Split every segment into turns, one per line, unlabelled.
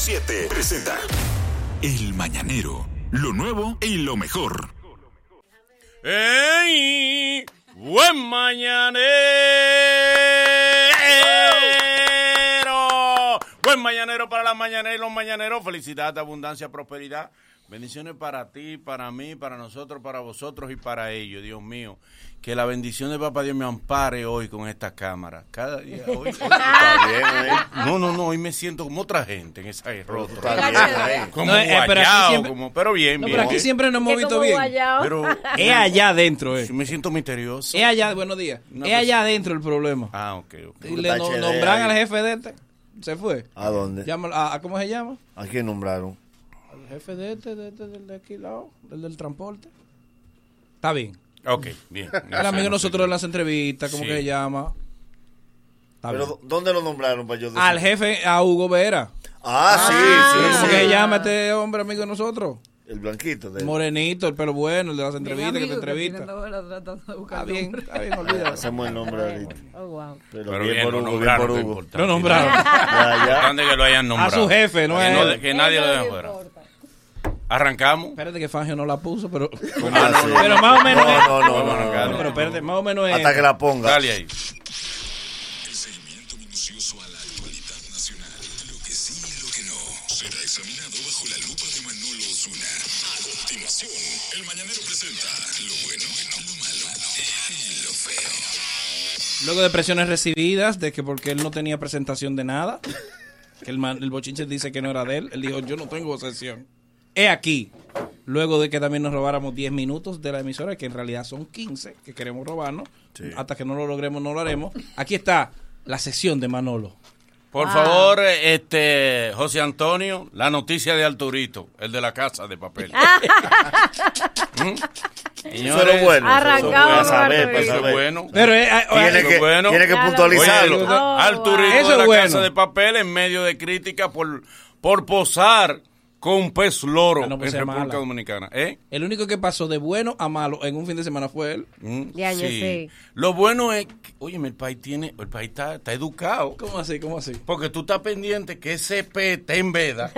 107 presenta El Mañanero, lo nuevo y lo mejor.
¡Ey! ¡Buen mañanero! ¡Buen mañanero para las mañaneras y los mañaneros! Felicidad, abundancia, prosperidad. Bendiciones para ti, para mí, para nosotros, para vosotros y para ellos, Dios mío. Que la bendición de Papá Dios me ampare hoy con esta cámara. Cada día, hoy. hoy tú estás bien, ¿eh? No, no, no, hoy me siento como otra gente en esa rostro.
estás
Ah,
bien, ¿eh?
Como
No, eh, pero aquí
guayao,
siempre-
como, pero bien,
No,
bien.
pero aquí siempre nos hemos
Que
visto
como
bien.
guayao.
Pero-
Es allá adentro, eh.
Me siento misterioso.
Es allá, buenos días.
No,
es
pues-
allá adentro el problema.
Ah, ok, ok.
Y le no-
HD
nombran
ahí.
al jefe de este. Se fue.
¿A dónde?
Llámalo- a, a- ¿Cómo se llama?
¿A quién nombraron?
Al jefe de este, de, este, del de aquí lado, del del transporte. Está bien.
Ok, bien.
El amigo de nosotros en las entrevistas, ¿cómo
Sí.
que se llama? Está
Pero,
bien.
¿dó- ¿Dónde lo nombraron para yo decir?
Al jefe, a Hugo Vera.
Ah, sí,
Pero ¿Cómo
sí,
que
sí.
se llama este hombre amigo de nosotros?
El blanquito. De...
Morenito, el pelo bueno, el de las
Mi
entrevistas, que te
amigo
entrevista.
tiene dos horas tratando de buscar
Está bien,
nombre.
está bien, olvídalo.
Hacemos el nombre ahorita.
Oh, wow.
Pero,
Pero
bien, por
lo
Hugo, bien
nombraron,
por
no
Hugo.
importa.
Lo nombraron.
Ya, ya.
Importante que lo hayan nombrado.
A su jefe, no
que,
a él.
que nadie lo deje fuera. Arrancamos.
Espérate que Fangio no la puso, pero,
Ah, sí.
pero más o menos. es-
No, no, no,
Vamos a
no,
arrancar.
no,
pero
no.
espérate, más o menos. es-
Hasta que la ponga.
Dale ahí.
El seguimiento minucioso a la actualidad nacional. Lo que sí y lo que no. Será examinado bajo la lupa de Manolo Osuna. A continuación, El Mañanero presenta lo bueno, lo malo y lo feo.
Luego de presiones recibidas, de que porque él no tenía presentación de nada, que el, man- el bochinche dice que no era de él, él dijo: Yo no tengo sesión. He aquí. Luego de que también nos robáramos 10 minutos de la emisora, que en realidad son 15 que queremos robarnos, hasta que no lo logremos, no lo haremos. Aquí está la sesión de Manolo.
Ah.
Por favor, este José Antonio, la noticia de Arturito, el de la casa de papel.
Ah.
¿Mm?
Eso era bueno. eso era bueno.
Arrancamos,
Para saber, para
Arturito.
Eso es
saber.
bueno.
Pero, eh, eh,
Tiene
Eso
que,
es bueno.
tiene que
Claro.
puntualizarlo.
Oye,
Oh,
Arturito
wow. Eso
de la
es bueno.
Casa de Papel en medio de crítica por, por posar con pez loro
Ah, no, pues
en
sea
República
mala.
Dominicana. ¿Eh?
El único que pasó de bueno a malo en un fin de semana fue él.
Mm,
Ya, yo sé.
Lo bueno es, que, oye, el país tiene, el país está, está educado.
¿Cómo así? ¿Cómo así?
Porque tú estás pendiente que ese pez está en veda.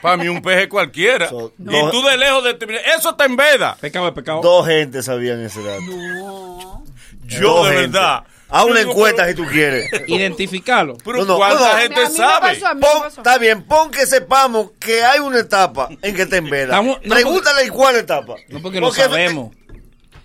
Para mí un pez es cualquiera.
So,
y
no.
tú de lejos de eso está en veda.
Pecado es pecado.
Dos gente sabían ese dato.
Yo
Dos
de
gente.
verdad.
Haz una
Digo,
encuesta
pero-
si tú quieres.
Identificarlo.
Pero
No, no,
¿cuánta
no, no.
gente
A mí me
sabe?
pasó a mí.
Pon-
pasó.
está bien, pon que sepamos que hay una etapa en que te enveda.
Estamos- no,
Pregúntale cuál etapa. eh,
No porque lo sabemos.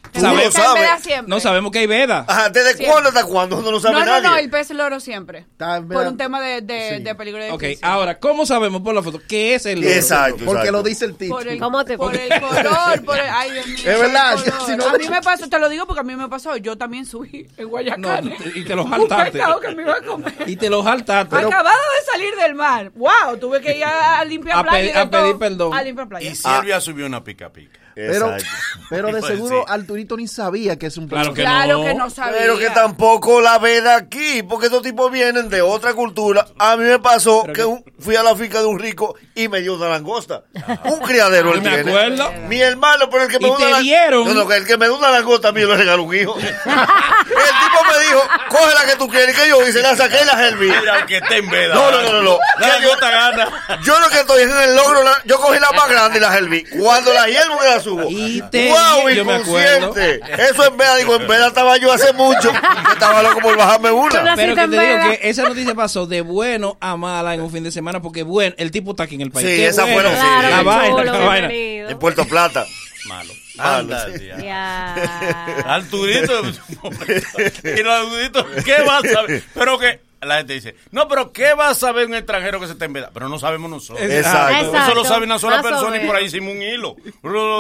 Tú
Sabemos-
lo sabes.
Siempre.
No sabemos que hay veda.
Ah,
Ajá, ¿desde cuándo hasta cuándo? Uno no sabe
No, no,
nadie.
no, el pez loro siempre.
Está en
Por
veda.
un tema de, de, de peligro de
Ok,
extinción.
ahora, ¿cómo sabemos por la foto qué es el loro?
Exacto,
Porque
exacto.
lo dice el título.
Por el,
¿Cómo te
por
fue?
el color, por el, ay Dios mío.
Es verdad,
el color.
si no-
a mí me pasó, te lo digo porque a mí me pasó. Yo también subí en
No,
Guayacán.
y te lo
un
jaltaste.
pescado que me iba a comer.
Y te lo jaltaste.
Acabado de salir del mar. Wow, tuve que ir a, a limpiar
A
playa. y
pe-
de
a pedir
todo.
perdón. Ah.
A limpiar playa.
Y Silvia subió una pica pica.
Pero,
Exacto.
pero de
Pues
seguro
sí.
Arturito ni sabía que es un
Claro que
personaje.
Claro
no.
que no sabía.
Pero que tampoco la ve de aquí, porque estos tipos vienen de otra cultura. A mí me pasó que un- fui a la finca de un rico y me dio una langosta. Un criadero él
Ah. Me
tiene.
acuerdo.
Mi hermano, pero el que me
Y
dio
te
una lang-
dieron.
No, no, que el que me dio una langosta a mí yo le regaló un hijo. el tipo me dijo, coge la que tú quieres, que yo hice, la saqué y la herví.
Mira, que está en veda.
No, no, no, no, no.
La
Que yo-
gota gana.
Yo lo que estoy es en el logro, la- yo cogí la más grande y la herví. Cuando la hiervo que la subo.
Y te-
¡Wow,
yo me acuerdo.
inconsciente! Eso en veda, digo, en veda estaba yo hace mucho. que estaba loco por bajarme una.
Pero que
Así
te
tan
digo
veda.
que esa noticia pasó de bueno a mala en un fin de semana porque bueno, el tipo está aquí en el país.
Sí,
Qué
esa fue
bueno.
la- sí.
Claro,
La
qué
vaina,
chulo,
la vaina.
bienvenido.
En Puerto Plata.
Malo.
Malo,
Anda,
sí.
tía.
Ya.
Arturito. y los Arturito, ¿qué va a saber? Pero que la gente dice, no, pero ¿qué va a saber un extranjero que se está en veda? Pero no sabemos nosotros.
Exacto.
Exacto.
Eso lo sabe una sola
Más o
persona y
menos.
por ahí hicimos un hilo.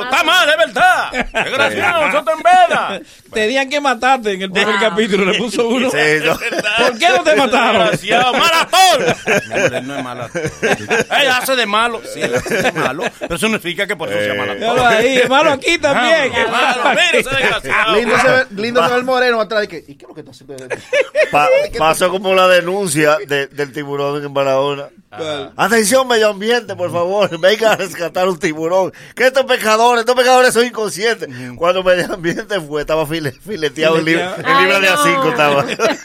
Está mal, es verdad. Desgraciado, nosotros en veda.
Tenían que matarte en el primer capítulo, le puso uno.
Sí, no.
¿Por qué no te mataron?
Desgraciado, mal actor. Mi amor, él no es mal actor. Él hace de malo. Sí, él hace de malo. Pero eso no significa que por eso sea mal
Míralo
actor.
ahí, es malo aquí también.
Ah, malo, mira ese desgraciado.
Lindo se ve, lindo se ve el moreno atrás. de que, ¿Y qué es lo que está haciendo?
Pa- pasó como la denuncia de- del tiburón en Barahona. Atención medio ambiente, por favor, venga a rescatar un tiburón. Que estos pescadores, estos pescadores son inconscientes. Cuando medio ambiente fue, estaba file- fileteado el libro,
Fileteado.
el libro
Ay,
de
no.
A5 estaba.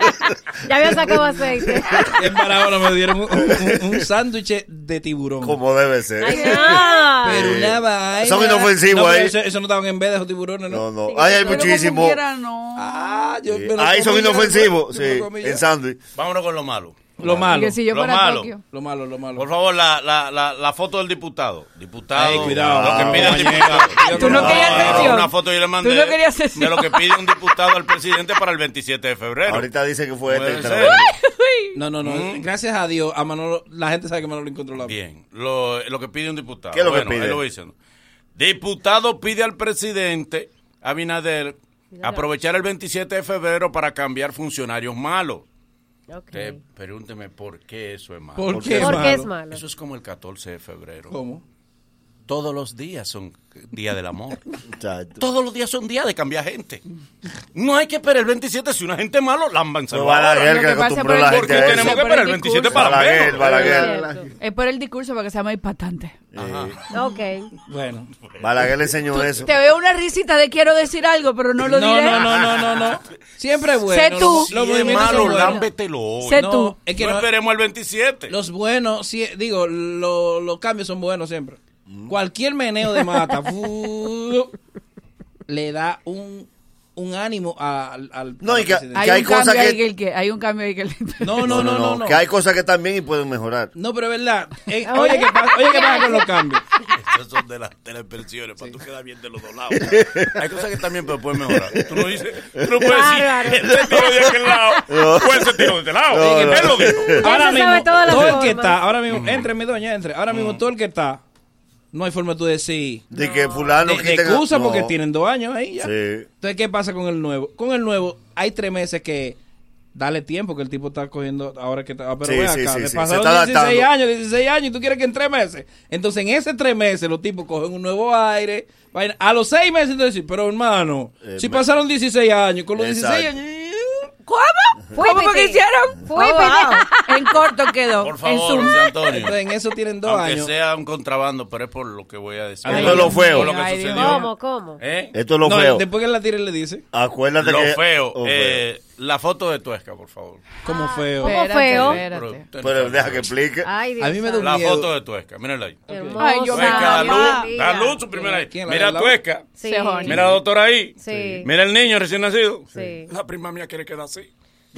ya había sacado aceite.
En Barahona me dieron un, un- un sándwich de tiburón.
Como debe ser.
Ay, no.
Pero una vaina.
Son inofensivos
No, pero
ahí.
Eso, eso no estaban en vez de esos tiburones, ¿no?
No, no. Ahí hay
Pero como
muchísimo.
quiera, no.
Ah, yo me lo
Ahí son
comí ya,
inofensivos,
yo me
sí,
lo comí ya.
en sándwich.
Vámonos con lo malo.
Lo malo.
Que si yo
Lo
fuera a
malo.
Tokio.
Lo malo, lo malo.
Por favor, la, la, la, la foto del diputado. Diputado.
Ay, cuidado,
Lo que pide el
compañero.
diputado.
Tú no
querías
Ah,
sesión.
Una foto yo le mandé.
Tú no querías sesión.
De lo que pide un diputado al presidente para el 27 de febrero.
Ahorita dice que fue
Puede
este.
ser.
trabajo.
No, no, no.
Mm.
Gracias a Dios, a Manolo, la gente sabe que Manolo es incontrolable.
Bien. Lo, lo que pide un diputado.
¿Qué es lo que
Bueno,
pide?
ahí voy diciendo. Diputado pide al presidente Abinader aprovechar el 27 de febrero para cambiar funcionarios malos.
Ok.
Te- pregúnteme por qué eso es malo.
¿Por, qué?
¿Por
malo?
qué es malo?
Eso es como el 14 de febrero.
¿Cómo?
Todos los días son día del amor.
Exacto.
Todos los días son días de cambiar gente. No hay que esperar el 27 si una gente malo la han
No va a la
Lo
guerra que
que pasa
acostumbró
por
la
el-
¿Por qué
gente a
tenemos
eso.
que
Por el
esperar el
discurso.
27 para
Balaguer,
menos?
Balaguer.
Cierto.
Es por el discurso para que sea más impactante.
Ok.
Bueno.
Balaguer le enseñó eso.
Te veo una risita de quiero decir algo, pero no lo
No,
diré.
no, no, no, no, no. Siempre es bueno.
Sé tú.
Los,
Si
los
es
movimientos
malo,
son buenos.
lámbetelo hoy.
Sé
no,
tú.
Es que
no
no-
esperemos el 27.
Los buenos, sí, digo, lo- los cambios son buenos siempre. Cualquier meneo de mata fu- le da un, un ánimo al, al-
No, y
al
que-
presidente.
Hay,
Que hay
un
cosas
cambio ahí
que-
que... el que- hay un cambio ahí que el-
no, no, no, no, no.
Que hay cosas que también y pueden mejorar.
No, pero es verdad. Eh,
Ah,
oye, ¿qué pasa, oye, ¿qué pasa con los cambios?
Esas son de las telepensiones, para tú quedar bien de los dos lados. Hay cosas que también pero pueden mejorar. Tú no dices, tú no puedes
Bárbaro.
decir, él se tiró de aquel lado, pues él se tiró de este lado.
No, Mm.
Él
no.
lo dijo.
Ya
Ahora
se
mismo,
sabe todas las
todo el que
formas.
está, ahora mismo, entre mi doña, entre. Ahora mismo, todo el que está, no hay forma de tú decir.
Mm. De que fulano
De,
que
de
tenga-
excusa
No.
porque tienen dos años ahí ya.
Sí.
Entonces, ¿qué pasa con el nuevo? Con el nuevo, hay tres meses que dale tiempo que el tipo está cogiendo ahora que está. ah, Pero
Sí,
ven
sí,
acá,
sí,
le
sí,
pasaron
se está
16
adaptando.
años, 16 años, y tú quieres que en tres meses. Entonces, en esos tres meses, los tipos cogen un nuevo aire. vaina. A los seis meses, entonces, sí, pero hermano,
Eh,
si
me-
pasaron 16 años, con los
Exacto.
16 años.
¿Cómo?
Fui,
¿Cómo fue que
Piti.
hicieron?
Fui,
Oh,
Piti.
wow. En corto quedó.
Por
en
favor,
Zoom.
José Antonio.
Entonces, en eso tienen dos
Aunque
años.
sea un contrabando, pero es por lo que voy a decir.
Ay, Esto es lo Dios feo.
Por lo
mío, ay,
que
Dios
sucedió.
¿Cómo, cómo?
¿Eh?
Esto es lo
No,
feo.
después que la tira y le dice,
Acuérdate
Lo
que. Oh,
feo.
Oh,
Lo feo.
eh, la foto de Tuesca, por favor.
como feo.
¿Cómo
Espérate,
feo?
espérate.
Pero-
Pero deja que explique.
Ay, Dios
A mí me da un
La
miedo.
foto de Tuesca, mírala ahí.
Hermosa.
Ay, yo me
Tuesca, da
mamá.
luz, da luz su primera ahí.
¿Quién la
Mira
de
a
la-
Tuesca.
Sí.
Sejón.
Mira a la doctora ahí.
Sí.
Mira el niño recién nacido.
Sí.
La prima mía quiere quedar así.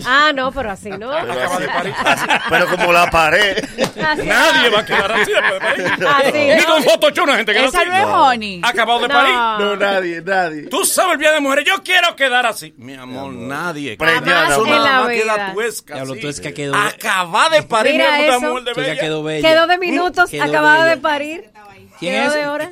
Ah, no, pero así no.
Pero, así- así- pero como la pared.
Así
Nadie
no.
va a quedar así después de parir.
Así
Ni
Ah, no.
con Photoshop una gente queda así.
Esa no es Honey.
Acabado de
No.
parir.
No, nadie, nadie.
Tú sabes el día de mujeres. Yo quiero quedar así. Mi amor, nadie.
Preñada.
Eso
en la
nada más
vida.
queda tuesca. Ah,
Diablo,
sí.
Tuesca quedó-
Acaba de parir.
Mira
Mira puta
eso.
mujer de
Tuesca
bella.
quedó bella.
Quedó de minutos,
Quedó
acabado
bella.
de parir.
¿Quién
Quedó
es?
de hora.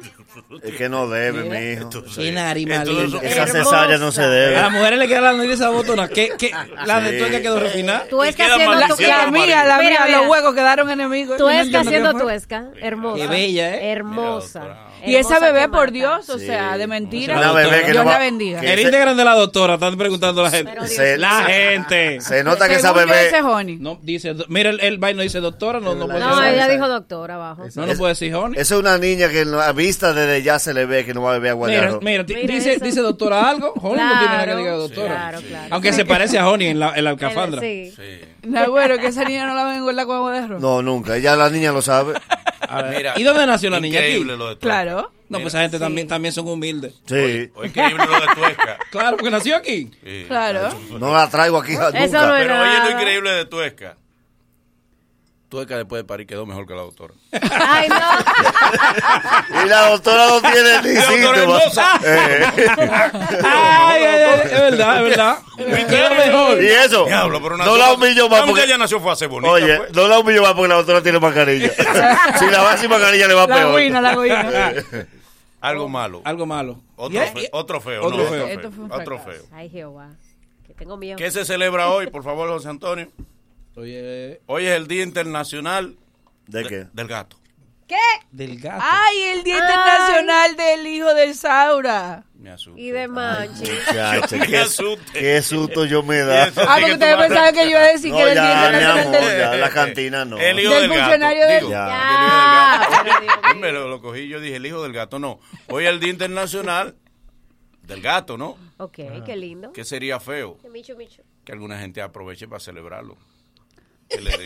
Es que no debe, mijo.
Qué nariz más
Entonces,
linda.
Esa
Hermosa.
cesárea no se
A
debe.
las mujeres le queda la nariz abotona. ¿Qué, qué? La de
Sí.
tuerca quedó refinada.
Eh, Tú
Y
es que
queda
haciendo tu
maldiciendo
La
amarillo.
mía, la
Mira,
mía,
mira.
los huevos quedaron enemigos. Yo no
Tuesca
entiendo qué
haciendo
fue.
tuesca. Hermosa.
Qué bella, ¿eh?
Hermosa.
Mira, doctora.
Y esa
Hermosa
bebé,
que
por
mata.
Dios, o
Sí.
sea, de mentira.
Una bebé que
Dios
no va-
la bendiga.
que
El
se-
íntegro de la doctora, están preguntando a la gente.
Pero Dios
Se-
La gente.
Se nota que
Según
esa
yo, ese
bebé.
es Honey.
No, dice, mira, el, el vaino dice doctora, no, no puede
No,
ser.
ella dijo doctora abajo.
No, no puede decir, honey.
Esa es una niña que en la vista desde ya se le ve que no va a beber agua de
Mira,
arroz.
mira, di-
Mira
dice,
eso.
dice doctora algo, honey no tiene nada que
Claro,
diga doctora.
claro, claro.
Aunque se parece a honey en la, en la
Él-
alcafandra.
Sí.
Sí.
No, bueno, que esa niña no la ven en la cueva de arroz.
No, nunca. Ella la niña lo sabe.
A ver,
Mira,
¿Y dónde nació la niña? Aquí.
Increíble lo de Tuesca.
Claro.
No, pues esa gente también, también son humildes.
Sí.
O Increíble lo de Tuesca.
Claro, porque nació aquí.
Sí.
Claro.
No la traigo aquí
no
nunca.
es-
Pero oye lo
nada.
increíble de Tuesca. Tuesca después de parir quedó mejor que la doctora.
Ay, no.
Y la doctora no tiene ni
La doctora
síntomas. Eh.
hermosa.
Ay, ay, ay, es verdad, es verdad. Quedó mejor.
Y eso.
Diablo, pero
No la humilló más
porque
porque.
ella nació fue hace bonita.
Oye,
pues.
no la humilló más porque la doctora tiene mascarilla. si la va sin mascarilla le va
La
peor.
guina, la guina.
algo malo.
Algo malo.
Otro,
Y hay-
fe- otro feo.
otro
no,
feo.
Esto fue un
Otro
fracaso.
feo.
Ay, Jehová. Que tengo miedo.
¿Qué se celebra hoy, por favor, José Antonio?
Oye,
Hoy es el Día Internacional
¿De
de-
qué?
del Gato.
¿Qué?
del gato.
Ah,
Ay, el Día Internacional del Hijo del Saura.
Me asusta.
Y de manchi.
Muchacha,
Me
qué,
asusté.
qué susto yo me da.
Eso.
Ah, porque
que
ustedes
tú vas a-
pensaban que yo iba a decir que
No,
era el
ya, mi
director del-
amor, ya, la cantina no.
El hijo
Del
del, gato.
funcionario del-
Digo,
Ya.
el hijo del
Ya,
gato.
pero Dios mío.
Me lo, lo cogí, yo dije, el hijo del gato, no. Hoy es el Día Internacional del Gato, ¿no?
Ok, qué lindo.
Que sería feo
Qué Micho, micho.
que alguna gente aproveche para celebrarlo. Que le dé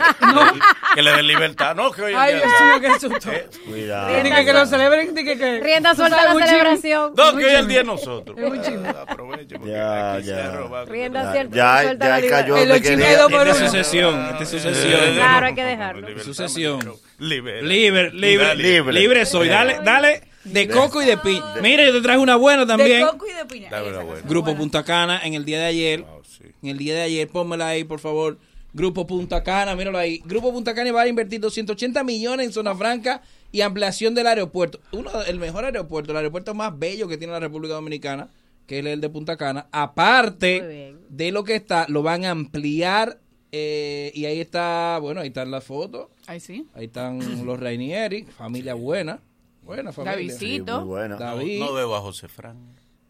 que le dé libertad. No, que hoy es
Ay,
el
Dios
día-
mío, qué susto.
¿Eh?
Cuidado.
Ni que, que lo celebren, ni que, que...
Rienda
tú sabes,
suelta a
un
la
chisme.
celebración.
No, que hoy es el día de nosotros.
Es un chisme.
Aproveche, porque
Ya,
aquí se
ya.
ha robado.
Rienda
Ya,
cierta,
ya,
suelta
ya
la libertad.
cayó
El
donde quería.
ochimero por
Esta es
uno.
sucesión, esta es sucesión.
Claro, hay que dejarlo.
Libertad,
Sucesión.
Libre.
Libre, libre,
Libre.
libre, soy. Dale, dale de coco y de pin. Mira, yo te traje una buena
De
también.
coco y de piña.
Dame la
Esa
buena.
cosa
Grupo
buena.
Punta Cana en el día de ayer.
Oh, sí.
En el día de ayer, pónmela ahí, por favor. Grupo Punta Cana, míralo ahí. Grupo Punta Cana va a invertir 280 millones en zona franca y ampliación del aeropuerto. Uno, el mejor aeropuerto, el aeropuerto más bello que tiene la República Dominicana, que es el de Punta Cana.
Muy
Aparte
bien.
de lo que está, lo van a ampliar. eh, y ahí está, bueno, ahí están las fotos.
Ay, sí.
Ahí están los Rainieri, familia buena. Buena familia.
Sí, muy
Davidcito.
buena.
David.
No veo a José Fran.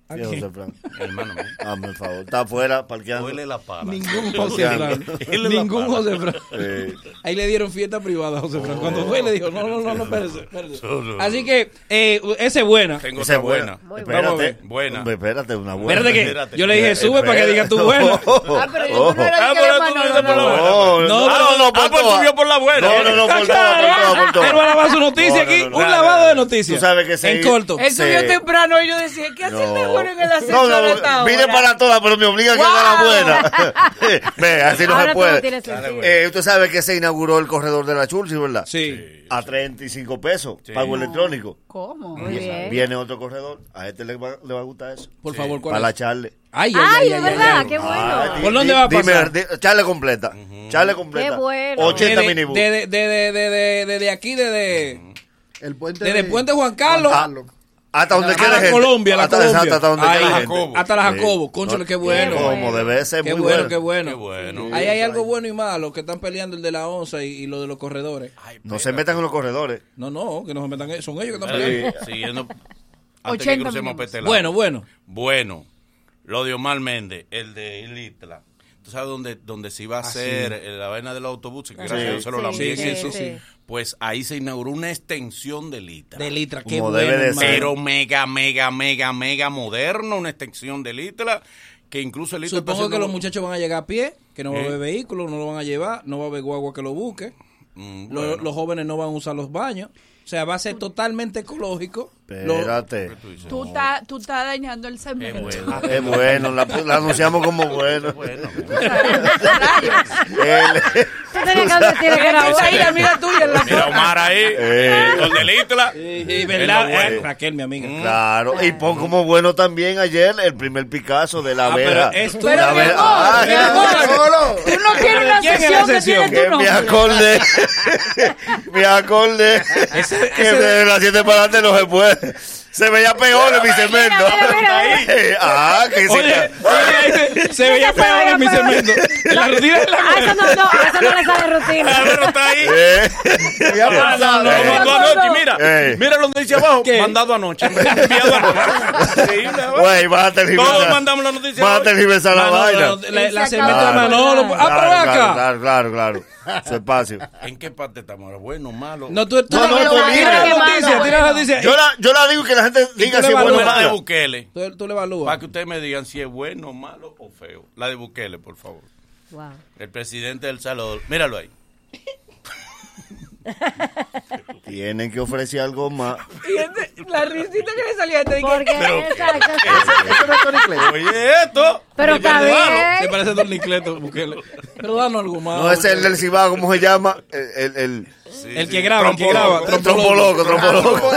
¿a
Sí,
quién?
José Fran.
Hermano mío.
Hazme el favor. Está afuera parqueando.
Huele la pala.
Ningún José
Boceando.
Fran.
Él es la
Ningún
pala.
José Fran.
Eh,
Ahí le dieron fiesta privada a José Fran. Cuando
Oh.
fue, le dijo: No, no, no, no, espérese, espérese.
No, no, no.
Así que, eh, esa es buena.
Tengo
esa
otra
es
buena.
buena.
Muy
Espérate.
buena. Buena.
Espérate, una buena.
Espérate que
Espérate.
yo le dije: Sube para que digas tú buena.
Ah, pero yo no era el
Ah,
que
pero
era
tú
Manolo,
dices por la
no.
buena.
Oh. No, no,
No,
no,
pero-
no,
Ah, pues
todas.
subió por la buena.
No, no, no, por todas,
Ah,
por todas, por todas.
Él va a lavar su noticia
No, no,
aquí.
no, no,
Un
no,
lavado
no.
de noticias.
Tú sabes que se-
En corto.
Él subió
Sí.
temprano y yo decía, ¿qué hace este bueno en el
No,
ascensor
no,
a esta
vine
hora?
para todas, pero me obliga a que haga la buena. Ve, así no
Ahora todo
se puede.
tiene sentido.
Eh, usted sabe que se inauguró el corredor de la Churchi, ¿verdad?
Sí.
A 35 pesos, pago electrónico.
¿Cómo?
Muy bien.
Viene otro corredor, a este le va, le va a gustar eso.
Por favor,
Para
¿cuál
la
es?
charla.
Ay,
Ay, de verdad, qué bueno.
di-
¿Por dónde
di-
va a
dime,
pasar?
di- charla completa. Charla completa.
Qué bueno.
80
Desde-
minibús.
Desde desde- desde- desde aquí, desde.
El puente
Desde
de-
Puente Juan Carlos.
Ah, Hasta donde
a
quiera
la
gente.
Colombia, a la
hasta,
Colombia.
exacto, hasta donde
Ahí,
quiera
a
gente.
Jacobo. Hasta la Jacobo.
No,
Cónchale, qué bueno.
Como debe ser,
Qué
muy
bueno,
bueno.
qué bueno.
Qué bueno.
Ahí hay algo bueno y malo que están peleando el de la onza y, y lo de los corredores.
No se metan en los corredores.
No, no, que no se metan. Son ellos que están peleando.
Espérate, Siguiendo. Antes que
80
crucemos
minutos.
Petelado.
Bueno, bueno.
Bueno, lo de Omar Méndez, el de Ilitla. ¿Tú sabes dónde, dónde se iba a hacer eh, la vaina del autobús? Que gracias a Dios se lo
Sí,
lambieron
Ah, sí,
y eso.
sí, sí.
Pues ahí se inauguró una extensión de Litra.
De Litra, qué
Como
bueno.
debe de
hermano.
ser.
pero mega, mega, mega, mega moderno, una extensión de Litra, que incluso el Litra está
Supongo que
haciendo-
los muchachos van a llegar a pie, que no va a
¿Eh?
haber vehículos, no lo van a llevar, no va a haber guagua que lo busque.
Mm,
Lo-
bueno.
Los jóvenes no van a usar los baños. O sea, va a ser totalmente ecológico. Lo-
Espérate.
¿Qué tú dices?
Tú estás tú estás dañando el
Qué
segmento.
bueno.
Ah, Es bueno, la, la anunciamos como bueno.
Bueno,
El-
Tú tenías que decir que era
Esa es
bueno.
la amiga tuya en la
mira a Omar ahí,
Eh.
los de Litra.
Sí, sí, ¿verdad?
Es lo bueno.
Eh, Raquel, mi amiga.
Mm,
claro, y pon como bueno también ayer el primer Picasso de la
Ah,
Vera.
pero esto-
La
Pero mi
Vera- Ah.
amor,
Ay,
mi amor, tú no tienes una
¿Quién es la
sesión que
sesión?
tiene
que
tu
me
nombre.
acordé, me acordé que de las 7 para adelante no se puede. Se veía peor en mi cemento.
mira, mira,
Ah, que sí.
Oye, oye, se veía peor en mi cemento. En la rutina de la
A ah, eso no, no, a eso no le sale rutina.
Álvaro está ahí.
Eh,
Ah, no, no,
Eh.
mandó anoche, mira.
Eh.
Mira lo que dice abajo.
¿Qué?
Mandado anoche. Enviado anoche. Increíble, ¿verdad?
Güey, vas a
Todos
tergiversar.
mandamos la noticia.
Vas a
hoy.
tergiversar la vaina.
Manolo, la, la
Él se
cemento de
acaba de
Manolo.
pues,
acordar.
Ah, pero
claro,
acá.
claro, claro, claro, claro. Su espacio.
¿En qué parte estamos? ahora? ¿Bueno, malo?
No, tú, tú
No, no, tú
tira
mira.
la noticia,
Bueno.
tira la noticia.
Yo la, yo la digo que la gente diga
tú le
si es bueno o
evalúas?
la de
malo.
Bukele.
Tú, tú
Para
le evalúas.
que ustedes me digan si es bueno, malo o feo. La de Bukele, por favor.
Wow.
El presidente del Salvador. Míralo ahí.
Tienen que ofrecer algo más.
Y este- La risita que le salía a este. dije,
Porque, exacto.
Eso no es Tony Clay.
Oye, esto.
Pero está
Se
bien.
parece a Don Nicleto, Bukele. Pero danos algo más.
No es el del Cibao, ¿cómo se llama? El, el, el,
El que graba, el que graba.
el trompo loco, trompo loco.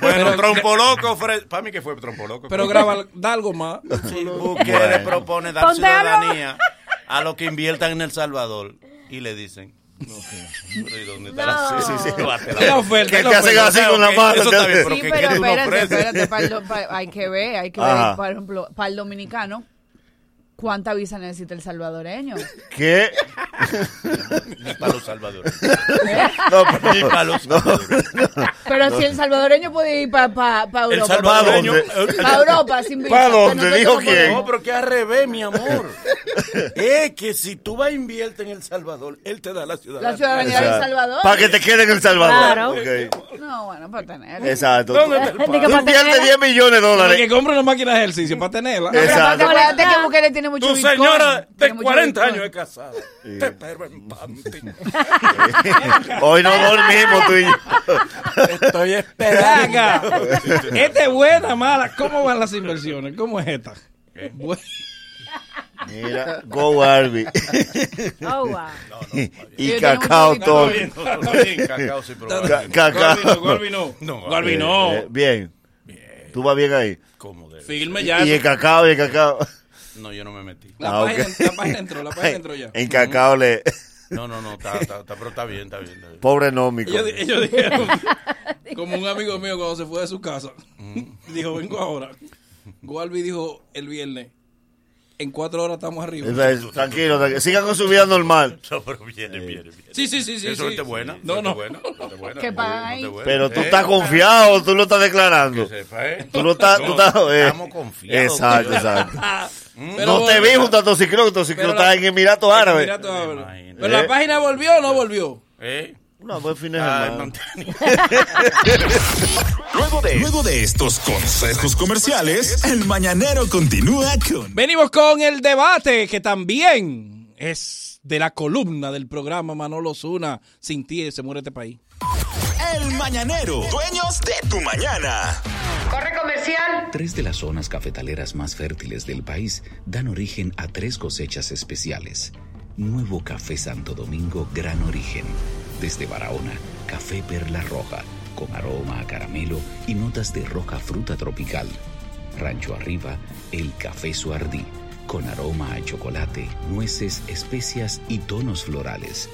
Bueno, Trompo Loco. Para mí que fue Trompo Loco.
Pero graba, da algo más.
Si Bukele
Bueno.
propone dar
Ponte a lo-
ciudadanía a los que inviertan en El Salvador y le dicen. Pero, ¿y dónde está la
No.
sí, sí, sí.
Es la oferta.
Que
es la
te hacen
oferta.
así con la
Ok,
mano.
eso está bien,
¿entiendes?
pero
Sí,
que-
pero
que tú no
espérate,
ofreces.
espérate, para el do- para- hay que ver, hay que ver,
Ajá.
por ejemplo, para el dominicano, ¿Cuánta visa necesita el salvadoreño?
¿Qué?
Ni para los salvadores.
No, pero-
Ni para los salvadores.
Pero si el salvadoreño puede ir para
El
Europa.
salvadoreño.
Para Europa, sin visa.
¿Pa' dónde?
Nosotros
¿Dijo
no
quién?
No, pero que al revés, mi amor. Es que si tú vas a invierte en El Salvador, él te da la ciudadanía.
La ciudadanía de El Salvador.
Para que te quede en El Salvador. Ok.
podemos. No, bueno, para tener.
Exacto.
¿Dónde está el
Tú
Digo, para
inviertes
tenerla.
10 millones de
Porque
dólares.
compre una máquina de ejercicio para tenerla.
Pero aparte,
Exacto.
acuérdate que Bukele tiene mucho
Tu
Bitcoin.
señora de
Tiene mucho
40
Bitcoin.
años es casada. Te espero en Pampi.
Hoy no dormimos tú y yo.
Estoy
Ven acá. Esta es buena, mala. ¿Cómo van las inversiones? ¿Cómo es esta? Bueno,
Mira, go Arby.
Oh, wow.
y
Ellos
cacao
tienen mucho
todo.
dinero.
Cacao sin
Ca-
probar.
Cacao.
Gorbi no, Gorbi no. Gorbi
Eh,
no.
bien. Tú vas bien ahí.
¿Cómo debe?
Firme ya.
Y el cacao, y el cacao.
No, yo no me metí.
La,
Ah,
página,
ok.
la página entró, la página entró ya.
En cacao le.
No, no, no, está, está, está- pero está bien, está bien. está bien.
Pobre nómico.
Ellos, di- ellos dijeron, como un amigo mío cuando se fue de su casa,
Mm.
dijo, vengo ahora. Gorbi dijo el viernes, en cuatro horas estamos arriba.
Esa es- Tranquilo, tranquilo. Sigan con su vida normal.
No, pero viene, viene, viene.
Sí, sí, sí, sí.
Eso
sí.
no es buena.
No, no.
Buena, no te buena,
Que pagan ahí.
no te buena.
Pero tú
Eh,
estás confiado, tú lo estás declarando.
sepa, ¿eh?
Tú no estás. tú estás- eh.
Estamos confiados. Mm.
Exacto,
tío.
exacto.
Pero
no te
bueno,
vi junto a Tociclo, que Tociclo
pero
está
la-
en Emiratos Árabes.
Mira todo ahora.
imagino.
Pero Pues
Eh.
la página volvió o no volvió.
¿Eh?
No, buen fin de
Ay,
semana.
Montani.
Luego de, luego de estos consejos comerciales, el mañanero continúa con
Venimos con el debate que también es de la columna del programa Manolo Zuna. Sin ti se muere este país.
El mañanero, dueños de tu mañana.
Tres de las zonas cafetaleras más fértiles del país dan origen a tres cosechas especiales. Nuevo Café Santo Domingo Gran Origen. Desde Barahona, Café Perla Roja, con aroma a caramelo y notas de roja fruta tropical. Rancho Arriba, el Café Suardí, con aroma a chocolate, nueces, especias y tonos florales.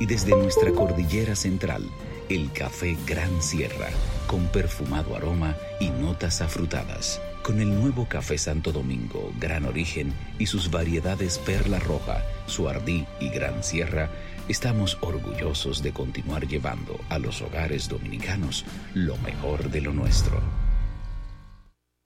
Y desde nuestra cordillera central, el café Gran Sierra, con perfumado aroma y notas afrutadas. Con el nuevo café Santo Domingo, Gran Origen y sus variedades Perla Roja, Suardí y Gran Sierra, estamos orgullosos de continuar llevando a los hogares dominicanos lo mejor de lo nuestro.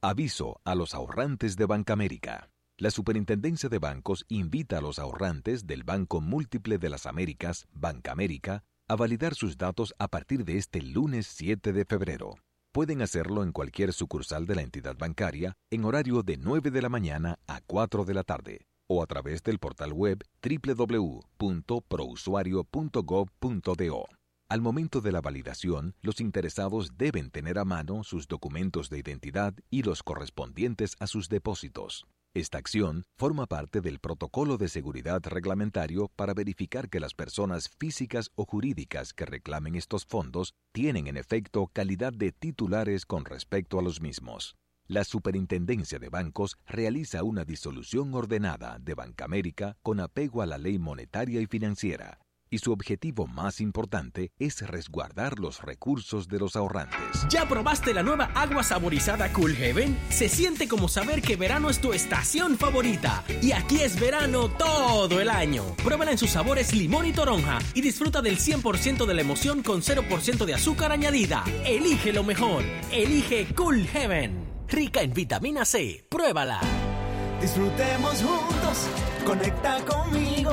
Aviso a los ahorrantes de Bancamérica. La Superintendencia de Bancos invita a los ahorrantes del Banco Múltiple de las Américas, Bancamérica, a validar sus datos a partir de este lunes 7 de febrero. Pueden hacerlo en cualquier sucursal de la entidad bancaria en horario de 9 de la mañana a 4 de la tarde o a través del portal web www.prousuario.gov.do. Al momento de la validación, los interesados deben tener a mano sus documentos de identidad y los correspondientes a sus depósitos. Esta acción forma parte del protocolo de seguridad reglamentario para verificar que las personas físicas o jurídicas que reclamen estos fondos tienen en efecto calidad de titulares con respecto a los mismos. La Superintendencia de Bancos realiza una disolución ordenada de Bancamérica con apego a la ley monetaria y financiera, y su objetivo más importante es resguardar los recursos de los ahorrantes.
¿Ya probaste la nueva agua saborizada Cool Heaven? Se siente como saber que verano es tu estación favorita. Y aquí es verano todo el año. Pruébala en sus sabores limón y toronja y disfruta del 100% de la emoción con 0% de azúcar añadida. Elige lo mejor. Elige Cool Heaven. Rica en vitamina C. Pruébala.
Disfrutemos juntos, conecta conmigo.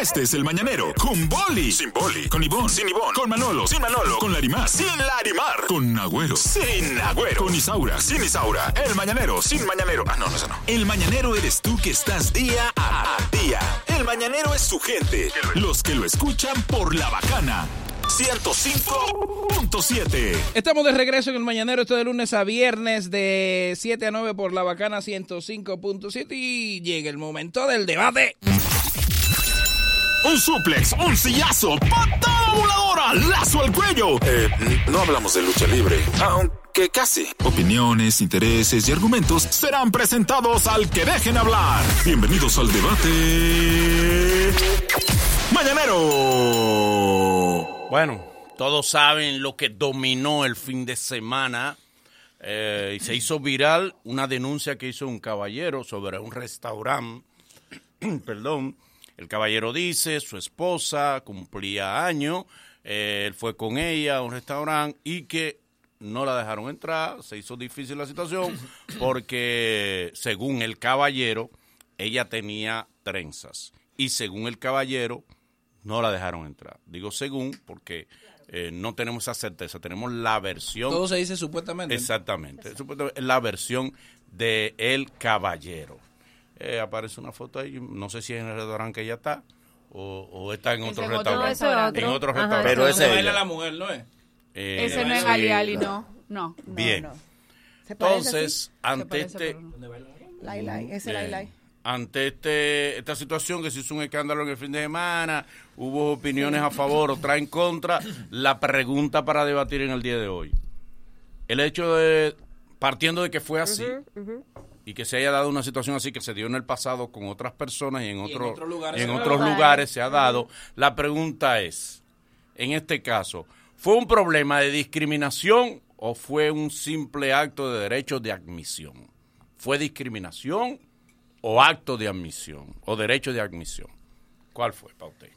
Este es el mañanero con Boli. Sin Boli. Con Ivón. Sin Ivón. Con Manolo. Sin Manolo. Con Larimar. Sin Larimar. Con Agüero. Sin Agüero. Con Isaura. Sin Isaura. El mañanero. Sin mañanero. Ah, no, no, eso no. El mañanero eres tú que estás día a día. El mañanero es su gente. Los que lo escuchan por la bacana. 105.7.
Estamos de regreso en el Mañanero, esto de lunes a viernes de 7 a 9 por la bacana 105.7 y llega el momento del debate.
Un suplex, un sillazo, patada voladora, lazo al cuello. Eh, no hablamos de lucha libre, aunque casi. Opiniones, intereses y argumentos serán presentados al que dejen hablar. Bienvenidos al debate. Mañanero.
Bueno, todos saben lo que dominó el fin de semana eh, y se hizo viral una denuncia que hizo un caballero sobre un restaurante. Perdón. El caballero dice, su esposa cumplía año, eh, él fue con ella a un restaurante y que no la dejaron entrar, se hizo difícil la situación porque según el caballero, ella tenía trenzas y según el caballero, no la dejaron entrar. Digo según porque eh, no tenemos esa certeza, tenemos la versión.
Todo se dice supuestamente.
Exactamente, supuestamente, la versión de el caballero. Eh, aparece una foto ahí, no sé si es en el restaurante que ella está o, o está en
Ese
otro
es otro,
restaurante.
ese es otro.
En otro
Ajá,
restaurante.
Pero ese es
Baila la mujer, ¿no es?
Eh,
Ese no es
sí,
Galiali, no.
claro.
No. no,
Bien.
no. ¿Se parece
Entonces,
así? Se
ante
parece,
este...
pero no. Lai, lai, ese lai,
Bien.
lai.
Ante este, esta situación que se hizo un escándalo en el fin de semana, hubo opiniones a favor, otras en contra. La pregunta para debatir en el día de hoy. El hecho de, partiendo de que fue así y que se haya dado una situación así que se dio en el pasado con otras personas y en, otro-
otros lugares
y en
se ha
otros
dado.
lugares se ha dado, la pregunta es, en este caso, ¿fue un problema de discriminación o fue un simple acto de derecho de admisión? ¿Fue discriminación o acto de admisión o derecho de admisión? ¿Cuál fue para usted?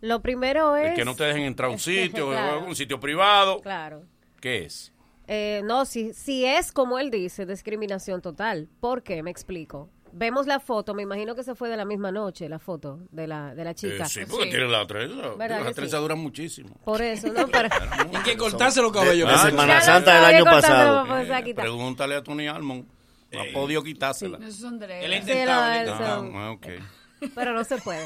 Lo primero es...
El que no te dejen entrar a un sitio,
Claro.
un sitio privado,
Claro.
¿qué es?
Eh, no, si, si es como él dice, discriminación total. ¿Por qué? Me explico. Vemos la foto, me imagino que se fue de la misma noche, la foto de la, de la chica.
Eh, sí, porque tiene la trenza.
¿Verdad que
Las trenzas
sí?
duran muchísimo.
Por eso, ¿no? Para...
Hay que cortarse los cabellos.
De- de Semana Ya Santa
del año pasado. lo
pues,
puedes
Eh,
quitar.
pregúntale a Tony Almond. No ha podido quitársela.
Esos son dreads.
Él ha
Sí,
intentado. él
no,
ha
él
intentado.
son-
Ah, ok.
Pero no se puede.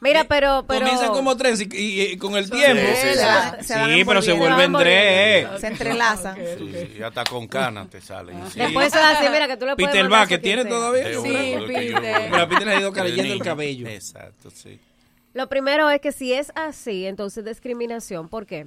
Mira, pero... pero...
Comienzan como tres y, y- y con el tiempo.
sí, sí. Se van- se van
Sí, pero se
envolviendo.
vuelven
Se van
tres.
Se entrelazan.
Sí, y hasta con canas te salen. sí.
Después se la hace, mira, que tú le puedes
Peter
mandar
Bach, que
eso quien
tiene
sea.
todavía.
De
Sí,
una, porque yo-
Peter.
Pero a Peter le ha ido cayendo el
Niño.
cabello.
Exacto, sí.
Lo primero es que si es así, entonces discriminación. ¿Por qué?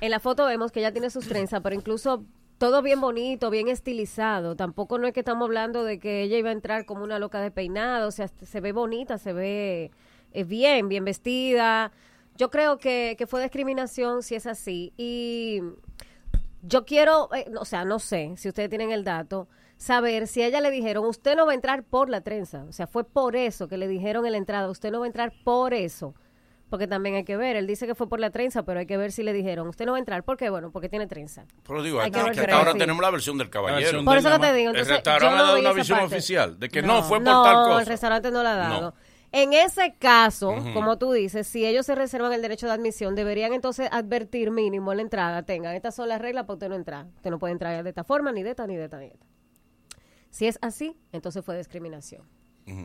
En la foto vemos que ella tiene sus trenzas, pero incluso todo bien bonito, bien estilizado. Tampoco no es que estamos hablando de que ella iba a entrar como una loca de peinado. O sea, se ve bonita, se ve eh, bien, bien vestida. Yo creo que, que fue discriminación si es así. Y yo quiero, eh, o sea, no sé si ustedes tienen el dato, saber si a ella le dijeron, usted no va a entrar por la trenza. O sea, fue por eso que le dijeron en la entrada, usted no va a entrar por eso. Porque también hay que ver, él dice que fue por la trenza, pero hay que ver si le dijeron, usted no va a entrar, ¿por qué? Bueno, porque tiene trenza.
Pero digo,
Hay
hasta,
que
que
volver
hasta
a
ahora
decir.
tenemos la versión del caballero.
versión Por del eso que te dama. digo,
El
entonces, yo
restaurante
no
ha dado
vi
una
esa
visión
parte.
oficial de que no, fue por
no,
tal cosa.
el restaurante no la ha dado.
No.
En ese caso,
Ujú.
como tú dices, si ellos se reservan el derecho de admisión, deberían entonces advertir mínimo en la entrada, tengan, estas son las reglas para usted no entrar. Usted no puede entrar de esta forma, ni de esta, ni de esta, ni de esta. Si es así, entonces fue discriminación.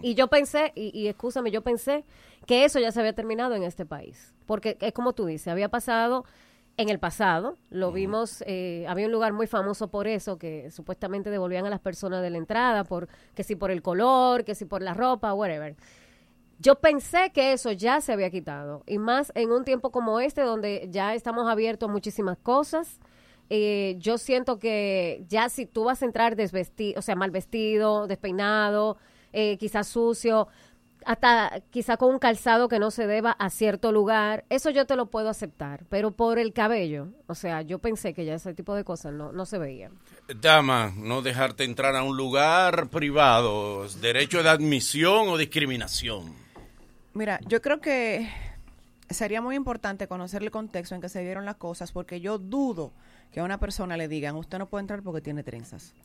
Y yo pensé, y, y escúchame, yo pensé que eso ya se había terminado en este país. Porque es como tú dices, había pasado en el pasado, lo vimos, eh, había un lugar muy famoso por eso, que supuestamente devolvían a las personas de la entrada, por que si por el color, que si por la ropa, whatever. Yo pensé que eso ya se había quitado, y más en un tiempo como este, donde ya estamos abiertos a muchísimas cosas. Eh, yo siento que ya si tú vas a entrar desvestido, o sea, mal vestido, despeinado, eh, quizás sucio,
hasta quizá con un calzado que no se deba a cierto lugar, eso yo te lo puedo aceptar, pero por el cabello, o sea, yo pensé que ya ese tipo de cosas no, no se veían.
Dama, no dejarte entrar a un lugar privado, derecho de admisión o discriminación.
Mira, yo creo que sería muy importante conocer el contexto en que se dieron las cosas, porque yo dudo que a una persona le digan, usted no puede entrar porque tiene trenzas.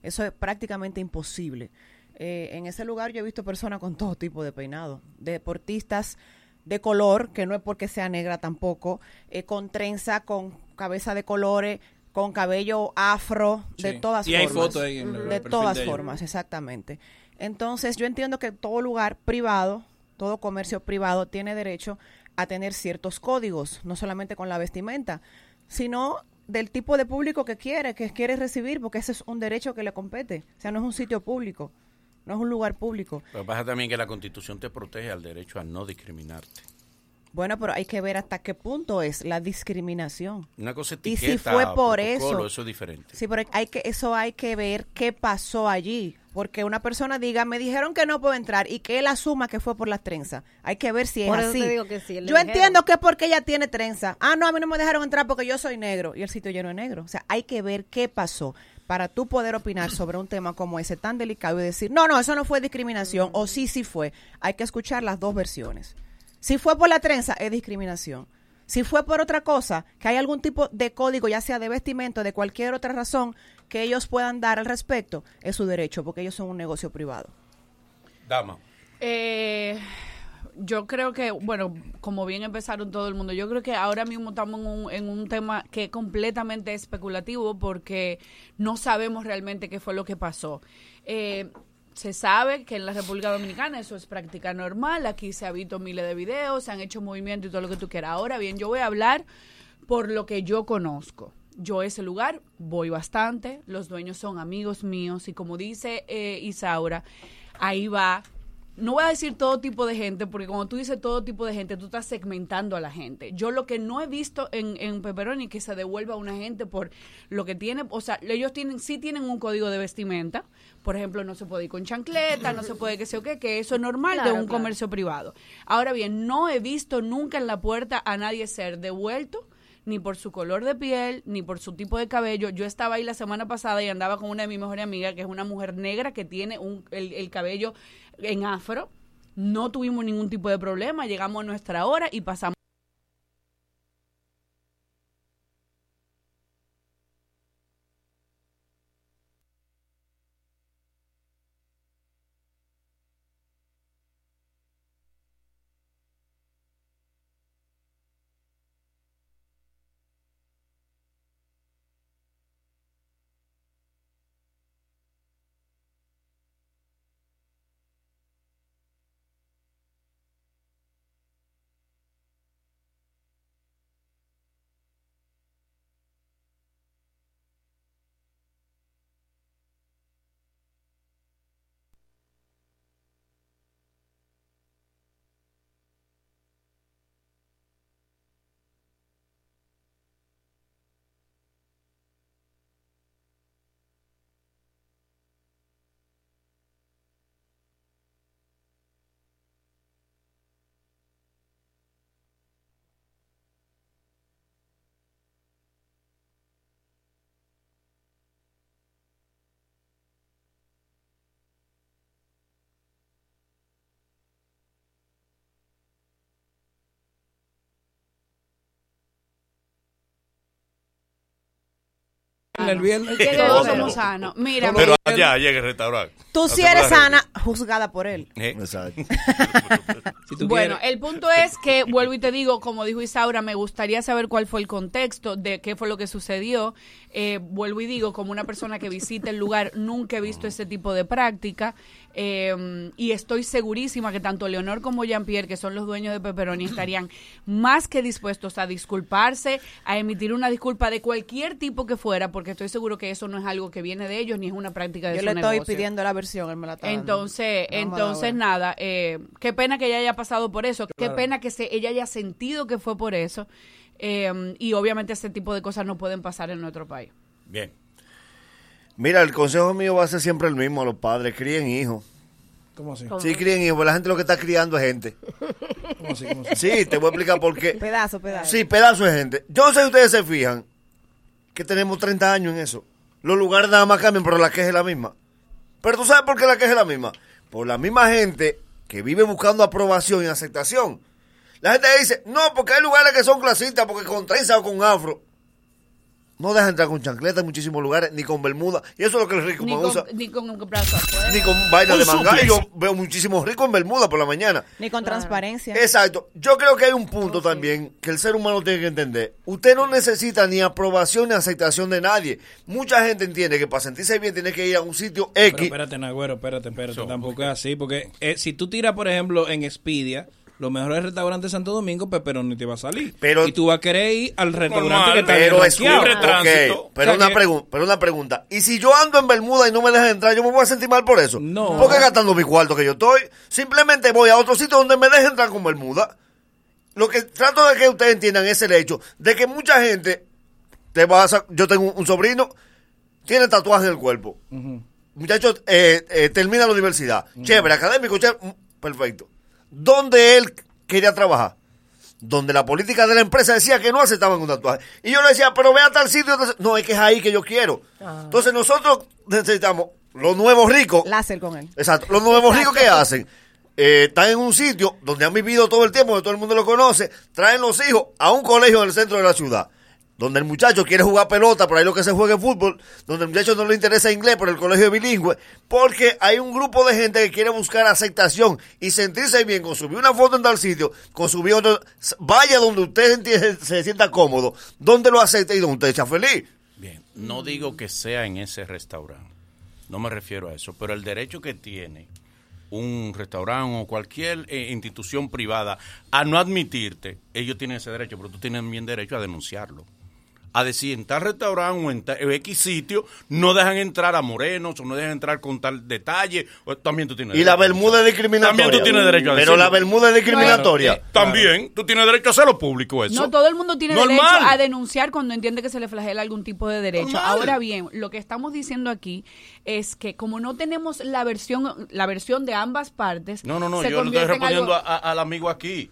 Eso es prácticamente imposible. Eh, en ese lugar yo he visto personas con todo tipo de peinado, deportistas de color, que no es porque sea negra tampoco, eh, con trenza, con cabeza de colores, con cabello afro, de
Sí.
todas
Y hay
formas.
fotos ahí en el
de
perfil
todas
de ellos.
formas, exactamente. Entonces, yo entiendo que todo lugar privado, todo comercio privado tiene derecho a tener ciertos códigos, no solamente con la vestimenta, sino del tipo de público que quiere, que quiere recibir, porque ese es un derecho que le compete. O sea, no es un sitio público, no es un lugar público.
Lo que pasa también que la constitución te protege al derecho a no discriminarte.
Bueno, pero hay que ver hasta qué punto es la discriminación.
Una cosa es
Y si
etiqueta,
fue por
protocolo,
eso.
Eso es diferente.
Sí, pero hay que, eso hay que ver qué pasó allí. Porque una persona diga, me dijeron que no puedo entrar y que él asuma que fue por las trenzas. Hay que ver si es
Por eso
así.
te digo que sí, le
yo
dijeron.
entiendo que es porque ella tiene trenza. Ah, no, a mí no me dejaron entrar porque yo soy negro. Y el sitio lleno de negro. O sea, hay que ver qué pasó para tú poder opinar sobre un tema como ese tan delicado y decir, no, no, eso no fue discriminación o sí, sí fue. Hay que escuchar las dos versiones. Si fue por la trenza, es discriminación. Si fue por otra cosa, que hay algún tipo de código, ya sea de vestimenta o de cualquier otra razón que ellos puedan dar al respecto, es su derecho, porque ellos son un negocio privado.
Dama.
Eh, yo creo que, bueno, como bien empezaron todo el mundo, yo creo que ahora mismo estamos en un, en un tema que es completamente especulativo porque no sabemos realmente qué fue lo que pasó. Eh, se sabe que en la República Dominicana eso es práctica normal, aquí se ha visto miles de videos, se han hecho movimientos y todo lo que tú quieras. Ahora bien, yo voy a hablar por lo que yo conozco. Yo a ese lugar voy bastante, los dueños son amigos míos y como dice eh, Isaura, ahí va. No voy a decir todo tipo de gente, porque cuando tú dices todo tipo de gente, tú estás segmentando a la gente. Yo lo que no he visto en, en Pepperoni que se devuelva a una gente por lo que tiene, o sea, ellos tienen, sí tienen un código de vestimenta. Por ejemplo, no se puede ir con chancleta, no se puede que sea o qué, que eso es normal
Claro,
de un
claro.
comercio privado. Ahora bien, no he visto nunca en la puerta a nadie ser devuelto ni por su color de piel, ni por su tipo de cabello. Yo estaba ahí la semana pasada y andaba con una de mis mejores amigas, que es una mujer negra que tiene un- el, el cabello en afro. No tuvimos ningún tipo de problema, llegamos a nuestra hora y pasamos.
El viernes.
Es que todos somos sanos. Mira,
Pero
mira.
allá llega el restaurante.
Tú si eres sana, juzgada por él.
Exacto.
bueno, el punto es que, vuelvo y te digo, como dijo Isaura, me gustaría saber cuál fue el contexto de qué fue lo que sucedió. Eh, vuelvo y digo, como una persona que visita el lugar, nunca he visto ese tipo de práctica. Eh, y estoy segurísima que tanto Leonor como Jean-Pierre, que son los dueños de Pepperoni, estarían más que dispuestos a disculparse, a emitir una disculpa de cualquier tipo que fuera, porque estoy seguro que eso no es algo que viene de ellos ni es una práctica de
Yo
su
le estoy
negocio.
pidiendo la versión, él me la está dando.
Entonces,
Vamos a la
entonces
hora.
nada, eh, qué pena que ella haya pasado por eso, qué
Claro.
pena que se, ella haya sentido que fue por eso. eh, y obviamente ese tipo de cosas no pueden pasar en nuestro país.
Mira, el consejo mío va a ser siempre el mismo a los padres. Críen hijos.
¿Cómo así?
Sí, crían hijos, la gente lo que está criando es gente.
¿Cómo así? ¿Cómo así?
Sí, te voy a explicar por qué.
Pedazo, pedazo.
Sí, pedazo de gente. Yo no sé si ustedes se fijan que tenemos 30 años en eso. Los lugares nada más cambian, pero la queja es la misma. Pero tú sabes por qué la queja es la misma. Por la misma gente que vive buscando aprobación y aceptación. La gente dice, no, porque hay lugares que son clasistas, porque con trenza o con afro. No dejan entrar con chancleta en muchísimos lugares, ni con bermuda. Y eso es lo que el rico
Ni
más
con,
usa.
ni con un brazo afuera.
Ni con vaina
Un
de manga.
suplex.
Y yo veo muchísimos ricos en bermuda por la mañana.
Ni con transparencia.
Exacto. Yo creo que hay un punto también que el ser humano tiene que entender. Usted no necesita ni aprobación ni aceptación de nadie. Mucha gente entiende que para sentirse bien tiene que ir a un sitio X.
Pero espérate, Nagüero, espérate, espérate. tampoco es así, porque eh, si tú tiras, por ejemplo, en Expedia, los mejores restaurantes de Santo Domingo, Pepperoni te va a salir. y tú vas a querer ir al restaurante que está
pero
bien
escucha,
rankeado.
ok, pero, una pregun- pero una pregunta. ¿Y si yo ando en Bermuda y no me dejan entrar, yo me voy a sentir mal por eso? No. ¿Por qué gastando mi cuarto que yo estoy? Simplemente voy a otro sitio donde me dejen entrar con Bermuda. Lo que trato de que ustedes entiendan es el hecho de que mucha gente te va a sa- Yo tengo un- un sobrino, tiene tatuaje en el cuerpo. Muchachos, eh, eh, termina la universidad. Chévere, académico, chévere, mm, perfecto. ¿Dónde él quería trabajar? Donde la política de la empresa decía que no aceptaban un tatuaje. Y yo le decía, pero ve a tal sitio. tal sitio. No, es que es ahí que yo quiero. Entonces nosotros necesitamos los nuevos ricos.
Láser con él.
Exacto, los nuevos ricos que hacen. eh, están en un sitio donde han vivido todo el tiempo, donde todo el mundo lo conoce. Traen los hijos a un colegio en el centro de la ciudad donde el muchacho quiere jugar pelota, por ahí lo que se juega es fútbol, donde el muchacho no le interesa inglés, pero el colegio es bilingüe, porque hay un grupo de gente que quiere buscar aceptación y sentirse bien con subir una foto en tal sitio, con subir otro, vaya donde usted enti- se sienta cómodo, donde lo acepte y donde usted sea feliz.
No digo que sea en ese restaurante, no me refiero a eso, pero el derecho que tiene un restaurante o cualquier eh, institución privada a no admitirte, ellos tienen ese derecho, pero tú tienes también derecho a denunciarlo. A decir, en tal restaurante o en, ta- en X sitio, no dejan entrar a morenos o no dejan entrar con tal detalle. o- también tú tienes
Y la
derecho.
bermuda es discriminatoria.
También tú tienes derecho a
Pero
decirlo.
la bermuda es discriminatoria.
Eh, También tú tienes derecho a hacerlo público eso.
No, todo el mundo tiene
Pues Normal.
derecho a denunciar cuando entiende que se le flagela algún tipo de derecho.
Normal.
Ahora bien, lo que estamos diciendo aquí es que como no tenemos la versión la versión de ambas partes,
No, no, no,
se
yo no estoy
convierte en
respondiendo
algo-
a- a- al amigo aquí.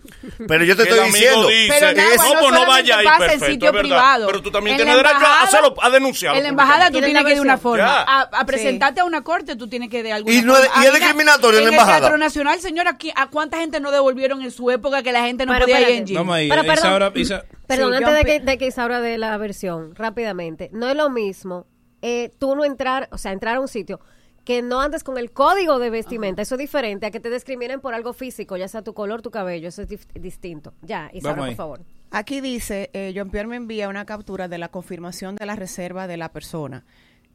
Pero yo te
Que
estoy
el amigo
diciendo-
dice,
Pero nada,
"Es-
no
no, pues no
solamente
vaya ahí,
pasa en
perfecto,
sitio
es verdad".
privado.
Pero tú también
En
tienes
la
derecho a
embajada-
hacerlo, a denunciarlo.
En la embajada tú
públicamente.
tienes que ir de una forma. Ah.
Ya.
A, a presentarte a una corte tú tienes que de alguna
Y no
forma.
es- y es
Ah, mira,
discriminatorio en la
el
embajada.
Teatro Nacional, señor, aquí, ¿a cuánta gente no devolvieron en su época que la gente no podía ir en jean?
Vamos ahí,
Pero, perdón.
Isaura, Isa-
Perdón,
Sí,
antes de
John
que, de que Isaura dé la versión, rápidamente, no es lo mismo eh, tú no entrar, o sea, entrar a un sitio que no andes con el código de vestimenta, eso es diferente a que te discriminen por algo físico, ya sea tu color, tu cabello, eso es dif- distinto. Ya, Isaura, por favor.
Aquí dice, eh, John Pierre me envía una captura de la confirmación de la reserva de la persona.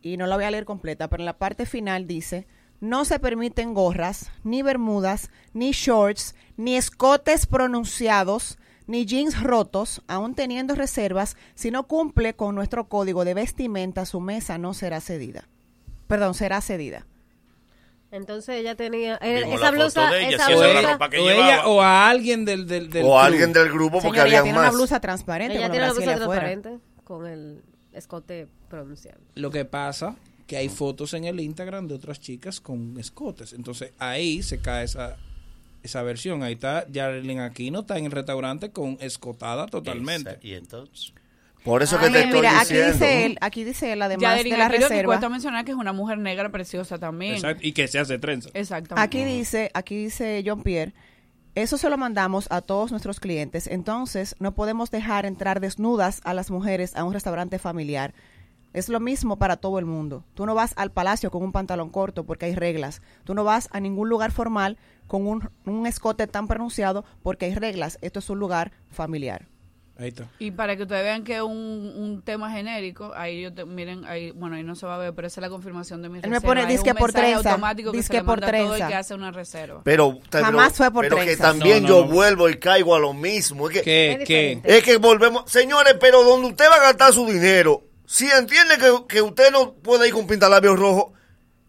Y no la voy a leer completa, pero en la parte final dice, no se permiten gorras, ni bermudas, ni shorts, ni escotes pronunciados, ni jeans rotos, aún teniendo reservas, si no cumple con nuestro código de vestimenta, su mesa no será cedida. Perdón, será cedida.
Entonces ella tenía eh,
Vimos la
esa
foto
blusa,
de ella,
esa
si esa era la
blusa-
ropa que
o ella o a alguien del, del, del
O a alguien del grupo, porque
Señora, ella
habían
tiene
más.
una blusa transparente.
ella
con
tiene la
Brasil
blusa
afuera.
transparente con el escote pronunciado.
Lo que pasa que hay fotos en el Instagram de otras chicas con escotes. Entonces ahí se cae esa, esa versión. Ahí está Yarlin Aquino, está en el restaurante con escotada totalmente.
¿Y entonces?
Por eso que
Ay,
te estoy
mira, aquí
diciendo.
dice él, aquí dice él además
Yaderin
de la
Aquino, que
reserva.
cuesta mencionar que es una mujer negra preciosa también.
Exacto, Y que se hace trenza.
Exactamente.
Aquí dice, aquí dice John Pierre, eso se lo mandamos a todos nuestros clientes, entonces no podemos dejar entrar desnudas a las mujeres a un restaurante familiar. Es lo mismo para todo el mundo. Tú no vas al palacio con un pantalón corto porque hay reglas. Tú no vas a ningún lugar formal con un, un escote tan pronunciado porque hay reglas. Esto es un lugar familiar.
Ahí está.
Y para que ustedes vean que es un, un tema genérico, ahí yo te- miren, ahí, bueno, ahí no se va a ver, pero esa es la confirmación de mi
Él
reserva.
me pone
Es un
disque por
mensaje
trenza,
automático que se
disque
le
por
manda a todo el
trenza.
que hace una reserva.
Pero, pero-
Jamás fue por
pero que
trenzas.
también
No, no,
yo
no.
vuelvo y caigo a lo mismo. Es que,
¿Qué?
Es,
Es ¿Qué?
que volvemos. Señores, pero donde usted va a gastar su dinero, si entiende que, que usted no puede ir con pintalabios rojos,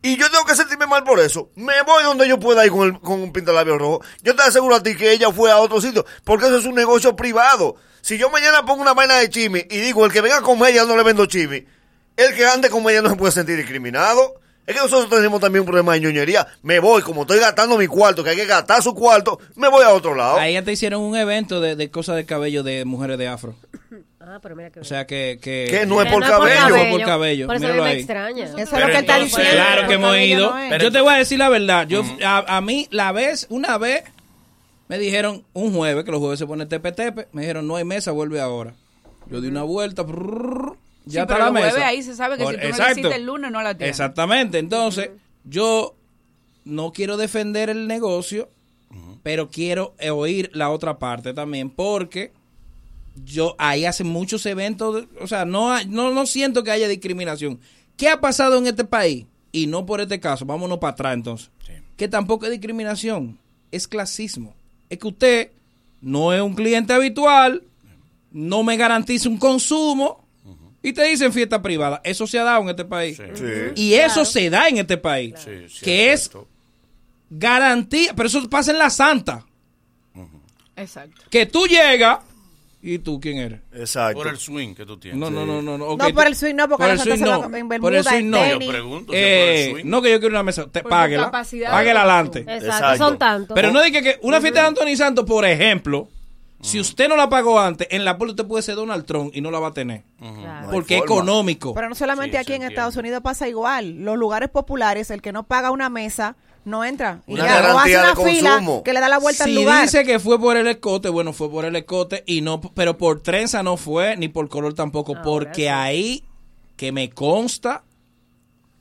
y yo tengo que sentirme mal por eso, me voy donde yo pueda ir con, el- con un pintalabios rojo. Yo te aseguro a ti que ella fue a otro sitio, porque eso es un negocio privado. Si yo mañana pongo una vaina de chimi y digo, el que venga con ella no le vendo chimi, el que ande con ella no se puede sentir discriminado. Es que nosotros tenemos también un problema de ñoñería. Me voy, como estoy gastando mi cuarto, que hay que gastar su cuarto, me voy a otro lado.
Ahí ya te hicieron un evento de, de cosas de cabello de mujeres de afro.
Ah, pero mira que
O sea que. Que,
Que no es
Pero
por cabello.
No es por cabello.
Por eso a mí
Míralo
me
ahí.
extraña. Eso
Pero entonces, Claro que hemos ido. Yo te voy a decir la verdad. Yo, a, a mí, la vez, una vez, me dijeron un jueves, que los jueves se pone tepe tepe, me dijeron, no hay mesa, vuelve ahora. Yo di una vuelta, prrrr,
Sí,
ya está
pero
la
los
mesa.
jueves ahí se sabe que si tú no la
Exacto.
hiciste el lunes, no la tienes.
Exactamente. Entonces, yo no quiero defender el negocio, pero quiero eh, oír la otra parte también, porque yo ahí hacen muchos eventos, de- o sea, no, hay- no, no siento que haya discriminación. ¿Qué ha pasado en este país? Y no por este caso, vámonos para atrás entonces. Que tampoco es discriminación, es clasismo. Es que usted no es un cliente habitual, no me garantiza un consumo y te dicen fiesta privada. Eso se ha dado en este país.
Sí.
Y eso se da en este país. que es garantía, pero eso pasa en la Santa.
Exacto.
Que tú llegas y tú quién eres.
Exacto.
Por el swing que tú tienes.
No, no, no, no. No, ok,
No, por
tú-
el swing no, porque
por
la
el
Santa
swing
se
no.
va en
Por el
bermuda,
swing
en
no.
tenis. Yo pregunto
si es por el
Eh,
swing.
no, que yo quiero una mesa. Te,
Por
páguela.
capacidad de
Páguela
consumo.
adelante.
Exacto, son tantos.
Pero no dije que una fiesta de Anthony Santos, por ejemplo, si usted no la pagó antes, en la puerta usted puede ser Donald Trump y no la va a tener.
Claro.
Porque es económico.
Pero no solamente aquí en Estados Unidos pasa igual. Los lugares populares, el que no paga una mesa, no entra. Y
Una
ya, o hace
garantía
una
de
fila
consumo.
que le da la vuelta al
Si
lugar.
dice que fue por el escote, bueno, fue por el escote y no, pero por trenza no fue ni por color tampoco,
Ah,
porque ahí que me consta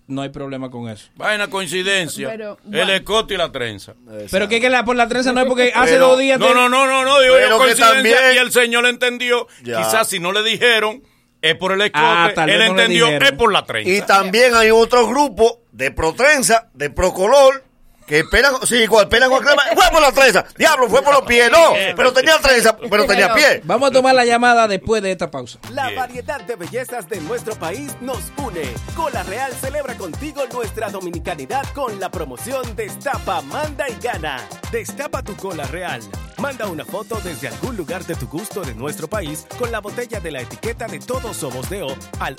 no hay problema con eso.
Vaina coincidencia.
Pero,
el
bueno.
escote y la trenza.
Pero que, que la, por la trenza no es porque hace
Pero-
dos días.
No,
te-
no, no, no, no. Digo
Pero
yo
que
coincidencia
también-
y el señor entendió.
Ya.
Quizás si no le dijeron, es por el escote.
Ah, tal vez
él
no le
entendió,
dijeron.
es por la trenza.
Y también hay otro grupo de pro trenza, de pro color, que esperan, sí, igual, esperan con crema. Fue por la trenza, diablo, fue por los pies, no, pero tenía trenza, pero tenía pie.
Vamos a tomar la llamada después de esta pausa.
La variedad de bellezas de nuestro país nos une. Cola Real celebra contigo nuestra dominicanidad con la promoción Destapa, Manda y Gana. Destapa tu cola real. Manda una foto desde algún lugar de tu gusto de nuestro país con la botella de la etiqueta de Todos Somos DO al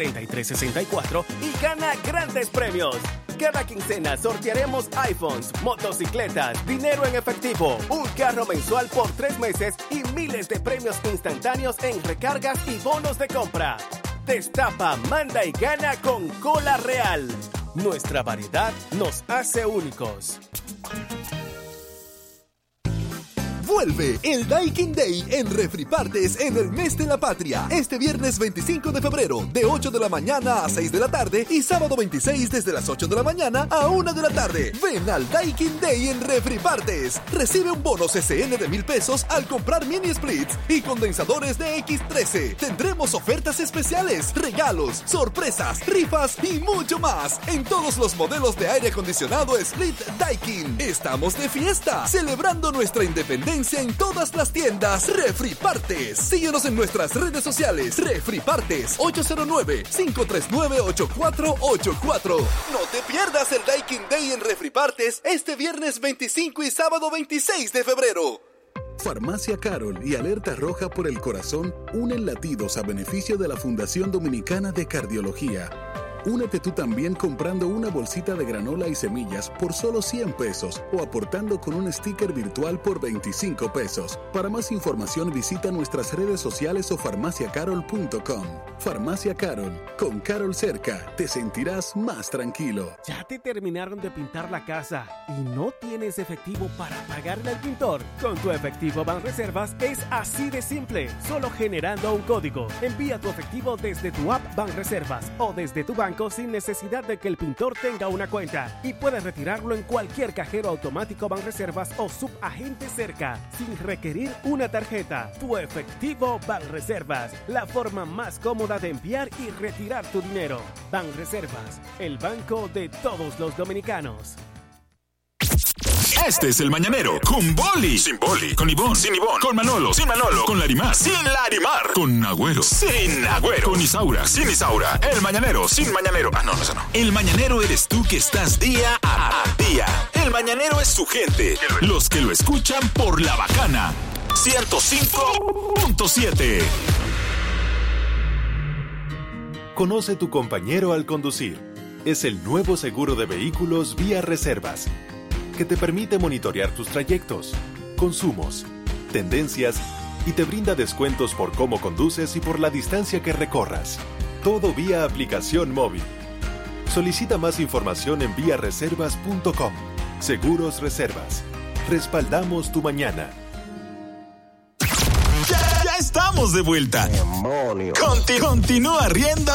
829-451-4364 y gana grandes premios. Cada quincena sortearemos iPhones, motocicletas, dinero en efectivo, un carro mensual por tres meses y miles de premios instantáneos en recargas y bonos de compra. Destapa, manda y gana con Cola Real. Nuestra variedad nos hace únicos.
Vuelve el Daikin Day en Refripartes en el mes de la patria. Este viernes 25 de febrero, de 8 de la mañana a 6 de la tarde y sábado 26 desde las 8 de la mañana a 1 de la tarde. Ven al Daikin Day en Refripartes. Recibe un bono CCN de mil pesos al comprar mini splits y condensadores de X13. Tendremos ofertas especiales, regalos, sorpresas, rifas y mucho más en todos los modelos de aire acondicionado Split Daikin. Estamos de fiesta, celebrando nuestra independencia en todas las tiendas Refri Partes. Síguenos en nuestras redes sociales Refri Partes 809-539-8484. No te pierdas el Daikin Day en Refri Partes este viernes 25 y sábado 26 de febrero.
Farmacia Carol y Alerta Roja por el Corazón unen latidos a beneficio de la Fundación Dominicana de Cardiología. Únete tú también comprando una bolsita de granola y semillas por solo 100 pesos o aportando con un sticker virtual por 25 pesos. Para más información visita nuestras redes sociales o farmaciacarol.com. Farmacia Carol, con Carol cerca, te sentirás más tranquilo.
¿Ya te terminaron de pintar la casa y no tienes efectivo para pagarle al pintor? Con tu efectivo Banreservas es así de simple, solo generando un código. Envía tu efectivo desde tu app Banreservas o desde tu banco sin necesidad de que el pintor tenga una cuenta y puedes retirarlo en cualquier cajero automático Banreservas o subagente cerca sin requerir una tarjeta. Tu efectivo Banreservas, la forma más cómoda de enviar y retirar tu dinero. Banreservas, el banco de todos los dominicanos.
Este es el mañanero. Con Boli. Sin Boli. Con Ivón. Sin Ivón. Con Manolo. Sin Manolo. Con Larimar. Sin Larimar. Con Agüero. Sin Agüero. Con Isaura. Sin Isaura. El mañanero. Sin mañanero. Ah, no, no, eso no. El mañanero eres tú que estás día a día. El mañanero es su gente. Los que lo escuchan por la bacana. 105.7.
Conoce tu compañero al conducir. Es el nuevo seguro de vehículos vía reservas, que te permite monitorear tus trayectos, consumos, tendencias y te brinda descuentos por cómo conduces y por la distancia que recorras. Todo vía aplicación móvil. Solicita más información en viareservas.com. Seguros Reservas. Respaldamos tu mañana.
Ya, ya estamos de vuelta. Conti- continúa riendo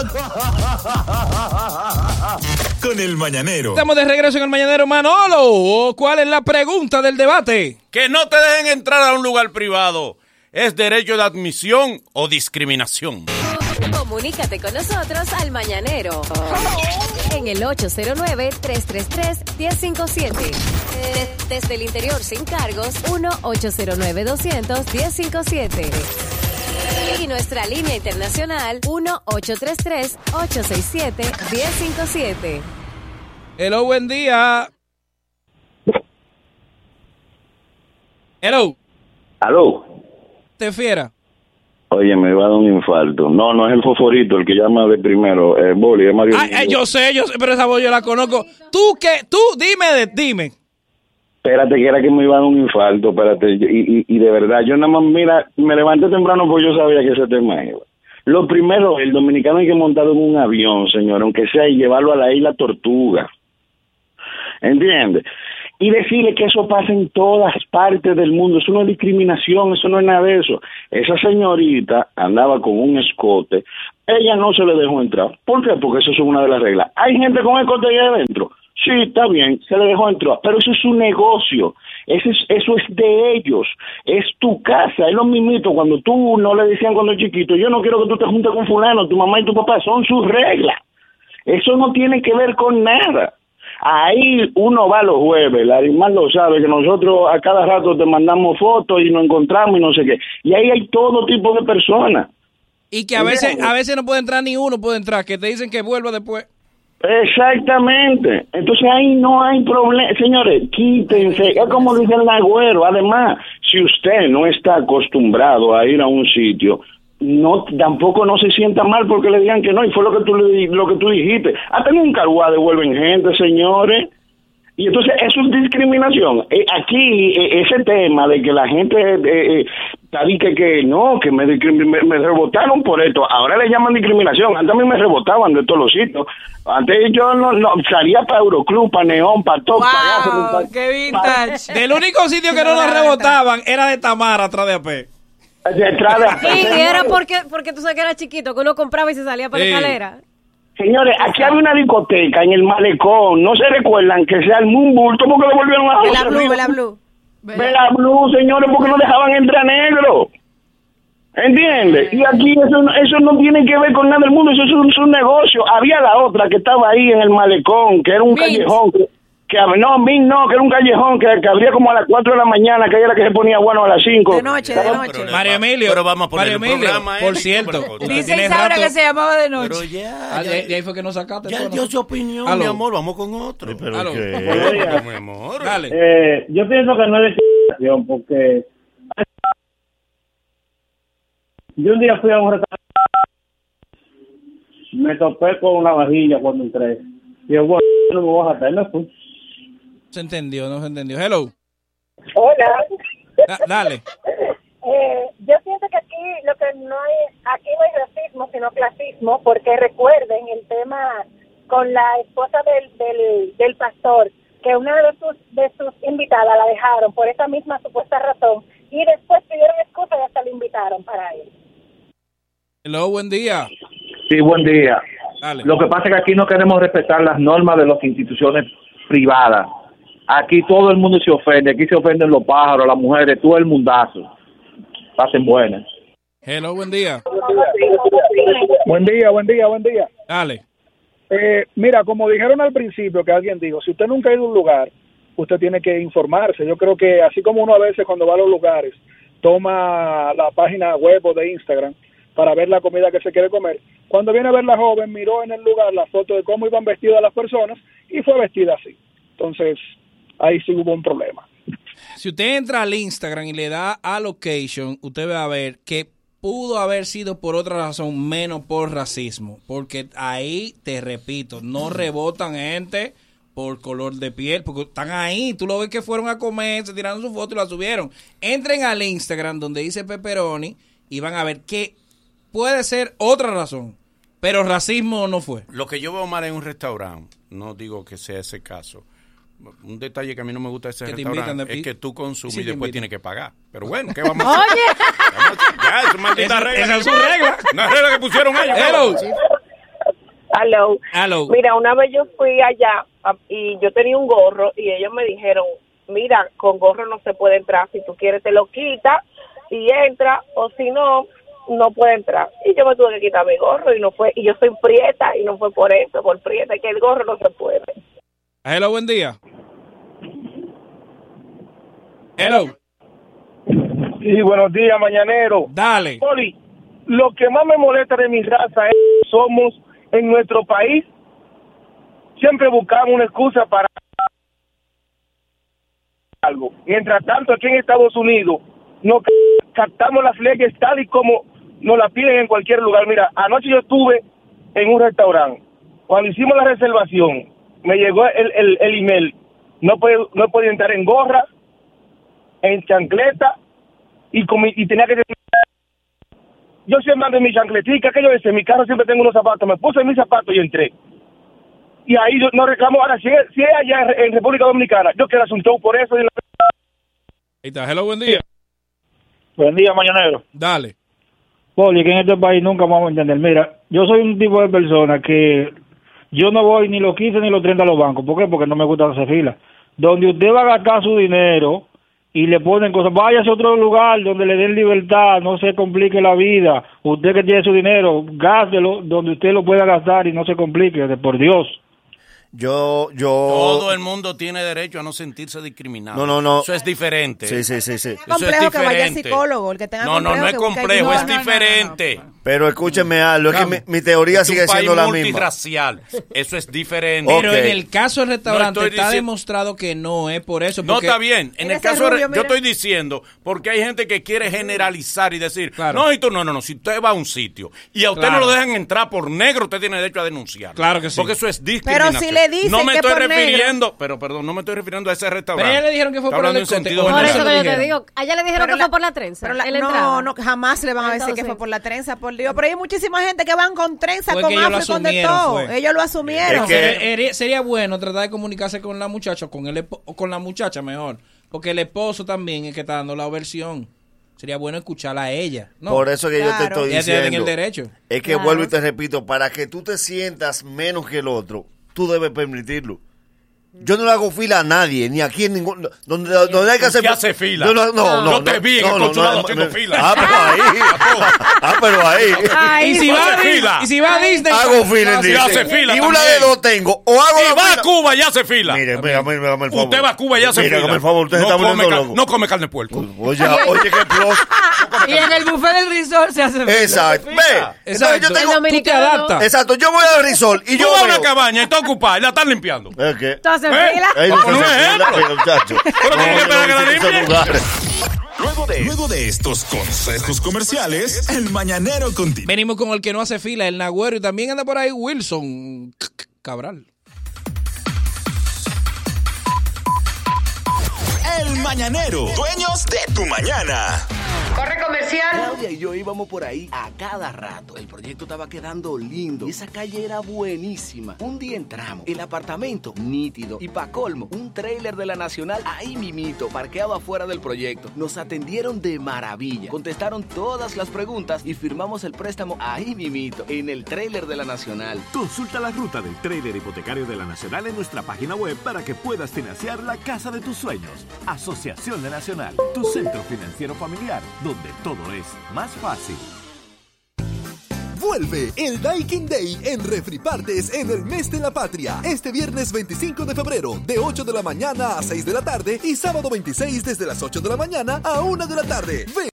con el mañanero.
Estamos de regreso en el Mañanero Manolo. ¿Cuál es la pregunta del debate?
Que no te dejen entrar a un lugar privado. ¿Es derecho de admisión o discriminación?
Comunícate con nosotros al Mañanero. En el 809-333-1057. De- Desde el interior sin cargos, 1-809-200-1057. Y nuestra línea internacional, 1-833-867-1057.
Hello, buen día. Hello.
Aló,
Te fiera.
oye, me va a dar un infarto. No, no es el fosforito el que llama de primero. Eh, Boli, es Mario.
Ay, ay, Ah, yo sé, yo sé, pero esa voz yo la conozco. Tú que, tú, dime, de- dime.
Espérate, que era que me iba a dar un infarto. Espérate, y, y- y de verdad, yo nada más, mira, me levanté temprano porque yo sabía que ese tema iba. Lo primero, el dominicano hay que montarlo en un avión, señor, aunque sea, y llevarlo a la isla Tortuga. ¿Entiendes? Y decirle que eso pasa en todas partes del mundo. Eso no es discriminación, eso no es nada de eso. Esa señorita andaba con un escote. Ella no se le dejó entrar. ¿Por qué? Porque eso es una de las reglas. Hay gente con escote ahí adentro. Sí, está bien, se le dejó entrar. Pero eso es su negocio. Eso es, eso es de ellos. Es tu casa. Es lo mismito. Cuando tú no le decían cuando chiquito, yo no quiero que tú te juntes con fulano, tu mamá y tu papá. Son sus reglas. Eso no tiene que ver con nada. Ahí uno va los jueves, Larimar lo sabe, que nosotros a cada rato te mandamos fotos y nos encontramos y no sé qué. Y ahí hay todo tipo de personas.
Y que a veces, a veces no puede entrar ni uno, puede entrar, que te dicen que vuelva después.
Exactamente. Entonces ahí no hay problema. Señores, quítense. Es como dice el agüero. Además, si usted no está acostumbrado a ir a un sitio, no tampoco no se sienta mal porque le digan que no. Y fue lo que tú, le di- lo que tú dijiste. Hasta en un carguá devuelven gente, señores. Y entonces eso es discriminación. Eh, aquí eh, ese tema de que la gente eh, eh, está di que, que no, que me, discrimi- me, me rebotaron por esto, ahora le llaman discriminación. Antes a mí me rebotaban de todos los sitios. Antes yo no, no salía para Euroclub, para Neón, para todo.
¡Qué vintage!
Del único sitio que no nos rebotaban era de Tamara, atrás de AP.
Detrás de
Y era porque, porque tú sabes que era chiquito, que uno compraba y se salía por la
Sí.
escalera.
Señores, aquí había una discoteca en el malecón. No se recuerdan que sea el Moonbulto porque lo volvieron a
Vela Blue, Vela Blue.
Vela Blue, señores, porque no dejaban entrar negro. ¿Entiendes? Y aquí eso, no- eso no tiene que ver con nada del mundo, eso es un, es un negocio. Había la otra que estaba ahí en el malecón, que era un callejón. Que, que ab- no, Min no, que era un callejón que, que abría como a las 4 de la mañana, que era la que se ponía bueno a las 5. De noche, de noche.
Mario Emilio. Pero vamos a
poner un programa,
por
Eric,
cierto.
pero-
usted
Dice
tiene
Isaura
rato-
que se llamaba de noche.
Pero ya, ya, Ah, de ahí fue que no sacaste.
Ya
todo, ¿no?
dio su opinión,
Aló.
mi amor. Vamos con otro. Pero
Aló.
¿qué?
Oiga.
Mi amor.
Eh, yo pienso que no es discriminación porque yo un día fui a un restaurante, me topé con una vajilla cuando entré. Y yo, bueno, no me voy a jatar, me fui.
Se entendió, no se entendió. Hello.
Hola.
Da- dale.
Eh, yo pienso que aquí lo que no hay, aquí no hay racismo, sino clasismo, porque recuerden el tema con la esposa del, del, del pastor, que una de sus, de sus invitadas la dejaron por esa misma supuesta razón, y después pidieron excusa y hasta la invitaron para él.
Hello, buen día.
Sí, buen día.
Dale.
Lo que pasa es que aquí no queremos respetar las normas de las instituciones privadas. Aquí todo el mundo se ofende, aquí se ofenden los pájaros, las mujeres, todo el mundazo. Pasen buenas.
Hello, buen día.
Buen día, buen día, buen día.
Dale.
Eh, mira, como dijeron al principio, que alguien dijo, si usted nunca ha ido a un lugar, usted tiene que informarse. Yo creo que así como uno a veces cuando va a los lugares toma la página web o de Instagram para ver la comida que se quiere comer, cuando viene a ver la joven miró en el lugar la foto de cómo iban vestidas las personas y fue vestida así. Entonces, ahí sí hubo un problema.
Si usted entra al Instagram y le da a location, usted va a ver que pudo haber sido por otra razón, menos por racismo. Porque ahí, te repito, no rebotan gente por color de piel, porque están ahí, tú lo ves que fueron a comer, se tiraron su foto y la subieron. Entren al Instagram donde dice Pepperoni y van a ver que puede ser otra razón, pero racismo no fue.
Lo que yo veo mal en un restaurante, no digo que sea ese caso. Un detalle que a mí no me gusta de ese
Que te
restaurante
invitan de
es
pi-
que tú consumes
Sí,
y
te
después tienes
invitan.
que pagar. Pero bueno, ¿qué vamos a hacer? Ya, es maldita
Esa-
regla.
esa es
que-
su regla.
Una regla que pusieron ellos.
Hello.
Hello.
Hello.
Mira, una vez yo fui allá a- y yo tenía un gorro y ellos me dijeron, mira, con gorro no se puede entrar, si tú quieres te lo quita y entra o si no, no puede entrar. Y yo me tuve que quitar mi gorro y no fue, y yo soy prieta y no fue por eso, por prieta, que el gorro no se puede.
Hello, buen día. Hello.
Sí, buenos días, mañanero.
Dale.
Poli, lo que más me molesta de mi raza es que somos en nuestro país. Siempre buscamos una excusa para algo. Mientras tanto, aquí en Estados Unidos, no ca- captamos las leyes tal y como nos las piden en cualquier lugar. Mira, anoche yo estuve en un restaurante. Cuando hicimos la reservación, me llegó el, el, el email. No podía, no podía entrar en gorra, en chancleta y, con mi- y tenía que yo siempre ando en mi chancletica, que yo decía, en mi carro siempre tengo unos zapatos, me puse mis zapatos y entré. Y ahí yo no reclamo, ahora si es, si es allá en, en República Dominicana, yo quiero hacer un show por eso. y la-
Ahí está. Hello, buen día.
Buen día, mañanero.
Dale.
Poli, que en este país nunca vamos a entender. Mira, yo soy un tipo de persona que yo no voy ni los 15 ni los 30 a los bancos. ¿Por qué? Porque no me gusta hacer fila. Donde usted va a gastar su dinero y le ponen cosas, váyase a otro lugar donde le den libertad, no se complique la vida. Usted que tiene su dinero, gástelo donde usted lo pueda gastar y no se complique, de- por Dios.
Yo, yo.
Todo el mundo tiene derecho a no sentirse discriminado.
No, no, no.
Eso es diferente.
Sí, sí, sí,
Eso
sí.
es
complejo que vaya
diferente.
psicólogo, el que tenga
No, no,
complejo
no es
que busque
complejo,
ayuda. No, no, no,
es
no.
diferente.
Pero escúchenme algo, es que mi, mi teoría
Es un
sigue
país
siendo la misma.
multirracial. Eso es diferente.
Pero en el caso del restaurante
No estoy
está
dici-
demostrado que no es por eso.
No
porque-
está bien. En el caso, re- yo estoy diciendo, porque hay gente que quiere generalizar y decir, no, y tú, no, no, no, si usted va a un sitio y a usted
Claro.
no lo dejan entrar por negro, usted tiene derecho a denunciar. Claro que sí. Porque eso es discriminación.
Pero si le dicen
No me
que
estoy
por negro-
refiriendo, pero perdón, no me estoy refiriendo a ese restaurante.
Pero ellos le dijeron que fue
Está
por el
hablando en
escote.
sentido
Por eso
general.
que yo te
Te digo, allá le dijeron
Pero
que
la-
fue por la trenza.
Pero la-
Él entraba.
no, no, jamás le van a decir que fue por la trenza, por Dios. Pero hay muchísima gente que van con trenza,
Fue
con
que ellos lo
afro, y con de
asumieron,
todo.
fue.
Ellos lo asumieron.
Sería- sería- sería bueno tratar de comunicarse con la muchacha, con el espo- o con la muchacha mejor, porque el esposo también es que está dando la versión. Sería bueno escucharla a ella. ¿no?
Por eso que yo te estoy
Ella
diciendo.
tiene el derecho.
Es que vuelvo y te repito, para que tú te sientas menos que el otro, tú debes permitirlo. Yo no le hago fila a nadie, ni aquí en ningún. no, Donde, donde hay que hacer
¿Qué hace fila?
Yo no, no, no.
Yo te
no,
vi en
no,
el
no,
consulado
no,
haciendo
no.
fila.
Ah, pero ahí. ah, pero ahí.
Ay,
Y si va a Dis-
fila.
y si va a Disney,
Hago fila en
pues, hace
Disney.
fila
Y una
también.
de dos tengo. O hago
Y
la
va
fila-
a Cuba y hace fila.
Mire, mira, mira, mira, el favor.
Usted va a Cuba y hace
Mira,
fila.
por favor, usted se
no
está
come
volviendo
car-
loco. Pues
No come carne de puerco.
Oye, oye, qué plus.
Y en el buffet del resort se hace fila.
Exacto. Ve. Entonces yo
El
tengo.
dominicano no.
Exacto. Yo voy al risol y
Tú
yo.
vas a
veo-
una cabaña y está ocupada y la están limpiando.
¿Es qué?
Tú haces fila.
Ey, no,
No,
no,
no es
no, muchacho. No,
tiene que
no,
esperar que la
no,
limpien.
esos lugares.
Luego de, luego de estos consejos comerciales, el mañanero continúa.
Venimos con el que no hace fila, el Nagüero, y también anda por ahí Wilson Cabral.
El mañanero, dueños de tu mañana.
Corre comercial. Claudia y yo íbamos por ahí a cada rato. El proyecto estaba quedando lindo. Y esa calle era buenísima. Un día entramos. El apartamento, nítido. Y pa' colmo, un trailer de la Nacional ahí mimito, parqueado afuera del proyecto. Nos atendieron de maravilla. Contestaron todas las preguntas y firmamos el préstamo ahí mimito, en el trailer de la Nacional.
Consulta la ruta del trader hipotecario de la Nacional en nuestra página web para que puedas financiar la casa de tus sueños. Asociación de Nacional, tu centro financiero familiar, donde todo es más fácil.
Vuelve el Daikin Day en Refripartes en el mes de la patria. Este viernes 25 de febrero, de 8 de la mañana a 6 de la tarde y sábado 26 desde las 8 de la mañana a 1 de la tarde. Ven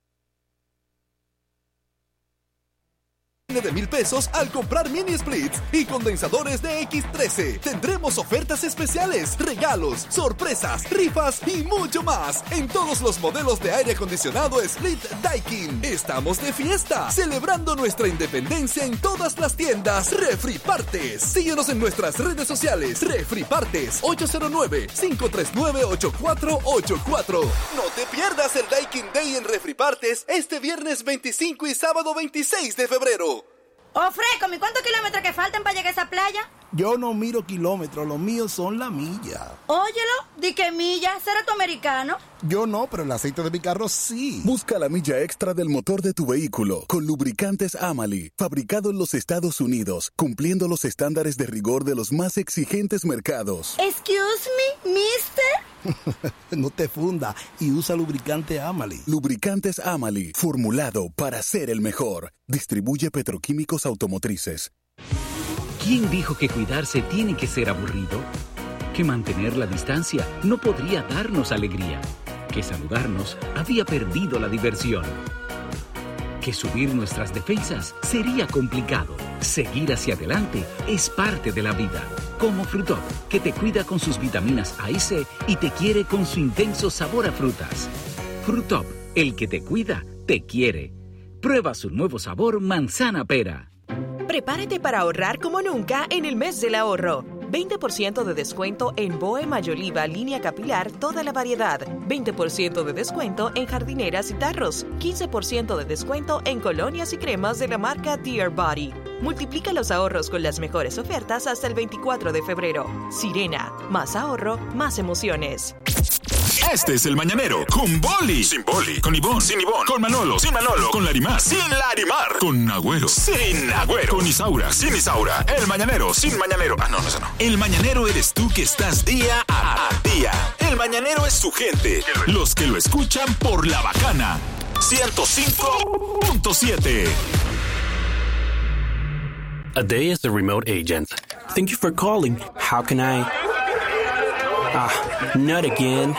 de mil pesos al comprar mini splits y condensadores de X13. Tendremos ofertas especiales, regalos, sorpresas, rifas y mucho más en todos los modelos de aire acondicionado Split Daikin. Estamos de fiesta, celebrando nuestra independencia en todas las tiendas Refri Partes. Síguenos en nuestras redes sociales Refri Partes 809-539-8484. No te pierdas el Daikin Day en Refri Partes este viernes 25 y sábado 26 de febrero.
Oh, Fresco, ¿mi cuántos kilómetros que faltan para llegar a esa playa?
Yo no miro kilómetros, los míos son la milla.
Óyelo, di que milla, será tu americano.
Yo no, pero el aceite de mi carro sí.
Busca la milla extra del motor de tu vehículo con lubricantes Amali, fabricado en los Estados Unidos, cumpliendo los estándares de rigor de los más exigentes mercados.
Excuse me, mister.
no te funda y usa lubricante Amali.
Lubricantes Amali, formulado para ser el mejor. Distribuye petroquímicos automotrices.
¿Quién dijo que cuidarse tiene que ser aburrido? Que mantener la distancia no podría darnos alegría. Que saludarnos había perdido la diversión. Que subir nuestras defensas sería complicado. Seguir hacia adelante es parte de la vida. Como Frutop, que te cuida con sus vitaminas A y C y te quiere con su intenso sabor a frutas. Frutop, el que te cuida, te quiere. Prueba su nuevo sabor manzana pera.
Prepárate para ahorrar como nunca en el mes del ahorro. 20% de descuento en Boe Mayoliva línea capilar toda la variedad. 20% de descuento en jardineras y tarros. 15% de descuento en colonias y cremas de la marca Dear Body. Multiplica los ahorros con las mejores ofertas hasta el 24 de febrero. Sirena, más ahorro, más emociones.
Este es el mañanero con Boli, sin Boli, con Ivón, sin Ivón, con Manolo, sin Manolo, con Larimar, sin Larimar, con Agüero, sin Agüero, con Isaura, sin Isaura, el mañanero, sin mañanero. Ah, no, no, eso no. El mañanero eres tú que estás día a día. El mañanero es su gente, los que lo escuchan por la bacana. 105.7.
Ade is the remote agent. Thank you for calling. How can I? Ah, not again.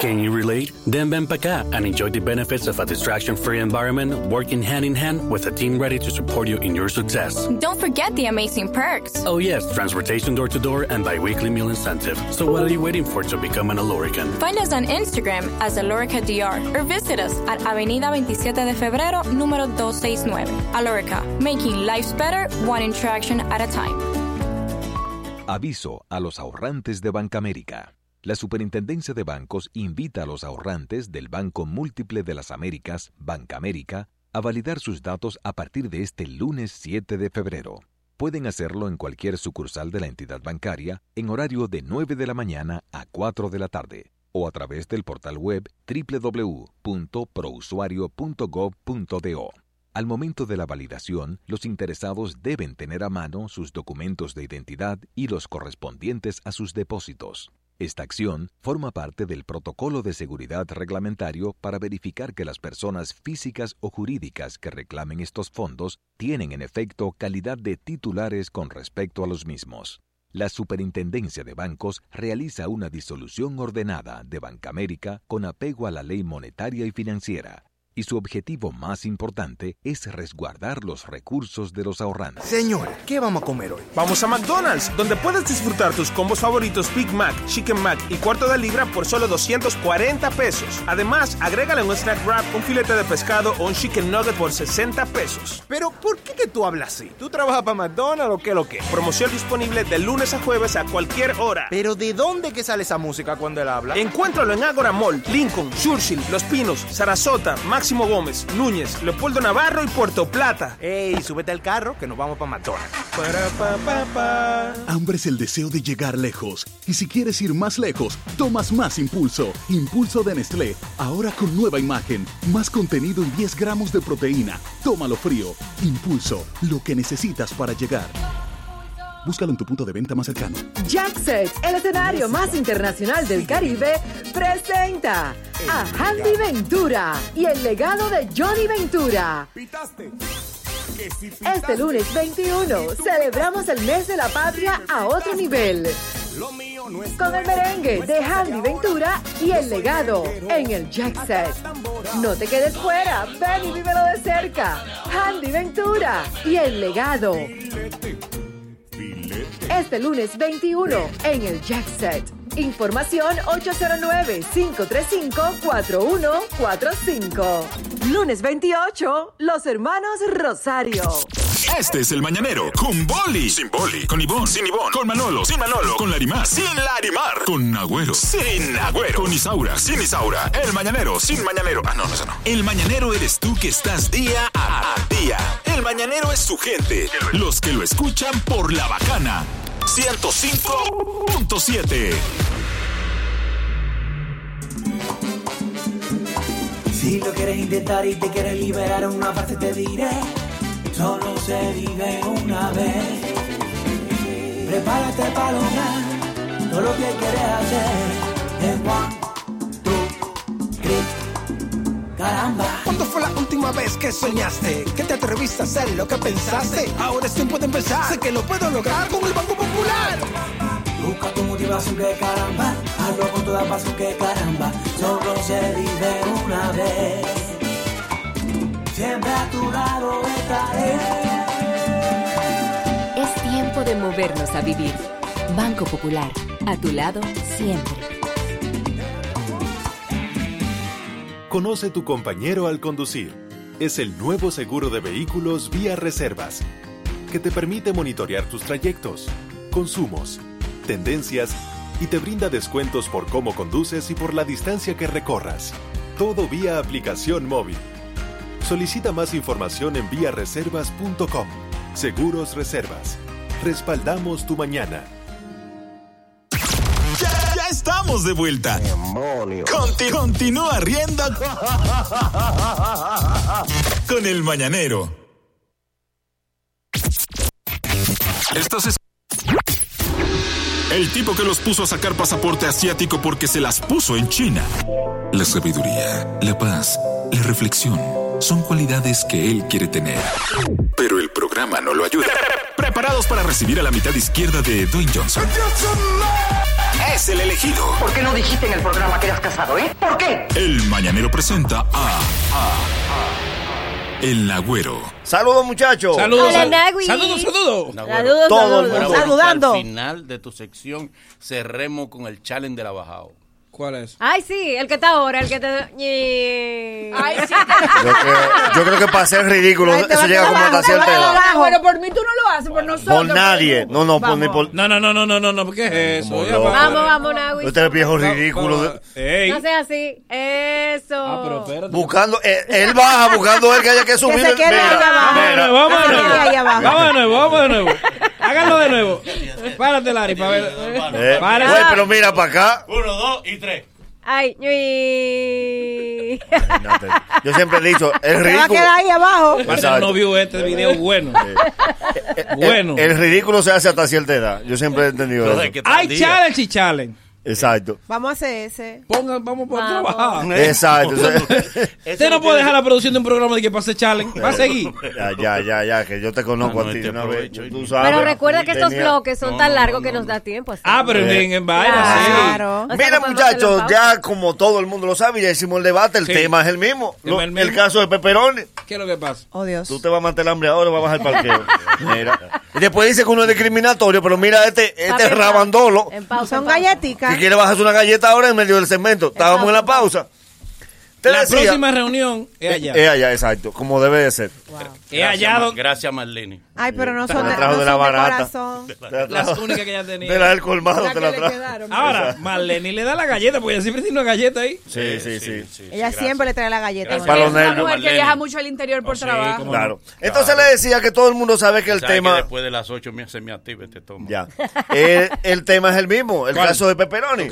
Can you relate? Then ven pa' acá and enjoy the benefits of a distraction-free environment, working hand in hand with a team ready to support you in your success.
Don't forget the amazing perks.
Oh yes, transportation door to door and bi-weekly meal incentive. So what are you waiting for to become an Alorican?
Find us on Instagram as Alorica DR or visit us at Avenida 27 de Febrero, número 269. Alorica, making lives better, one interaction at a time.
Aviso a los ahorrantes de Bancamérica. La Superintendencia de Bancos invita a los ahorrantes del Banco Múltiple de las Américas, Bancamérica, a validar sus datos a partir de este lunes 7 de febrero. Pueden hacerlo en cualquier sucursal de la entidad bancaria en horario de 9 de la mañana a 4 de la tarde o a través del portal web www.prousuario.gov.do. Al momento de la validación, los interesados deben tener a mano sus documentos de identidad y los correspondientes a sus depósitos. Esta acción forma parte del protocolo de seguridad reglamentario para verificar que las personas físicas o jurídicas que reclamen estos fondos tienen en efecto calidad de titulares con respecto a los mismos. La Superintendencia de Bancos realiza una disolución ordenada de Bancamérica con apego a la ley monetaria y financiera, y su objetivo más importante es resguardar los recursos de los ahorrantes.
Señora, ¿qué vamos a comer hoy?
Vamos a McDonald's, donde puedes disfrutar tus combos favoritos Big Mac, Chicken Mac y cuarto de libra por solo 240 pesos. Además, agrégale un snack wrap, un filete de pescado o un chicken nugget por 60 pesos.
Pero, ¿por qué que tú hablas así?
¿Tú trabajas para McDonald's o qué lo que? Promoción disponible de lunes a jueves a cualquier hora.
Pero, ¿de dónde que sale esa música cuando él habla?
Encuéntralo en Agora Mall, Lincoln, Churchill, Los Pinos, Sarasota, Mac Máximo Gómez, Núñez, Leopoldo Navarro y Puerto Plata.
¡Ey, súbete al carro que nos vamos para McDonald's!
Hambre es el deseo de llegar lejos. Y si quieres ir más lejos, tomas más impulso. Impulso de Nestlé, ahora con nueva imagen, más contenido y 10 gramos de proteína. Tómalo frío. Impulso, lo que necesitas para llegar. Búscalo en tu punto de venta más cercano.
Jack Sex, el escenario más internacional del Caribe, presenta a Handy Ventura y el legado de Johnny Ventura. Este lunes 21 celebramos el mes de la patria a otro nivel. Con el merengue de Handy Ventura y el legado en el Jack Set. No te quedes fuera, ven y vívelo de cerca. Handy Ventura y el legado. Este lunes 21 en el Jack Set. Información 809-535-4145. Lunes 28, los hermanos Rosario.
Este es el mañanero. Con Boli. Sin Boli. Con Ivón. Sin Ivón. Con Manolo. Sin Manolo. Con Larimar. Sin Larimar. Con Agüero. Sin Agüero. Con Isaura. Sin Isaura. El mañanero. Sin mañanero. Ah, no, no, eso no. El mañanero eres tú que estás día a día. El mañanero es su gente. Los que lo escuchan por la bacana. 105.7.
Si lo quieres intentar y te quieres liberar, una parte te diré. Solo se vive una vez. Prepárate para lograr todo lo que quieres hacer. En one, two, three. Caramba.
¿Cuándo fue la última vez que soñaste? ¿Que te atreviste a hacer lo que pensaste? Ahora es tiempo de empezar. Sé que lo puedo lograr con el Banco Popular.
Busca tu motivación que caramba. Hazlo con toda pasión que caramba. Solo se vive una vez. Siempre a tu lado estaré.
Es tiempo de movernos a vivir. Banco Popular, a tu lado siempre.
Conoce tu compañero al conducir. Es el nuevo seguro de vehículos vía reservas, que te permite monitorear tus trayectos, consumos, tendencias y te brinda descuentos por cómo conduces y por la distancia que recorras. Todo vía aplicación móvil. Solicita más información en viareservas.com. Seguros Reservas. Respaldamos tu mañana.
Ya, ya estamos de vuelta. Conti- continúa riendo con el mañanero. Estás es- El tipo que los puso a sacar pasaporte asiático porque se las puso en China.
La sabiduría, la paz, la reflexión son cualidades que él quiere tener.
Pero el programa no lo ayuda. Preparados para recibir a la mitad izquierda de Dwayne Johnson. Es el elegido.
¿Por qué no dijiste en el programa que eras casado, eh? ¿Por qué?
El mañanero presenta a, El Agüero.
Saludos, muchachos.
Saludos, Hola, sal-
Nagui.
saludos, saludos.
Saludos, Todo saludos. el mundo.
Bueno,
Saludando.
Al final de tu sección cerremos con el challenge de la bajao.
¿Cuál es?
Ay, sí, el que está ahora, el que te. Ay, sí.
Yo creo, yo creo que para ser ridículo, eso llega como hasta cierta edad.
Ah, Bueno, por mí tú no lo haces, por nosotros.
Por nadie. No, no, por, ni por.
No, no, no, no, no, no, no, ¿qué es eso? Ya
no?
va.
Vamos, vamos,
Ah,
Nagui.
Usted Este es viejo ridículo. de-
Ey, Ah,
No seas así. Eso.
Buscando, eh, él baja buscando él que haya que subir.
se quede
Mira,
allá abajo.
mira.
vamos de nuevo.
ahí abajo.
Vamos de nuevo, vamos de nuevo. Háganlo de nuevo. Párate, Lari, para ver.
Eh,
Para.
güey, pero mira para acá.
Uno, dos y tres.
Ay, ñi.
Yo siempre he dicho, es
Te va a
ridículo.
quedar ahí abajo.
Va a ser
Exacto.
novio este video bueno.
Bueno. El, el ridículo se hace hasta cierta edad. Yo siempre he entendido
Pero
eso.
de que tal Hay día. challenge
y challenge. Exacto.
Vamos a hacer ese.
vamos
por
trabajar.
Exacto.
Ah. Usted no puede dejar la producción de un programa de que pase challenge. Va a seguir.
Ya, ya, ya, ya, que yo te conozco a ti de una vez. Tú sabes.
Pero recuerda que estos
Tenía-
bloques son tan largos que nos da tiempo. Así.
Ah, pero
Eh.
en, en vaina,
Claro. O sea,
Mira,
no podemos hacer
muchachos,
la pausa.
ya como todo el mundo lo sabe, ya hicimos el debate, el tema es el mismo.
Tema
Lo-
es el
el,
mismo.
caso de Pepperoni.
sí. ¿Qué es lo que pasa?
Oh, Dios.
Tú te vas a matar el hambre ahora o vas a bajar el parqueo. Mira. Y después dice que uno es discriminatorio, pero mira este, este
Papi,
rabandolo
Son galletitas.
que quiere bajarse una galleta ahora en medio del segmento. Estábamos en la pausa. Te
La
decía- eh,
próxima reunión es allá.
Es allá, exacto, como debe de ser.
He hallado-
Ma- Gracias, Marlene.
Ay, pero no son
Te
de,
la trajo
no
de la
son de
barata.
corazón.
Las únicas que ella tenía.
De la del colmado
Las
te
que
la
le
trajo.
quedaron.
Ahora, Marlene le da la galleta, porque ella siempre tiene una galleta ahí.
Sí, sí, sí.
Ella siempre le trae la galleta.
Gracias. Para los
Una
nervios,
mujer que
Marlene. Oh,
viaja mucho al interior por trabajo.
Claro. Entonces le decía que todo el mundo sabe que el
¿Sabes
tema.
que después de las 8 me- se me activa este toma.
Ya. Eh, El, el tema es el mismo, el
¿Cuál?
caso de Pepperoni.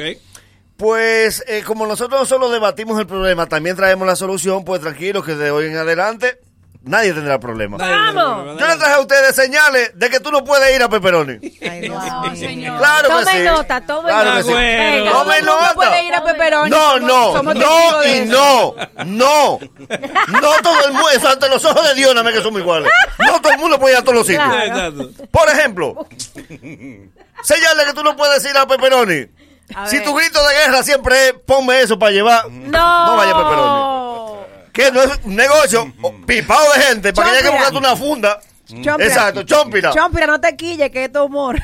Pues eh, como nosotros no solo debatimos el problema, también traemos la solución, pues tranquilos que de hoy en adelante Nadie tendrá problema.
Nadie tendrá
¡Vamos!
problema,
Yo le traje a ustedes señales de que tú no puedes ir a Pepperoni. Claro que
Tomen
sí.
nota, tomen
Claro que
nota.
sí. Tomen
Venga. Todo el mundo
nota.
puede ir a Pepperoni,
No,
somos-
no,
somos
no
testigos de
y
eso.
no. No. No todo el mundo, eso ante los ojos de Dios, nada más que somos iguales. No todo el mundo puede ir a todos los sitios.
Claro.
Por ejemplo, señale que tú no puedes ir a Pepperoni.
A
Si
ver.
tu grito de guerra siempre es ponme eso para llevar,
No.
no vaya a Pepperoni. Que no es un negocio o- pipado de gente para que haya que
Chompira.
buscarte una funda.
Chompira.
Exacto, chompira.
Chompira, no te quille, que es tu humor.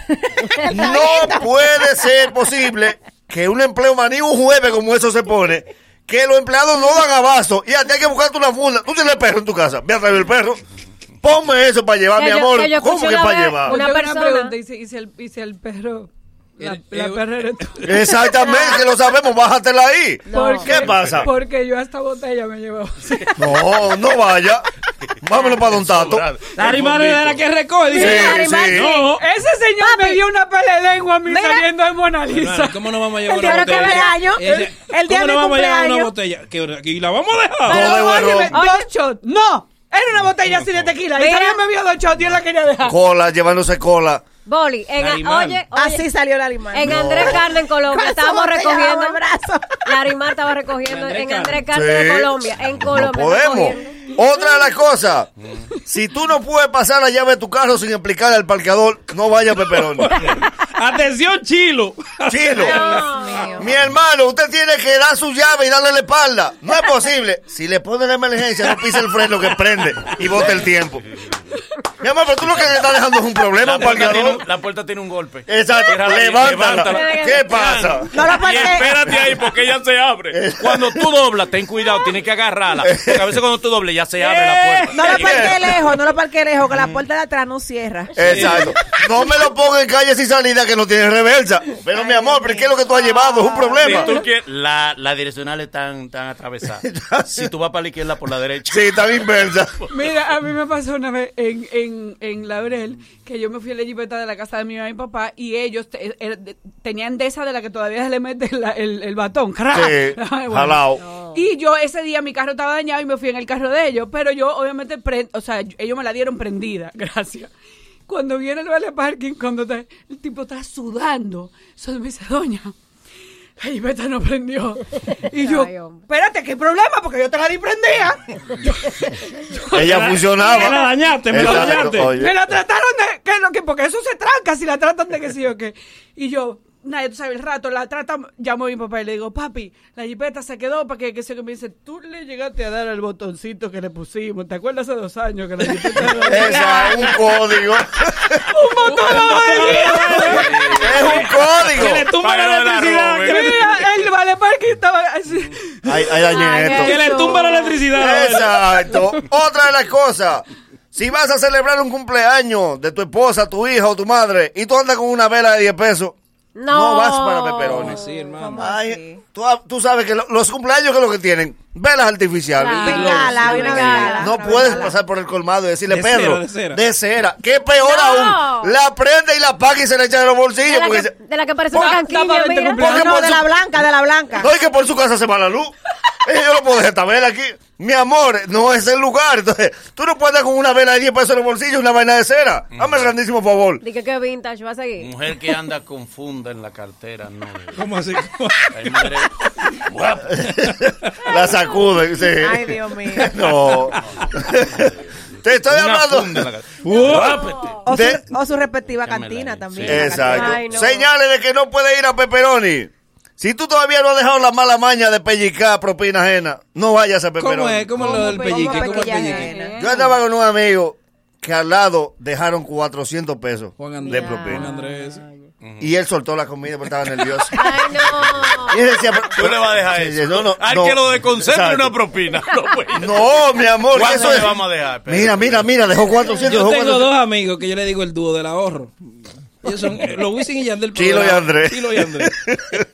No puede ser posible que un empleo maní un jueves como eso se pone, que los empleados no dan abasto y a ti hay que buscarte una funda. Tú tienes perro en tu casa, ve a traer el perro. Ponme eso para llevar,
Que
mi
yo-
amor.
que yo
¿Cómo
escuché
que
una
para
vez
llevar?
una persona-
y si, el, perro...
La,
Eh,
la perra eres tú.
eh,
Exactamente, lo sabemos, bájatela ahí.
¿Por
¿Qué pasa?
Porque yo hasta botella me llevo.
No, no vaya. Vámonos para Don Tato.
La rimana de la que recoge.
Sí,
Dice,
Arimán, sí.
No.
Ese señor me dio una pelelengua a mí saliendo de Mona Lisa.
Hermano, ¿Cómo no vamos a llevar
El
una
día de
botella?
cumpleaños.
Ella-
El- el día de
¿Cómo no vamos a llevar una
cumpleaños.
botella? Que- que- Y la vamos a dejar.
Pero óyeme, dos shots. No. Era una botella así de tequila. Y
Mira.
también me vio dos shots y él la quería dejar.
Cola, llevándose cola.
Boli, en,
Larimar.
oye, oye,
Así salió la limana.
en Andrés Carne en Colombia
Con esa
estábamos
botella
recogiendo...
bajo el
Larimar estaba recogiendo en Andrés Carne
Sí.
en Colombia. En Colombia.
No podemos.
recogiendo.
Otra de las cosas, si tú no puedes pasar la llave de tu carro sin explicarle al parqueador, no vaya a Pepperoni.
Atención, Chilo.
Chilo. Mi hermano, usted tiene que dar su llave y darle la espalda. No es posible. Si le pone la emergencia, no pise el freno que prende y bote el tiempo. Mi amor, pero tú lo que le estás dejando es un problema
La
al
puerta, tiene
parqueador.
un, la puerta tiene un golpe.
Exacto,
Ciérrala bien,
levántala.
levántala.
¿Qué pasa? Eh.
No la
Y
pasé.
espérate ahí porque ella se abre. Cuando tú doblas, ten cuidado, tienes que agarrarla. Porque a veces cuando tú dobles ya se abre la puerta.
No la parqué
Y-
lejos, no la parqué lejos,
Mm.
que la puerta de atrás no cierra.
Exacto. No me lo ponga en calle sin salida que no tiene reversa. Pero mi amor, ¿pero qué es lo que tú has llevado? Es un problema.
Si tú quieres, la, la direccional está tan, tan atravesada. si tú vas para la izquierda, por la derecha.
Sí, está inversa.
Mira, a mí me pasó una vez en, en, en Laurel que yo me fui a la jipeta de la casa de mi mamá y papá y ellos te- er- de- tenían de esa de la que todavía se le mete la- el, el batón. ¡Cra!
Sí,
Ay, bueno.
jalao.
Y yo ese día mi carro estaba dañado y me fui en el carro de ellos, pero yo obviamente, pre- o sea, yo- ellos me la dieron prendida, gracias. Cuando viene el vale parking, cuando está- el tipo está sudando, solo me dice, doña, la jipeta no prendió. Y yo,
Ay, hombre.
espérate, ¿qué problema? Porque yo te la di prendida.
Ella funcionaba.
Me la dañaste, me la
Exacto,
dañaste.
oye.
Me la trataron de que lo que porque eso se tranca si la tratan de que sí o qué. Y yo, nadie tú sabes el rato, la trata, llamo a mi papá y le digo, papi, la jipeta se quedó para que, que se que me dice, tú le llegaste a dar al botoncito que le pusimos, ¿te acuerdas hace dos años que la jipeta
Esa es un código.
un
Es un código.
Que le tumba la electricidad. Que le,
Mira, el vale parque estaba así.
Ay, ay, dañé esto.
que le tumba la electricidad.
Exacto. Otra de las cosas. Si vas a celebrar un cumpleaños de tu esposa, tu hija o tu madre y tú andas con una vela de 10 pesos, no, vas para peperones.
Ah, Sí, hermano.
Ay, tú, tú sabes que lo- los cumpleaños que es lo que tienen, velas artificiales.
Claro. Bengala, una bengala,
No
una
puedes
bengala.
pasar por el colmado y decirle,
De cera,
Pedro,
de cera.
de cera. Que peor
No.
aún, la prende y la paga y se la echa de los bolsillos.
De la,
Porque
que,
se-
de la que parece una
Ah,
Tapa- tapa
canquilla,
de
mira.
cumpleaños.
No, no, de la blanca, de la blanca.
No es que por su casa se va la luz. Eh, Yo no puedo dejar esta vela aquí. Mi amor, no es el lugar. Entonces, tú no puedes andar con una vela de 10 pesos en el bolsillo y una vaina de cera. Hazme el grandísimo favor.
Dije que vintage, va a seguir.
Mujer que anda con funda en la cartera, no.
¿Cómo así?
Ay, madre. Guap.
La sacuden, sí.
Ay, Dios mío.
No. Te estoy
Una
hablando.
funda en la cartera.
Uh.
Guápete.
O su,
De-
o su respectiva cantina también. la
Exacto.
cantina.
Ay, no.
Señales de que no puede ir a Pepperoni. Si tú todavía no has dejado la mala maña de pellicar propina ajena, no vayas a Pepperoni.
¿Cómo es? ¿Cómo es lo del pellique?
¿Cómo
¿Cómo es el
pequeña
pellique?
nena?
Yo andaba con un amigo que al lado dejaron 400 pesos
Juan
de
Andrés. Juan
propina.
Andrés.
Y él soltó la comida porque estaba nervioso.
Ay, no.
Y él decía, pero-
Tú le vas a dejar
Sí,
eso.
sí, no, no,
Al
no.
que lo desconcentre
Exacto.
una propina. No, güey.
No, mi amor, que
¿Cuánto
eso
le
es.
vamos a dejar? Pedro?
Mira, mira, mira, dejó 400,
Yo
dejó
tengo
400.
dos amigos que yo le digo el dúo del ahorro. Ellos son eh, los Wisin y Yandel. pero
Chilo
de
y
la-
Andrés.
Chilo y Andrés.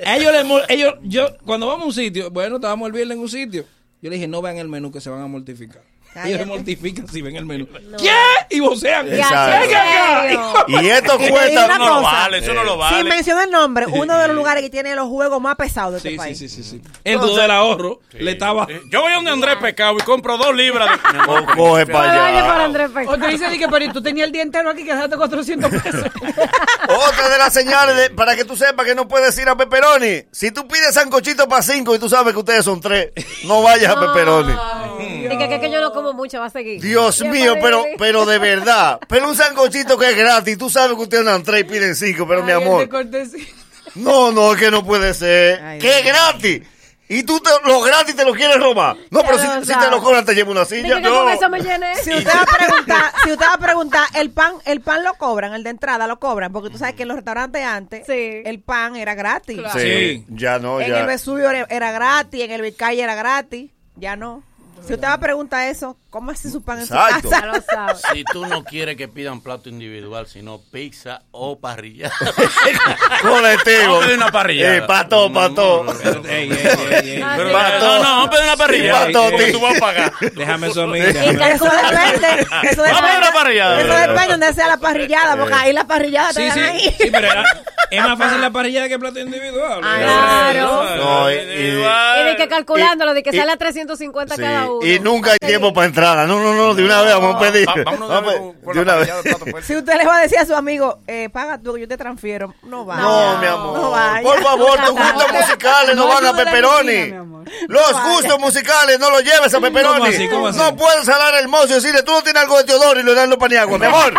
A Ellos, les mol- ellos, yo, cuando vamos a un sitio, bueno, estábamos el viernes en un sitio. Yo le dije, no vean el menú que se van a mortificar. Ellos se mortifican si ven el menú. ¿Qué? Y vocean.
Ya, ¿en serio?
Y esto
Y te
cuesta-
digo una
Eso no lo
cosa.
vale, eso no lo vale.
Sin mencionar el nombre, uno de los lugares que tiene los juegos más pesados de este
Sí, sí,
país.
sí, sí, sí. El dudo del ahorro le estaba.
Eh, Yo voy a donde Andrés Pecado y compro dos libras. De...
coge
para allá.
O te dice, di que, pero tú tenías el día entero aquí que dejaste 400 pesos.
Otra de las señales de- para que tú sepas que no puedes ir a Pepperoni. Si tú pides sancochito para cinco y tú sabes que ustedes son tres, no vayas a Pepperoni.
Es que, que- que yo no como mucho, va a seguir.
Dios
Ya
mío,
para
pero,
ir.
pero de verdad. Pero un sancochito que es gratis, tú sabes que ustedes dan tres y piden cinco, pero mi amor. No, no, es que no puede ser. que es gratis. Y tú te, lo gratis te lo quieres robar. No,
Ya
pero
lo
si, si
sabes.
te lo cobran te lleva una silla. No.
Si usted va a preguntar, si usted va a preguntar, el pan, el pan lo cobran, el de entrada lo cobran, porque tú sabes que en los restaurantes antes el pan era gratis.
Sí, ya no,
En el
ya.
Vesubio era- era gratis, en el Vizcaya era gratis, ya no. Si usted va a preguntar eso, ¿cómo hace su pan en su
Exacto.
casa?
Ya lo Si tú no quieres que pidan plato individual, sino pizza o parrilla.
Colectivo.
Vamos a pedir una parrilla.
Eh, pato, pato.
Ah, No, no, vamos a pedir una parrilla.
Sí, pato,
Porque
sí.
tú vas a pagar.
Déjame eso a mí.
Eso depende. Eso
Vamos a
depende.
una parrillada.
Eso depende donde sea la parrillada, porque ahí la parrillada te
Sí,
dan
sí,
ahí.
sí, pero era, es más fácil la parrilla que el plato individual.
Ah,
Claro.
No, y, y-
Y de que calculándolo, de que
Y-
sale a 350
sí,
cada uno.
y nunca hay tiempo para entrar. No, no, no, de una vez vamos a pedir.
Va- vámonos de
Vamos a pedir de una vez.
pues.
Si usted le va a decir a su amigo, eh, paga tú, que yo te transfiero, no va.
No, mi amor.
No vaya.
Por favor, tus
No
gustos
te-
musicales no,
no
van
ayuda
a
a la vecina,
Pepperoni.
mi
Los gustos musicales no los lleves a Pepperoni.
¿Cómo así, cómo así?
No puedes hablar el mozo y decirle, tú no tienes algo de Teodoro y lo dan los paniagua, mi amor.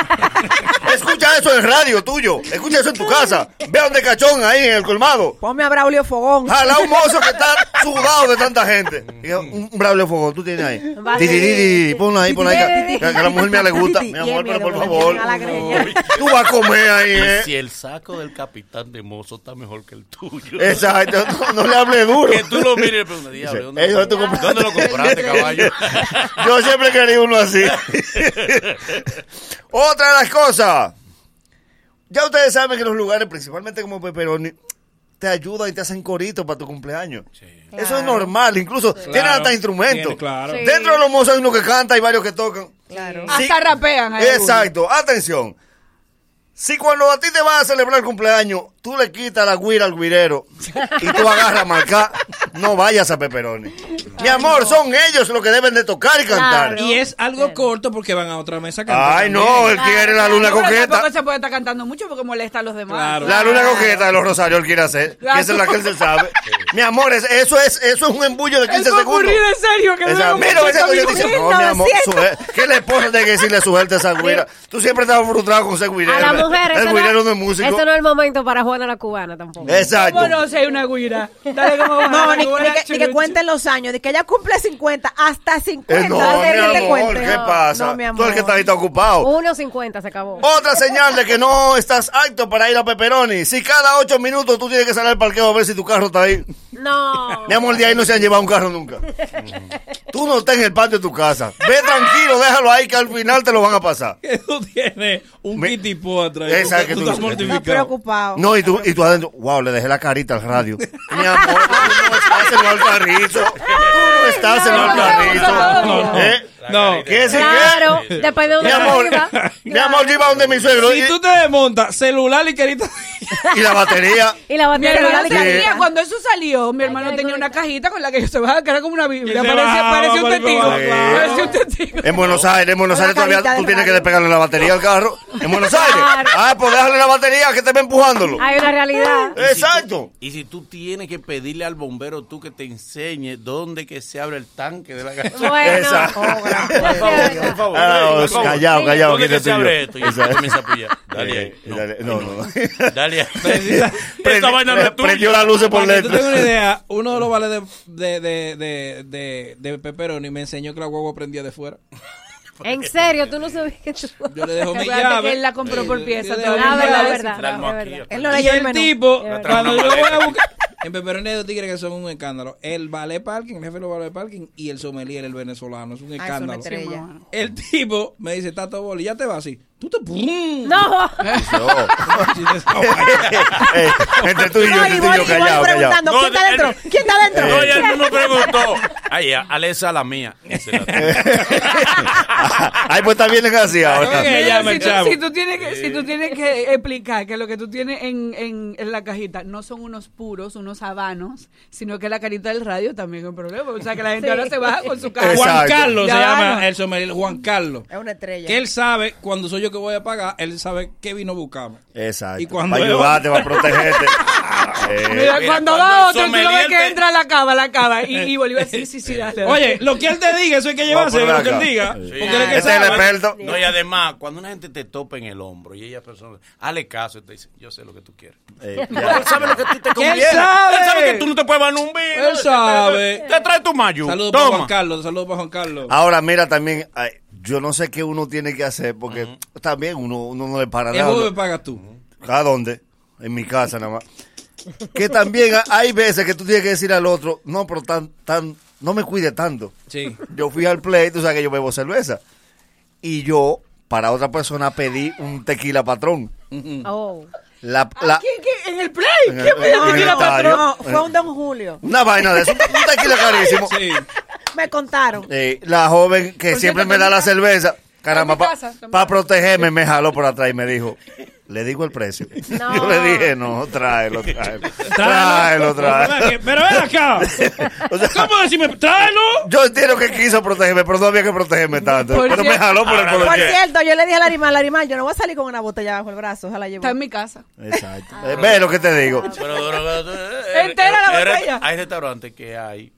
Escucha eso en radio tuyo. Escucha eso en tu casa. Ve a donde cachón ahí en el colmado.
Ponme a Braulio Fogón.
Jala un mozo que está sudado de tanta gente. Y yo, un un Braulio Fogón, tú tienes ahí.
Vale.
Ti, ti, ti, ti, Ponlo ahí, ponlo ahí. Que, que a la mujer mía le gusta. Mi amor, pero por favor. Tú vas a comer ahí, eh.
Y si el saco del capitán de mozo está mejor que el tuyo.
Exacto, no, no le hable duro.
Que tú lo mires y le preguntes, diablo,
Dice,
¿dónde,
"Ey, ¿dónde tú compraste?
¿dónde lo compraste, caballo?
Yo siempre quería uno así. Otra de las cosas. Ya ustedes saben que los lugares, principalmente como Pepperoni, te ayudan y te hacen corito para tu cumpleaños. Eso es normal, incluso tienen
Claro,
hasta instrumentos.
tiene, claro. Sí.
Dentro de los mozos hay uno que canta y varios que tocan.
Claro.
Sí.
Hasta rapean. ahí
Exacto, atención. Si cuando a ti te vas a celebrar el cumpleaños, tú le quitas la guira al guirero y tú agarras a marcar, no vayas a Pepperoni. Mi amor, son ellos los que deben de tocar y cantar. Ah.
Y es algo corto porque van a otra mesa a cantar.
Ay, no, él quiere la luna
No, pero
coqueta.
Tampoco se puede estar cantando mucho porque molesta a los demás.
La
Ah.
luna coqueta de los Rosarios él quiere hacer. Que
Claro.
esa es la que él se sabe. Mi amor, es- eso es, eso es un embullo de 15
El
segundos.
popurrí de serio, que dura
Esa-
como
Mira, a veces
80
tú le dices, no, mi amor,
1900.
suje- ¿qué le esposa tiene que decirle suelta a esa güira? Tú siempre estás frustrado con ese güirero.
A la mujer,
El
eso
güirero
no,
no es músico. Eh,
eso no es el momento para Juana la cubana tampoco.
Exacto.
¿Cómo no sé una guira? Dale como una
No, ni,
guira,
ni que, ni que
churuchu.
cuenten los años, de que ella cumple 50, hasta 50.
Eh, no,
hasta que te
mi amor,
cuente.
¿qué
No,
pasa?
No, mi
Tú el
amor.
que está ahí está ocupado.
Uh. 1.50 se acabó.
Otra señal de que no estás apto para ir a Pepperoni. Si cada ocho minutos tú tienes que salir al parqueo a ver si tu carro está ahí.
No.
Mi amor, de ahí no se han llevado un carro nunca. Tú no estás en el patio de tu casa. Ve tranquilo, déjalo ahí que al final te lo van a pasar.
Tú tienes un kitipo atrás.
Esa
Tú,
que
tú
tú-
estás mortificado.
Está preocupado.
No, y tú, y tú adentro, wow, le dejé la carita al radio. Mi amor, tú no estás en el carrito. Tú no estás en el carrito. ¿Eh?
No.
¿Qué es el
Claro,
qué?
depende de
Mi
dónde
amor,
viva.
mi amor, yo iba donde mi suegro.
Si
y-
tú te desmontas celular y querita.
y la batería.
Y la
Mi
batería.
hermano
Sí.
tenía, cuando eso salió, mi hermano tenía una cajita con la que yo se bajaba, que era como una Biblia.
se
Parecía,
bajaba,
parecía un
por
testigo.
favor.
Parecía un testigo.
En Buenos Aires, en Buenos
Con la
Aires todavía
carita
tú
del
tienes que
radio.
despegarle la batería al carro. En Buenos Aires.
Claro.
Ah, pues déjale la batería que te va empujándolo.
Hay una realidad.
Exacto.
Y si tú tienes que pedirle al bombero tú que te enseñe dónde que se abre el tanque de la gasolina.
Bueno.
Exacto.
Por favor, por favor.
Ah,
por
os-
favor.
callado, callado,
¿Dónde que
quítate
se abre
yo.
esto? Y
Exacto.
yo comienzo a apoyar. Dale ahí.
Eh, dale, no, no.
Dale ahí. Esta vaina no es tuya.
Prendió la luz por
Para que tú
dentro.
tengas una idea, uno de los vales de, de, de, de, de, de Pepperoni me enseñó que la guagua prendía de fuera.
En serio, tú no sabías que tú.
Yo le dejo mi
Acuérdate
llave. Eh,
que él la compró por pieza,
Yo le
te lo
dejo mi
dije la
llave.
vez. La
Ah, verdad,
armó
es verdad.
aquí,
Él no
Y
leyó el
el
menú.
tipo,
Es
cuando yo
verdad.
lo voy a buscar. En Pepperoni hay dos tigres que son un escándalo. El ballet parking, el jefe de los ballet parking y el sommelier, el venezolano. Es un
Ah, es una
escándalo.
estrella.
el tipo me dice, Tato Boli, ya te vas así. Tú te. ¡Brum!
No.
entre tú y yo,
No, y voy-
entre tú y yo,
y voy
callado, callado.
preguntando, ¿quién
eh,
está dentro? ¿Quién está dentro?
No, ya el mismo preguntó. Ay, Alexa, la mía.
Ay, pues está bien así ahora.
si, tú, si tú tienes que, si tú tienes que explicar que lo que tú tienes en, en, en la cajita no son unos puros, unos habanos, sino que la carita del radio también es un problema. O sea, que la gente
Sí.
ahora se baja con su cara.
Juan Carlos se
Ya
llama
va.
el sommelier, Juan Carlos.
Es una estrella.
Que él sabe, cuando soy yo que voy a pagar, él sabe qué vino buscamos.
Exacto.
Y cuando
Para ayudarte, para protegerte. Eh,
Mira, cuando va otro, tú lo ves que
sommelier
entra la cava, la cava. Y, y Bolívar, sí, sí, sí, dale.
Oye, lo que él te diga, eso hay que
Vamos
llevarse,
por
lo que él
acá.
diga.
Sí.
Porque él es
Este
que
Ese es el
sabe.
experto. No, y además, cuando una gente te topa en el hombro y ella persona, hale caso y te dice, yo sé lo que tú quieres.
Eh,
Ya Él sabe lo que a ti te
Él
conviene.
sabe.
Él sabe que tú no
pues,
te puedes bajar un vino.
Él sabe.
Te trae tu mayo.
Saludos para
Toma.
Juan Carlos, saludos para Juan Carlos.
Ahora, mira, también, ay, yo no sé qué uno tiene que hacer porque también uno, uno no le para
El
nada.
juego me pagas tú.
¿A dónde? En mi casa nada más. Que también ha- hay veces que tú tienes que decir al otro, no, pero tan, tan, no me cuide tanto.
Sí.
Yo fui al play, tú sabes que yo bebo cerveza. Y yo, para otra persona, pedí un tequila patrón.
Oh.
La, la-
¿Quién, quién? en el play?
En
¿Quién
el-
fue el
en el
tequila
estadio.
patrón?
No, fue un Don Julio.
una vaina de eso, un tequila carísimo.
Me contaron.
Eh, la joven que
Por
siempre
cierto,
me da la
también-
cerveza, caramba,
En mi
para
casa también.
protegerme, me jaló por atrás y me dijo, le digo el precio. Yo le dije, no, tráelo, tráelo. Tráelo, tráelo.
Pero ven acá. ¿Cómo decirme? Tráelo.
Yo entiendo que quiso protegerme, pero no había que protegerme tanto.
Por
pero me
cierto-
jaló Ah, por el
Ahora,
color.
Por cierto, yo le dije al animal, al animal, yo no voy a salir con una botella bajo el brazo, ojalá llevo.
Está en mi casa.
Exacto. Eh, ve lo que te digo.
Pero, pero, pero, pero, eh,
Entera la
eh, eh,
botella.
Hay restaurantes que hay.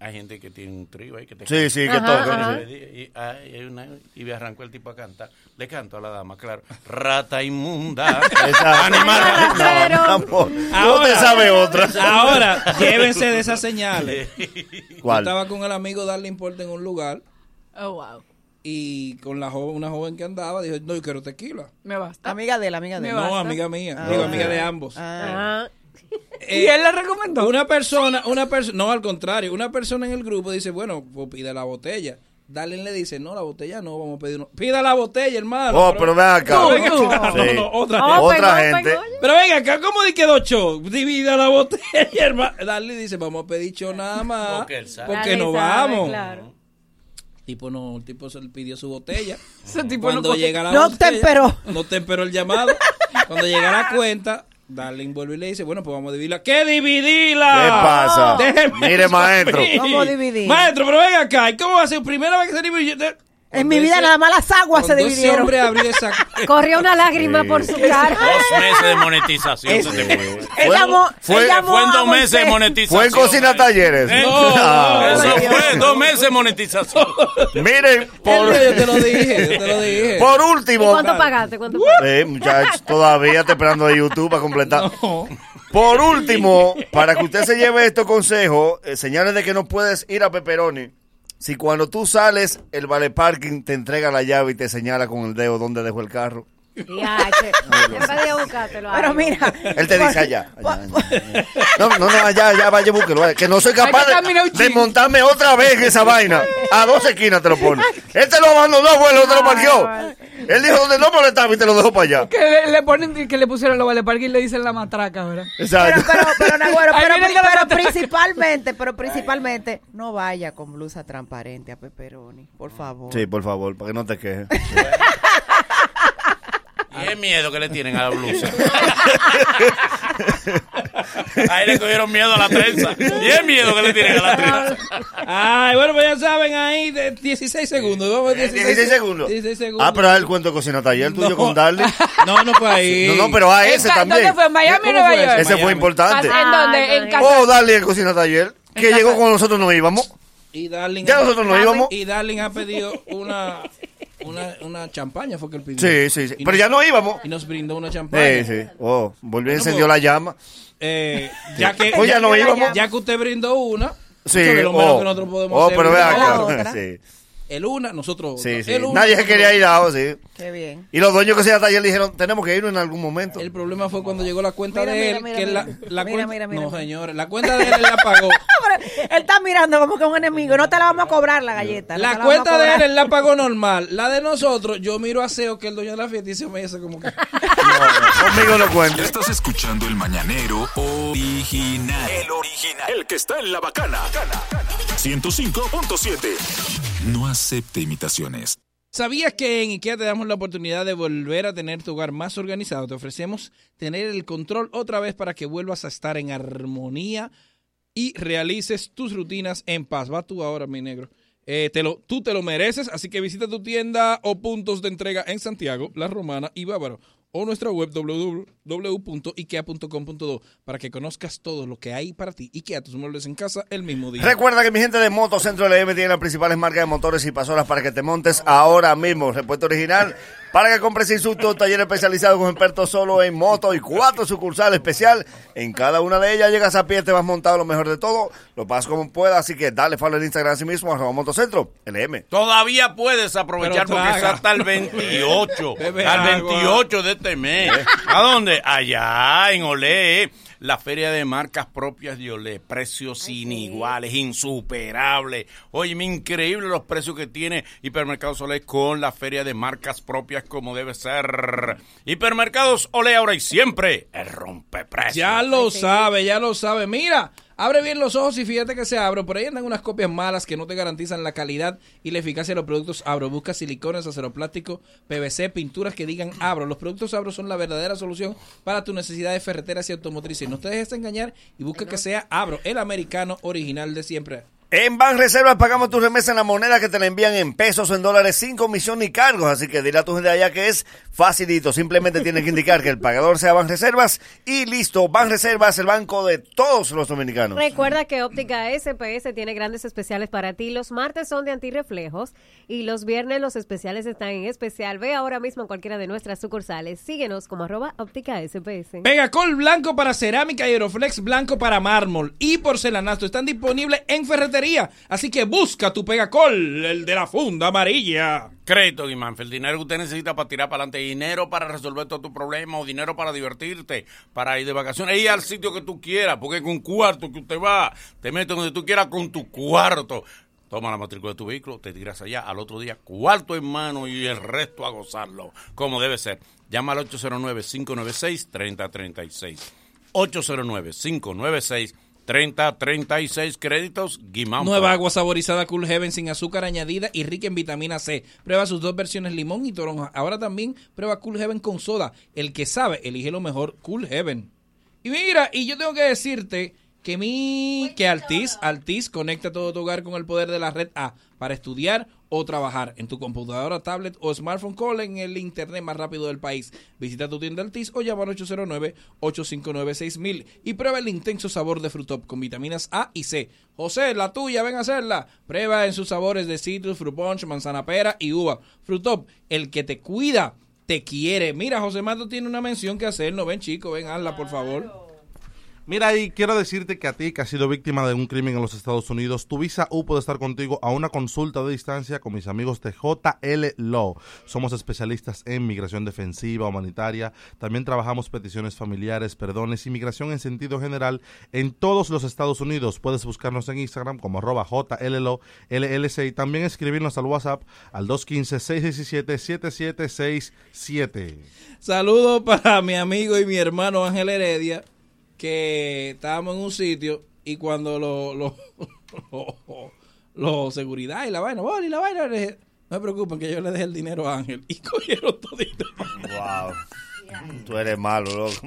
Hay gente que tiene un trío ahí que te
Sí,
canta.
sí, que Ajá, toca. ajá.
Y, hay- hay una- y me arrancó el tipo a cantar. Le canto a la dama, claro. Rata inmunda.
Exacto.
Animal.
No, amor, no te sabe otra.
Ahora, llévense de esas señales.
¿Cuál?
Yo estaba con el amigo darle importa en un lugar
Oh, wow.
y con la joven, una joven que andaba, dijo, no, yo quiero tequila.
Me basta.
Amiga de él, amiga de él.
No, amiga mía. Eh,
Ah,
digo,
ok.
amiga de ambos.
Ah.
¿Y él la recomendó? Una persona, una persona, no, al contrario, una persona en el grupo dice, bueno, pues pide la botella. Darlene le dice, no, la botella no, vamos a pedir una. Pida la botella, hermano.
Oh, pero ve acá.
No, venga,
Sí.
no, no, no, otra
Oh, Otra
gente.
pegó, gente. pegó.
Pero venga acá, ¿cómo di quedó show? Divida la botella, hermano. Darlene dice, vamos a pedir show nada más.
Porque él sabe.
porque
Dale,
no
sabe,
vamos.
claro.
Tipo no, el tipo se le pidió su botella.
Ese tipo
Cuando
no coge-
llega la
No
botella,
temperó.
No temperó el llamado. Cuando llega la cuenta, Darlene vuelve y le dice, bueno, pues vamos a dividirla. ¿Qué dividirla?
¿Qué pasa?
eso
Mire,
a
maestro.
mí.
¿Cómo dividir?
Maestro, pero venga acá. ¿y ¿Cómo va a ser? Primera vez que se divide.
En mi vida nada más las aguas se dividieron.
hombre abrió esa...
Corrió una lágrima por su cara.
Dos meses de monetización. se te fue.
Él llamó-
fue,
él llamó
fue en
a
dos meses de
Moisés.
monetización.
Fue en Cocina Talleres.
Eh,
Ah.
eso fue dos meses de monetización.
Miren, por,
Yo te lo dije, yo te lo dije.
por
¿Y
último.
cuánto pagaste? ¿Cuánto pagaste?
Eh, muchachos, todavía está esperando de YouTube para completar. Por último, para que usted se lleve estos consejos, eh, señales de que no puedes ir a Pepperoni. Si cuando tú sales, el vale parking te entrega la llave y te señala con el dedo dónde dejó el carro.
Ya, che. En vez de buscártelo.
Pero
ahí.
mira.
Él te dice allá. allá, allá". No, no, no, allá, allá, vaya, búsquelo. vaya, Que no soy capaz
Hay que caminar
de,
un
de
chin.
montarme otra vez en esa vaina. A dos esquinas te lo pone. Él te lo abandonó, abuelo, te lo parqueó. Él dijo donde no molestaba y te lo dejó para allá.
Que le, le ponen, que le pusieron los vale parque y le dicen la matraca, ¿verdad?
Exacto.
Pero, pero, Nagüero,
Ahí
pero,
viene
pri-
que la
pero
matraca.
principalmente, pero principalmente, no vaya con blusa transparente a Pepperoni, por favor.
Sí, por favor, para que no te quejes.
Y el miedo que le tienen a la blusa. Ahí le cogieron miedo a la trenza. Y el miedo que le tienen a la trenza.
Ay, bueno, pues ya saben, ahí de 16 segundos. Vamos, 16,
16 Eh, segundos.
16 segundos.
Ah, pero es el cuento de cocina taller el tuyo
No.
con Darle.
No, no fue ahí.
No, no, pero a ese
Esta-
también.
¿Dónde fue? ¿En Miami o
¿Cómo
Nueva
fue
York?
ese?
Ese fue
Miami. Ah,
importante.
¿En dónde?
Ay,
En
no,
casa.
Oh, Darle el cocina taller. Que llegó cuando nosotros nos íbamos.
Y Darling
Ya nosotros nos íbamos.
Y Darling ha pedido una, una, una champaña, fue que él pidió.
Sí, sí, sí.
Y
Pero
nos-
ya no íbamos.
Y nos brindó una champaña.
Sí, sí. Oh, volvió y encendió la llama.
Eh, ya que,
Pues ya
ya
no
que-
íbamos.
ya que usted brindó una, eso
Sí,
es lo menos
oh.
que nosotros podemos
Oh,
hacer.
pero ve
brindar
acá.
otra.
Sí.
El una, nosotros.
Sí, sí.
el una,
Nadie se
nosotros-
quería ir a sí.
Qué bien.
Y los dueños que se taller dijeron, tenemos que irnos en algún momento.
El problema fue cuando llegó la cuenta
Mira,
de
mira,
él.
mira,
que
mira.
la,
Mira,
la cuenta,
mira, mira,
no,
mira.
señores. La cuenta de él, él la pagó.
Él está mirando como que es un enemigo. No te la vamos a cobrar la galleta. no te
La
vamos a
cuenta de
cobrar.
él, él la pagó normal. La de nosotros, yo miro a Seo, que es el dueño de la fiesta, y se me dice como que.
Conmigo no cuenta.
Estás escuchando el mañanero original.
El original. El que está en la bacana. 105.7.
No acepte imitaciones.
¿Sabías que en IKEA te damos la oportunidad de volver a tener tu hogar más organizado? Te ofrecemos tener el control otra vez para que vuelvas a estar en armonía y realices tus rutinas en paz. Va tú ahora, mi negro. Eh, te lo, tú te lo mereces, así que visita tu tienda o puntos de entrega en Santiago, La Romana y Bávaro o nuestra web www.ikea.com.do para que conozcas todo lo que hay para ti. IKEA, tus muebles en casa el mismo día.
Recuerda que mi gente de Motocentro LM tiene las principales marcas de motores y pasoras para que te montes ahora mismo. Repuesto original para que compres sin susto. Taller especializado con expertos solo en moto y cuatro sucursales especial. En cada una de ellas llegas a pie, te vas montado lo mejor de todo. Lo pasas como puedas. Así que dale follow en Instagram a sí mismo, arroba Motocentro LM.
Todavía puedes aprovechar
Pero
porque es
traga.
hasta el 28.
Bebe
al
agua.
28 de este mes. ¿A dónde? Allá, en Olé. eh. La feria de marcas propias de Olé. Precios iniguales, insuperables. Oye, mi, increíble los precios que tiene Hipermercados Olé con la feria de marcas propias como debe ser. Hipermercados Olé ahora y siempre. El rompeprecios.
Ya lo sabe, ya lo sabe. Mira, abre bien los ojos y fíjate que se abro. Por ahí andan unas copias malas que no te garantizan la calidad y la eficacia de los productos Abro. Busca silicones, acero plástico, PVC, pinturas que digan Abro. Los productos Abro son la verdadera solución para tus necesidades ferreteras y automotrices. No te dejes engañar y busca que sea Abro, el americano original de siempre.
En Banreservas pagamos tu remesa en la moneda que te la envían en pesos, en dólares, sin comisión ni cargos. Así que dirá tu gente allá que es facilito. Simplemente tienes que indicar que el pagador sea Banreservas y listo. Banreservas, el banco de todos los dominicanos.
Recuerda que Óptica SPS tiene grandes especiales para ti. Los martes son de antirreflejos y los viernes los especiales están en especial. Ve ahora mismo en cualquiera de nuestras sucursales. Síguenos como arroba óptica SPS.
Megacol blanco para cerámica y Aeroflex blanco para mármol y porcelanato están disponibles en ferretería. Así que busca tu Pegacol, el de la funda amarilla.
Crédito, Guimánfer, el dinero que usted necesita para tirar para adelante, dinero para resolver todos tus problemas o dinero para divertirte, para ir de vacaciones, ir al sitio que tú quieras, porque con un cuarto que usted va, te mete donde tú quieras con tu cuarto. Toma la matrícula de tu vehículo, te tiras allá, al otro día cuarto en mano y el resto a gozarlo, como debe ser. Llama al 809-596-3036. 809-596-3036, créditos, Guimánfer.
Nueva agua saborizada Cool Heaven sin azúcar añadida y rica en vitamina C. Prueba sus dos versiones limón y toronja. Ahora también prueba Cool Heaven con soda. El que sabe, elige lo mejor Cool Heaven. Y mira, y yo tengo que decirte que mi que Altis, Altis conecta todo tu hogar con el poder de la red A para estudiar o trabajar en tu computadora, tablet o smartphone call en el internet más rápido del país. Visita tu tienda Altis o llama al 809-859-6000 y prueba el intenso sabor de Frutop con vitaminas A y C. José, la tuya, ven a hacerla. Prueba en sus sabores de citrus, fruit punch, manzana pera y uva. Frutop, el que te cuida, te quiere. Mira, José Mato tiene una mención que hacer. No ven, chico, ven, hazla, por favor.
Mira, y quiero decirte que a ti que has sido víctima de un crimen en los Estados Unidos, tu visa U puede estar contigo a una consulta de distancia con mis amigos de JL Law. Somos especialistas en migración defensiva, humanitaria. También trabajamos peticiones familiares, perdones y migración en sentido general en todos los Estados Unidos. Puedes buscarnos en Instagram como arroba JLLO LLC y también escribirnos al WhatsApp al 215-617-7767.
Saludos para mi amigo y mi hermano Ángel Heredia, que estábamos en un sitio y cuando lo, lo, lo- lo- seguridad y la vaina, bueno, y la vaina, le dije, no se preocupen que yo le dejé el dinero a Ángel y cogieron todito.
Wow. Tú eres malo, loco.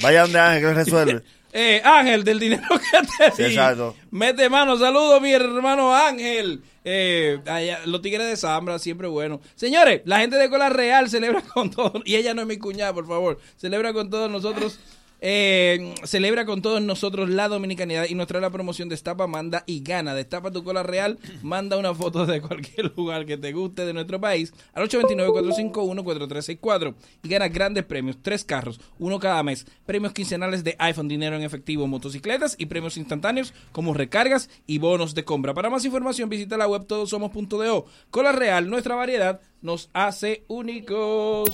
Vaya donde Ángel, que resuelve.
Eh, Ángel, del dinero que te
Sí,
di.
exacto.
Mete mano, saludos mi hermano Ángel. Eh, allá, los tigres de Zambra, siempre bueno. Señores, la gente de Cola Real celebra con todos, y ella no es mi cuñada, por favor, celebra con todos nosotros eh, celebra con todos nosotros la dominicanidad y nos trae la promoción Destapa, Manda y Gana. Destapa tu cola real, manda una foto de cualquier lugar que te guste de nuestro país al 829-451-4364 y gana grandes premios, tres carros, uno cada mes, premios quincenales de iPhone, dinero en efectivo, motocicletas y premios instantáneos como recargas y bonos de compra. Para más información visita la web todosomos.do. Cola real, nuestra variedad nos hace únicos.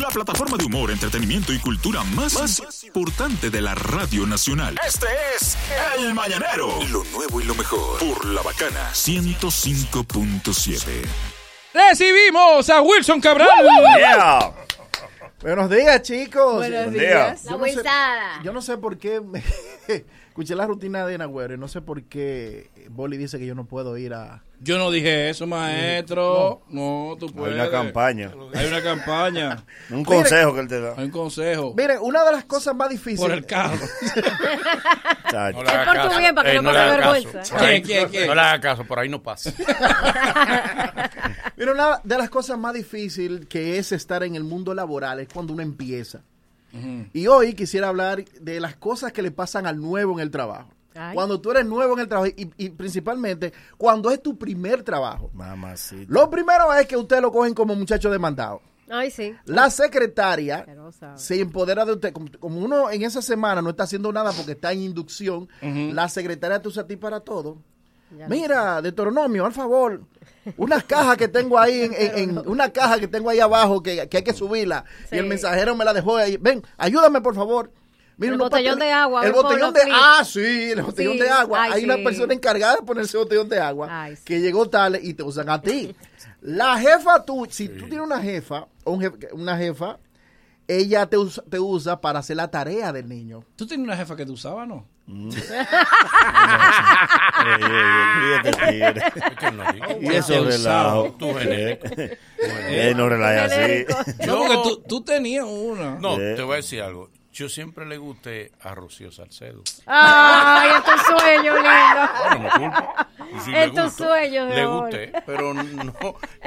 La plataforma de humor, entretenimiento y cultura más, más importante de la Radio Nacional. Este es El Mañanero. Lo nuevo y lo mejor por La Bacana 105.7.
Recibimos a Wilson Cabral.
Yeah. Buenos días, chicos.
Buenos Buen día. días.
Yo
La
no, sé,
guisada.
yo no sé por qué. me- escuché la rutina de Nagüero y no sé por qué Boli dice que yo no puedo ir a.
Yo no dije eso, maestro. No, tú
Hay
puedes.
una campaña.
Hay una campaña.
Un consejo que él te da.
Hay un
Oh.
consejo.
Mire, una de las cosas más difíciles.
Por el carro.
Chacho.
No le haga
por tu
caso.
bien, para que
Ey,
no
le
pase
haga caso.
vergüenza.
Por ahí-
¿Quién, quién, quién?
No le haga caso, por ahí no pasa.
Mira, una de las cosas más difíciles que es estar en el mundo laboral es cuando uno empieza. Y hoy quisiera hablar de las cosas que le pasan al nuevo en el trabajo.
Ay.
Cuando tú eres nuevo en el trabajo y, y principalmente cuando es tu primer trabajo.
Mamacita.
Lo primero es que ustedes lo cogen como muchacho demandado.
Ay, sí.
La secretaria
Pero sabe.
se empodera de usted. Como, como uno en esa semana no está haciendo nada porque está en inducción, la secretaria te usa a ti para todo.
Ya lo
Mira, Deuteronomio, al favor. Unas cajas que tengo ahí, en, en- en- una caja que tengo ahí abajo que, que hay que subirla.
Sí.
Y el mensajero me la dejó ahí. Ven, ayúdame, por favor. Mira,
El
unos
botellón
papeles-
de agua,
El
ven,
botellón
Pablo,
de
please.
Ah, sí, el botellón
Sí,
de agua.
ay,
hay una
sí.
persona encargada de ponerse botellón de agua que llegó tarde y te usan a ti. La jefa, tú, si tú tienes una jefa, o un jef- una jefa, ella te usa, te usa para hacer la tarea del niño.
¿Tú tienes una jefa que te usaba, no?
Y eso relajo. Eh, eh, no relaja así. Eh.
No, porque tú, tú tenías una.
No, te voy a decir algo. Yo siempre le gusté a Rocío Salcedo.
Ay, es tu sueño,
Bueno, no
lindo.
culpo. Y si
Es
le
tu
gustó,
sueño, mi
Le
amor.
gusté, pero no.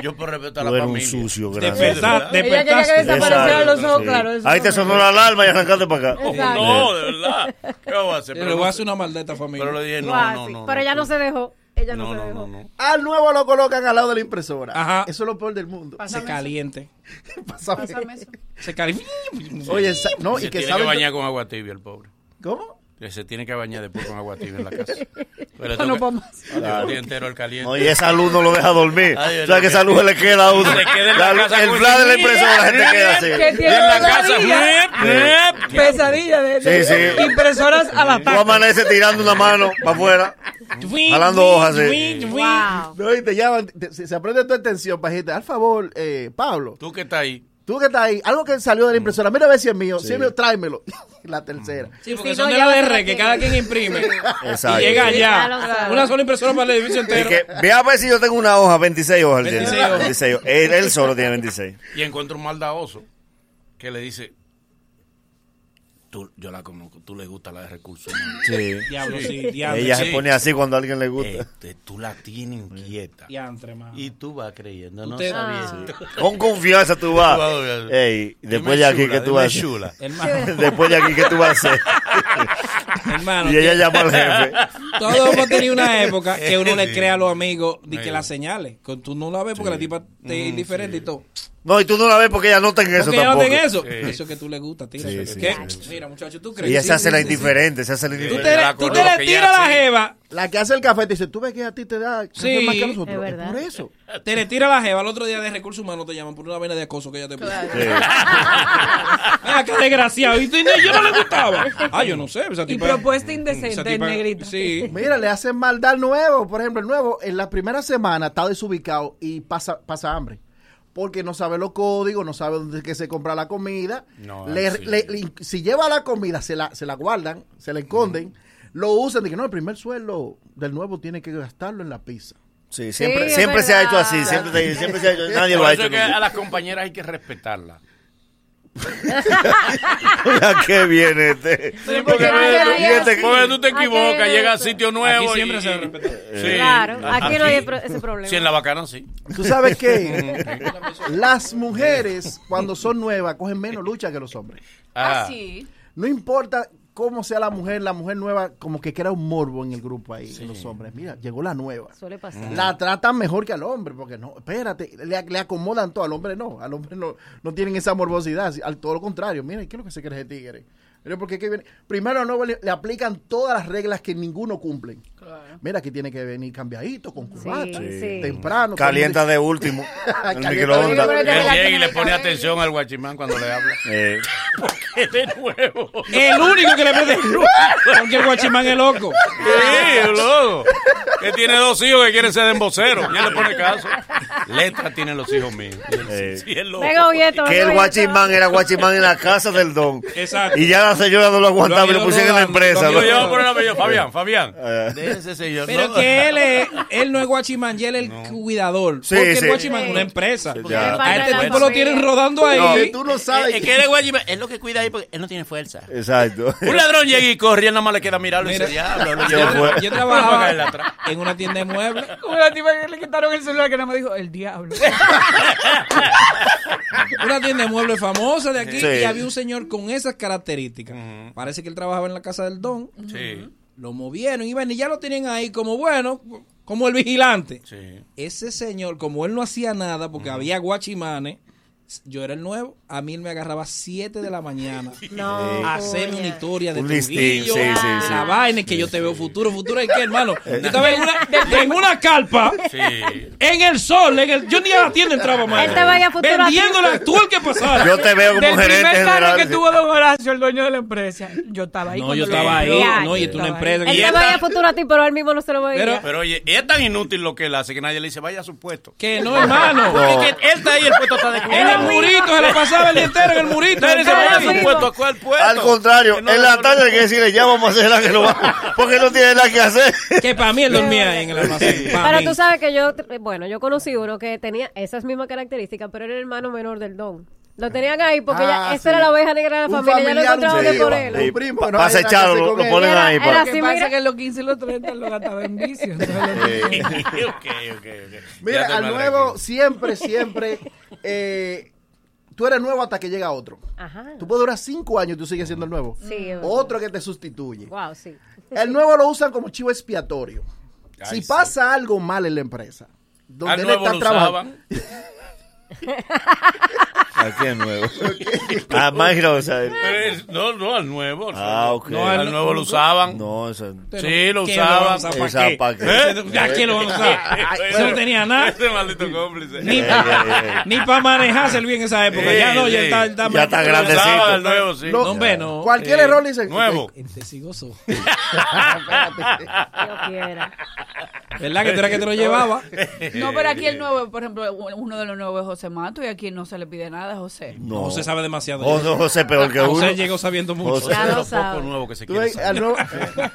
Yo por respeto a
Tú
la
eres
familia.
un sucio
Sí,
grande.
de verdad.
Ella quería que desaparecieran los ojos, claro. eso
Ahí
no
te
me-
sonó la alarma y arrancaste para acá.
Exacto.
Oh, No, de verdad. ¿Qué voy a hacer?
Pero le voy a hacer una maldita familia.
Pero le dije,
Guau,
no, no,
sí.
no.
Pero ella no se dejó. Ella no,
No,
se
no,
dejó.
no, no.
Al nuevo lo colocan al lado de la impresora. Eso es lo peor del mundo.
Se caliente.
Pásame.
Se caliente.
Oye, sa- no, y
se
que
tiene
saben-
que bañar con agua tibia el pobre.
¿Cómo?
Que se tiene que bañar después con agua tibia en la casa.
No,
toca-
no puedo más.
Ay,
Claro.
El día entero el caliente.
No, y esa luz no lo deja dormir.
Ay,
o sea, que esa luz le queda a uno.
Se queda en la
La luz-
casa
el
con-
flash de la impresora, la gente queda así.
Que tiene
en la
la
casa,
vida.
flip, flip.
Pesadilla de, de-
Sí, sí.
impresoras a la
Tú amaneces tirando una mano para afuera, jalando hojas. sí.
eh. No, y te llaman, te- se se aprende tu atención, pajita. Al favor, eh, Pablo,
Tú que estás ahí.
tú que estás ahí, algo que salió
Mm.
de la impresora, mira a ver si es mío, si es mío, tráemelo. La tercera.
Sí, porque son de la DR que cada quien imprime.
Exacto.
Y llega
Sí,
ya.
ya lo
Una sola impresora para el edificio entero.
Ve a ver si yo tengo una hoja, 26 hojas. él tiene.
26 hojas.
26 hojas. Él, él solo tiene 26.
Y encuentra un maldadoso que le dice, tú, yo la conozco, tú le gusta la de recursos. humanos".
Sí.
Diablo, sí, diablo.
Ella se pone así cuando a alguien le gusta.
Este, tú la tienes inquieta.
Diantre, mano.
Y tú vas creyendo, no
Usted-
sabiendo.
Ah.
Con confianza tú vas. Ey, después de aquí,
chula,
¿qué tú
dime
vas a hacer?
chula.
Hermano.
Después de aquí, ¿qué tú vas a hacer?
Hermano.
Y ella
tú-
llama al jefe.
Todos hemos tenido una época que uno le crea a los amigos de que
Sí.
las señales. Que tú no la ves porque la tipa te
Mm,
es indiferente y todo.
No, y tú no la ves porque ella no está en eso
Porque ella no
tampoco.
está en eso. Eso que tú le gusta, tira.
Sí,
eso.
sí,
¿Qué?
sí, sí.
Mira, muchacho, tú crees.
Ella
Sí,
se hace
sí,
la
sí, sí.
indiferente, se hace la
Tú te,
indiferente.
le- tú te le tiras la jeva.
La que hace el café te dice, tú ves que a ti te da café
Sí,
más que a nosotros.
es
Es
verdad.
por eso.
Te le tira la jeva. Al otro día de recursos humanos te llaman por una vaina de acoso que ella te puso. ah, qué desgraciado. Y tú, no, yo no le gustaba. Ah, yo no sé. Esa
Y
tipa,
propuesta
esa tipa- Sí.
Mira, le hacen maldad al nuevo. Por ejemplo, el nuevo en la primera semana está desubicado y pasa, pasa hambre. Porque no sabe los códigos, no sabe dónde es que se compra la comida.
No,
Le-
Ah, sí.
le- le- si lleva la comida, se la, se la guardan, se la esconden, lo usan. De que no, el primer sueldo del nuevo tiene que gastarlo en la pizza.
Sí, siempre, siempre se ha hecho así, siempre, te- siempre se ha hecho Nadie lo
Por
ha
eso
hecho.
es que
nunca.
a las compañeras hay que respetarla.
¿A qué viene este?
porque
Y este-
porque tú te equivocas,
Aquí-
llega a sitio nuevo.
Aquí siempre
y-
se
y-
respeta.
Sí.
Claro, aquí no hay pro- ese problema.
Sí, en la bacana sí.
¿Tú sabes qué? Las mujeres, cuando son nuevas, cogen menos lucha que los hombres.
Ah.
sí. no importa cómo sea la mujer, la mujer nueva como que crea un morbo en el grupo ahí, en los hombres. Mira, llegó la nueva.
Suele pasar.
La tratan mejor que al hombre, porque no, espérate, le, le acomodan todo, al hombre no, al hombre no, no tienen esa morbosidad, al todo lo contrario, mira, ¿qué es lo que se cree de tigre? Mira, porque que viene- primero al nuevo le, le aplican todas las reglas que ninguno cumple. Mira, que tiene que venir cambiadito, con corbata,
Sí, sí.
temprano.
Calienta de último.
Ay,
el
calienta
microondas.
Él llega y le pone atención al guachimán cuando le habla. Porque de nuevo.
El único que le prende. Porque el guachimán es loco.
Sí, el loco. Que tiene dos hijos que quieren ser emboceros. Y él le pone caso. Letra tiene los hijos míos. Sí, es loco.
Venga, Oviedo,
Que el
venga, Oviedo.
guachimán era guachimán en la casa del don.
Exacto.
Y ya la señora no lo aguantaba y lo pusieron en la empresa.
Yo
¿no?
llevo por una bello. Fabián, Fabián.
Eh.
Déjese señor.
Pero
¿no?
que él, es- él no es guachimán, y él es el cuidador.
Sí,
porque
sí.
el guachimán
Sí.
es una empresa.
ya.
A este
Falta la
tipo lo
familia.
tienen rodando ahí.
No. Es, es que él es guachimán, es lo que cuida ahí porque él no tiene fuerza.
Exacto.
Un ladrón llega y corre, y él nada más le queda mirarlo y dice, diablo, lo
yo,
llevo".
yo
Vamos a
trabajaba
caerle atrás.
en una tienda de muebles.
Como la tipa que le quitaron el celular que nada más dijo, el diablo.
Una tienda de muebles famosa de aquí.
Sí.
Y había un señor con esas características. Parece que él trabajaba en la casa del don.
Sí.
Lo movieron iban y ya lo tenían ahí como bueno, como el vigilante.
Sí.
Ese señor, como él no hacía nada porque había guachimanes, yo era el nuevo, a mí él me agarraba 7 de la mañana
No,
a hacerme una historia de
Un
Trujillo,
listín, sí, sí,
de
sí. Eh,
la vaina que yo te veo futuro, futuro ¿y qué, hermano? Yo estaba en una, en una carpa, en el sol, en el, yo ni a la tienda entraba más.
Él te veía futuro a ti.
Vendiéndole a tú el que pasara.
Yo te veo como
Del
gerente
primer carro
general,
que
sí.
tuvo Don Horacio, el dueño de la empresa, yo estaba ahí.
No,
cuando
yo
lo
estaba ahí,
compró.
no, y esto es una
Él
empresa. que-
te veía futuro a ti, pero él mismo no se lo veía.
Pero, oye, es tan inútil lo que él hace que nadie le dice, vaya a su puesto.
Que no, hermano.
Porque que él está ahí, el puesto está de
En el murito, se la pasaba el día entero en el murito.
Nadie le dice, vaya a su puesto, ¿a cuál puesto?
Al contrario, en la tarde hay que decirle, ya vamos a hacer la que lo vamos. Porque no tiene nada que hacer.
Que para mí él dormía ahí en el almacén. pa'
Pero
mí.
tú sabes que yo, eh, bueno, yo conocí uno que tenía esas mismas características, pero era el hermano menor del don. Lo tenían ahí porque
Ah,
ya, esa
sí.
era la oveja negra de la
Un
familia, ya lo
familiar, un
encontraban de
tío,
por
un
él.
primo,
Pa-
no,
pa'
hay nada que
acecharlo,
hacer
lo-
con
lo
él.
ponen ahí,
Lo
pa-
que pasa es que los 15 y los 30 lo gastaba en vicios.
Mira,
te
al
madre
nuevo siempre, siempre, eh, tú eres nuevo hasta que llega otro.
Ajá.
Tú puedes durar cinco años y tú sigues siendo el nuevo.
Sí, es verdad.
otro que te sustituye.
Wow, sí.
El nuevo lo usan como chivo expiatorio.
Ay,
si
sí.
pasa algo mal en la empresa, donde
Al
él
nuevo
está
lo
trabajando.
usaban.
Aquí es nuevo. Ah, más lo
Pero es- no, no, al nuevo. al
Ah,
nuevo.
ok.
No, al nuevo lo usaban.
No, eso.
Sí, lo
¿Qué lo van a
usaban. ¿Eh?
usar pa' Esa qué? pa' qué. Ya, ¿qué lo van a
usar? Eso no tenía nada.
Ese maldito cómplice.
Ni, ni para manejarse el bien en esa época.
Sí,
ya no, ya
sí.
está, está
Ya está
más-
grandecito. Usaba el nuevo, sí.
No,
Ya.
hombre, no. Eh,
Cualquier error le dicen- Nuevo.
Intesigoso.
Yo quiera.
¿Verdad que tú eras que te lo llevaba?
No, pero aquí el nuevo, por ejemplo, uno de los nuevos es José Mato y aquí no se le pide nada a José.
No.
José sabe demasiado.
José- José peor que uno.
José llegó sabiendo mucho.
José Ya lo
Lo poco nuevo que pues, se
Tú
quiere
ves, al,
saber.
nuevo,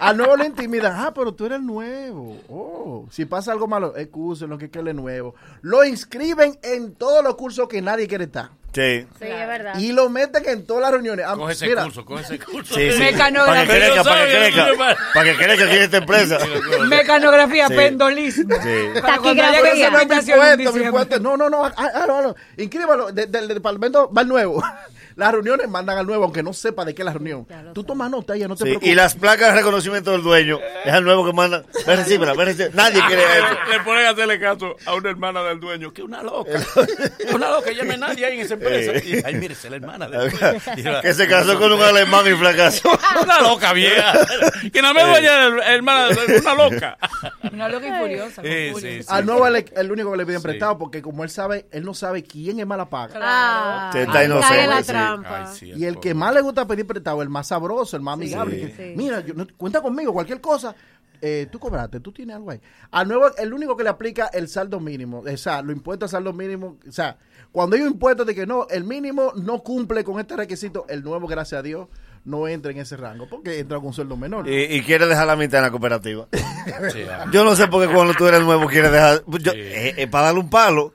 al nuevo le intimidan. Ah, pero tú eres el nuevo. Oh, si pasa algo malo, excusen lo que es que él es nuevo. Lo inscriben en todos los cursos que nadie quiere estar.
Sí.
Sí, es verdad.
Y lo meten en todas las reuniones. Ah,
Coge ese
mira,
curso, coge ese curso.
Sí, sí.
Mecanógrafo.
Para que
Pero
crezca,
sabe, yo no
para que crezca.
sé
Para que crezca aquí en esta empresa.
Mecanografía,
Sí.
pendolismo.
Sí.
Para cuando
Pero
llegue
ese
esa
no
invitación
es mi
en
puesto, mi
diciembre.
puesto. No, no, no. ah, ah, no, no. Inscríbalo. de- del departamento va el nuevo. Las reuniones mandan al nuevo, aunque no sepa de qué es la reunión. Tú tomas nota, ya no te
Sí,
preocupes.
y las placas de reconocimiento del dueño es el nuevo que manda. Ve, recíbela, ve, recíbela. Nadie quiere eso.
Ah, Le, le ponen a hacerle caso a una hermana del dueño, que es una loca. Es una loca, ella no es nadie ahí en esa empresa. Y, ay, mire, esa es la hermana del dueño. Y la-
que se casó con un alemán y fracasó.
Una loca vieja. Que no me dueña el- hermana del dueño, una loca.
Una loca y furiosa. con
Sí,
furia.
sí, sí.
Al nuevo es el, el único que le piden prestado porque como él sabe, él no sabe quién es mala paga.
Ah,
Se está
Ahí
inocente,
cae
sí. Ay, sí,
y el que más le gusta pedir prestado, el más sabroso, el más
Sí.
amigable.
Sí.
que, Mira, yo- no- cuenta conmigo, cualquier cosa. eh, tú cobraste, tú tienes algo ahí. Al nuevo, el único que le aplica el saldo mínimo, o sea, los impuestos al saldo mínimo, o sea, cuando hay un impuesto de que no, el mínimo no cumple con este requisito, el nuevo, gracias a Dios, no entra en ese rango porque entra con un sueldo menor.
Y, y quiere dejar la mitad en la cooperativa. Yo no sé por qué cuando tú eres nuevo quieres dejar. yo- eh, eh, para darle un palo.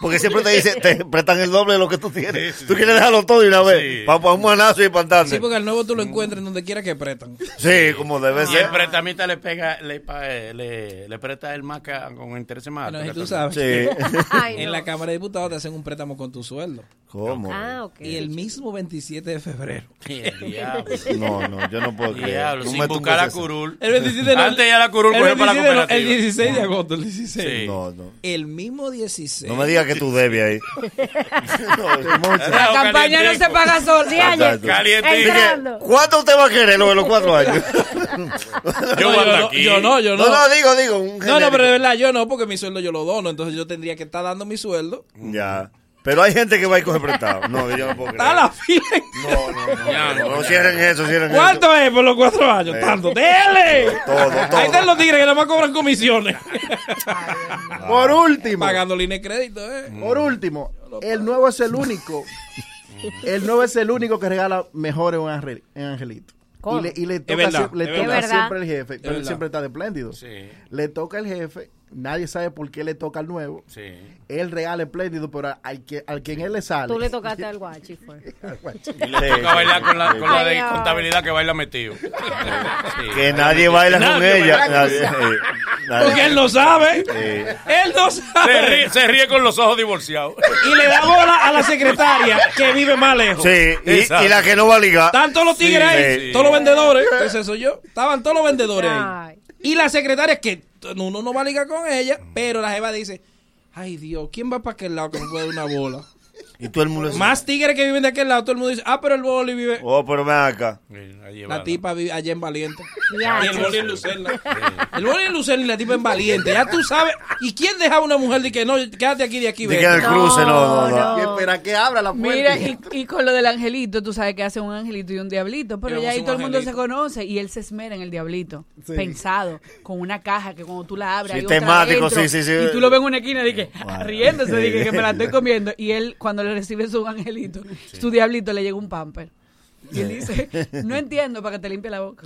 Porque siempre te dicen, te prestan el doble de lo que tú tienes. Tú quieres dejarlo todo de una vez. Para un manazo y espantarte.
Sí, porque al nuevo tú lo encuentras en donde quiera que Ah. prestan.
Sí, como
Y
debe
el
ser.
prestamista le pega, le, pa- eh, le, le presta el maca con interés más.
Bueno,
alto
y
que
tú
tal.
sabes. En la Cámara de Diputados te hacen un préstamo con tu sueldo.
¿Cómo?
Ah, ok.
Y el mismo 27 de febrero.
El diablo.
No, no, yo no puedo creer.
Diablo,
Tú
sin
me
buscar
tumbas
la
esa.
curul.
El 27 no-
Antes ya la curul
el
corre para la
27 no,
cooperativa.
El 16 de agosto, el 16.
Sí.
No, no.
El mismo 16.
No me digas que tú debes ahí.
La campaña no se paga sola.
Exacto. Dije,
Entrando.
¿Cuánto usted va a querer lo de los cuatro años?
Yo, yo, no, yo no, yo no.
No, no, digo, digo. un
No, no,
genérico.
pero de verdad, yo no, porque mi sueldo yo lo dono. Entonces yo tendría que estar dando mi sueldo.
Mm.
Ya. Pero hay gente que va a ir coger prestado. No, yo no puedo creer.
A la fila.
No, no, no, cierren eso, cierren eso.
¿Cuánto es por los cuatro años?
Eh.
Tanto. ¡Dele!
Todo,
Ahí están los tigres que nada más cobran comisiones.
Por último.
Pagando línea de crédito, ¿eh?
Mm.
Por último, el nuevo es el único. El nuevo es el único que regala mejor en un angel- en angelito.
¿Cómo?
Y le, y le
Es
toca,
verdad,
sie- le
es
toca
verdad.
siempre el jefe,
Es
pero él
verdad.
siempre está de espléndido.
Sí.
Le toca el jefe, nadie sabe por qué le toca al nuevo.
Sí.
Él regala espléndido, pero al, que, al quien él le sale.
Tú le tocaste al guachi, fue.
Y le toca bailar con la, con la
Ay,
de
no.
contabilidad que baila metido. Sí.
Que nadie baila con
Nadie
ella.
baila con
Nadie-
ella.
eh, nadie.
Porque él no sabe.
Eh,
Él no sabe.
Se ríe, se ríe con los ojos divorciados.
Y le da bola a la secretaria que vive más lejos.
Sí, y, y la que no va a ligar.
Están todos los tigres
Sí,
ahí,
sí.
todos los vendedores. Entonces soy yo. Estaban todos los vendedores ahí. Y la secretaria que t- uno no va a ligar con ella, pero la jeva dice, ay Dios, ¿quién va para aquel lado que me puede dar una bola?
Y todo el mundo dice,
Más tigres que viven de aquel lado, todo el mundo dice, ah, pero el boli vive...
oh, pero ven acá.
La tipa vive allá en Valiente.
Ya,
Y el
sí.
boli en Lucerna. El boli en Lucerna y la tipa en Valiente. Ya tú sabes. ¿Y quién deja a una mujer de que no, quédate aquí de aquí?
De
vete"?
que en el cruce, no, no, no.
Y espera que abra la puerta.
Mira, y, y con lo del angelito, tú sabes que hace un angelito y un diablito, pero
Éramos
ya ahí
un
todo el mundo se
angelito.
conoce y él se esmera en el diablito,
Sí.
pensado, con una caja que cuando tú la abres,
Sí,
hay otra
temático,
adentro,
sí, sí, sí.
y tú lo ves en una esquina y que riéndose,
Sí.
dije que me la estoy comiendo, y él cuando le recibe su angelito, su diablito le llega un pamper. Y él dice, no entiendo para que te limpie la boca.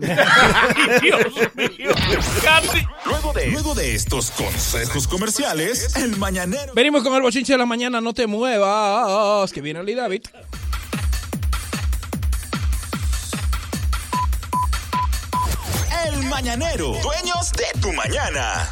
Luego de, luego de estos consejos comerciales, el mañanero.
Venimos con el bochinche de la mañana, no te muevas, que viene el David.
El mañanero. Dueños de tu mañana.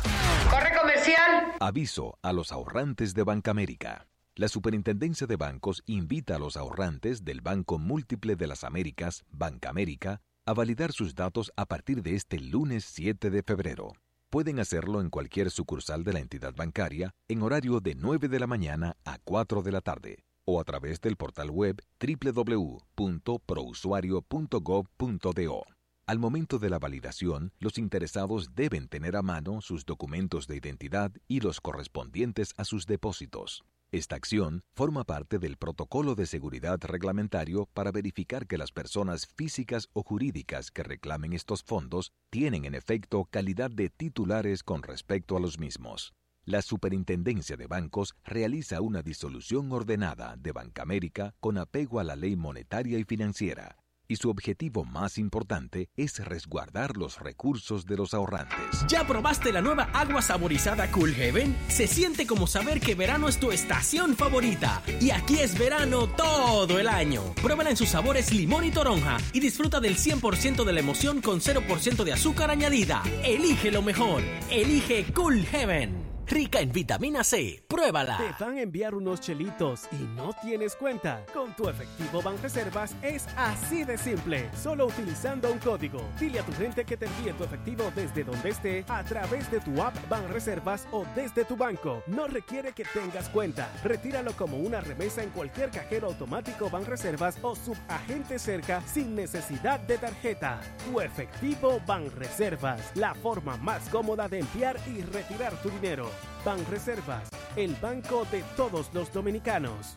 Corre comercial.
Aviso a los ahorrantes de Bancamérica. La Superintendencia de Bancos invita a los ahorrantes del Banco Múltiple de las Américas, Bancamérica, a validar sus datos a partir de este lunes 7 de febrero. Pueden hacerlo en cualquier sucursal de la entidad bancaria en horario de 9 de la mañana a 4 de la tarde o a través del portal web www.prousuario.gov.do. Al momento de la validación, los interesados deben tener a mano sus documentos de identidad y los correspondientes a sus depósitos. Esta acción forma parte del protocolo de seguridad reglamentario para verificar que las personas físicas o jurídicas que reclamen estos fondos tienen en efecto calidad de titulares con respecto a los mismos. La Superintendencia de Bancos realiza una disolución ordenada de Bancamérica con apego a la ley monetaria y financiera, y su objetivo más importante es resguardar los recursos de los ahorrantes.
¿Ya probaste la nueva agua saborizada Cool Heaven? Se siente como saber que verano es tu estación favorita. Y aquí es verano todo el año. Pruébala en sus sabores limón y toronja y disfruta del 100% de la emoción con 0% de azúcar añadida. Elige lo mejor. Elige Cool Heaven. Rica en vitamina C. Pruébala.
Te van a enviar unos chelitos y no tienes cuenta. Con tu efectivo Banreservas es así de simple. Solo utilizando un código. Dile a tu gente que te envíe tu efectivo desde donde esté a través de tu app Banreservas o desde tu banco. No requiere que tengas cuenta. Retíralo como una remesa en cualquier cajero automático Banreservas o subagente cerca sin necesidad de tarjeta. Tu efectivo Banreservas, la forma más cómoda de enviar y retirar tu dinero. Banreservas, el banco de todos los dominicanos.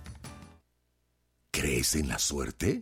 ¿Crees en la suerte?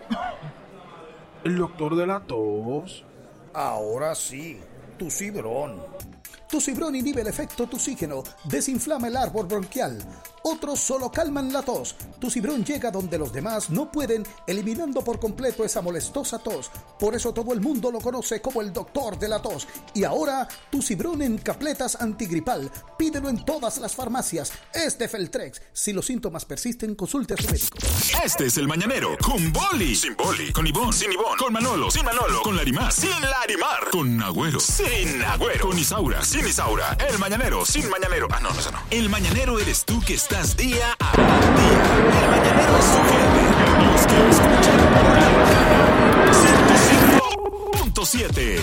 El doctor de la tos.
Ahora sí, tu cibrón.
Tu cibrón inhibe el efecto toxígeno, desinflama el árbol bronquial. Otros solo calman la tos. Tu cibrón llega donde los demás no pueden, eliminando por completo esa molestosa tos. Por eso todo el mundo lo conoce como el doctor de la tos. Y ahora, tu cibrón en capletas antigripal. Pídelo en todas las farmacias. Es de Feltrex. Si los síntomas persisten, consulte a su médico.
Este es el mañanero con Boli. Sin Boli. Con Ivón. Sin Ivón. Con Manolo. Sin Manolo. Con Larimar. Sin Larimar. Con Agüero. Sin Agüero. Con Isaura. Sin Isaura. El mañanero. Sin mañanero. Ah, no, no, eso no. El mañanero eres tú que estás día a día. El mañanero es su jefe. Los que escuchan por la 105.7.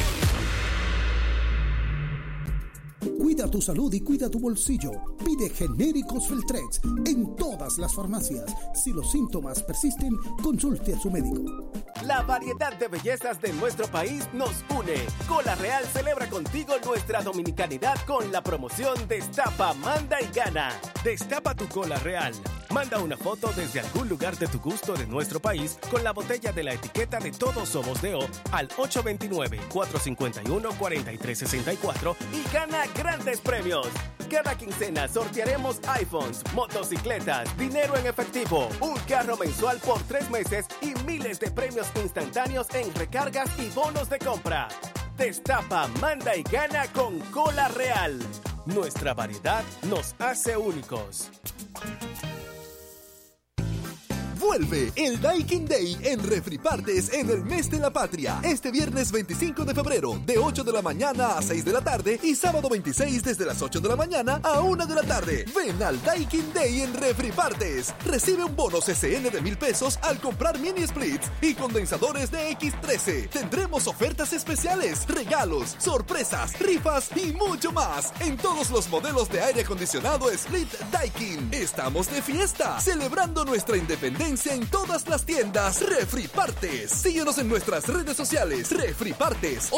Cuida tu salud y cuida tu bolsillo. Pide genéricos Feltrex en todas las farmacias. Si los síntomas persisten, consulte a su médico.
La variedad de bellezas de nuestro país nos une. Cola Real celebra contigo nuestra dominicanidad con la promoción Destapa, Manda y Gana. Destapa tu Cola Real. Manda una foto desde algún lugar de tu gusto de nuestro país con la botella de la etiqueta de Todos Somos Deo al 829-451-4364 y gana grandes premios. Cada quincena sortearemos iPhones, motocicletas, dinero en efectivo, un carro mensual por tres meses y miles de premios instantáneos en recargas y bonos de compra. Destapa, manda y gana con Cola Real. Nuestra variedad nos hace únicos.
Vuelve el Daikin Day en Refripartes en el mes de la patria. Este viernes 25 de febrero, de 8 de la mañana a 6 de la tarde y sábado 26 desde las 8 de la mañana a 1 de la tarde. Ven al Daikin Day en Refripartes. Recibe un bono CCN de mil pesos al comprar mini splits y condensadores de X13. Tendremos ofertas especiales, regalos, sorpresas, rifas y mucho más en todos los modelos de aire acondicionado Split Daikin. Estamos de fiesta, celebrando nuestra independencia en todas las tiendas Refri Partes. Síguenos en nuestras redes sociales Refri Partes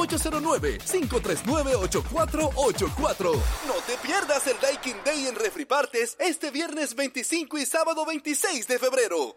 809-539-8484. No te pierdas el Daikin Day en Refri Partes este viernes 25 y sábado 26 de febrero.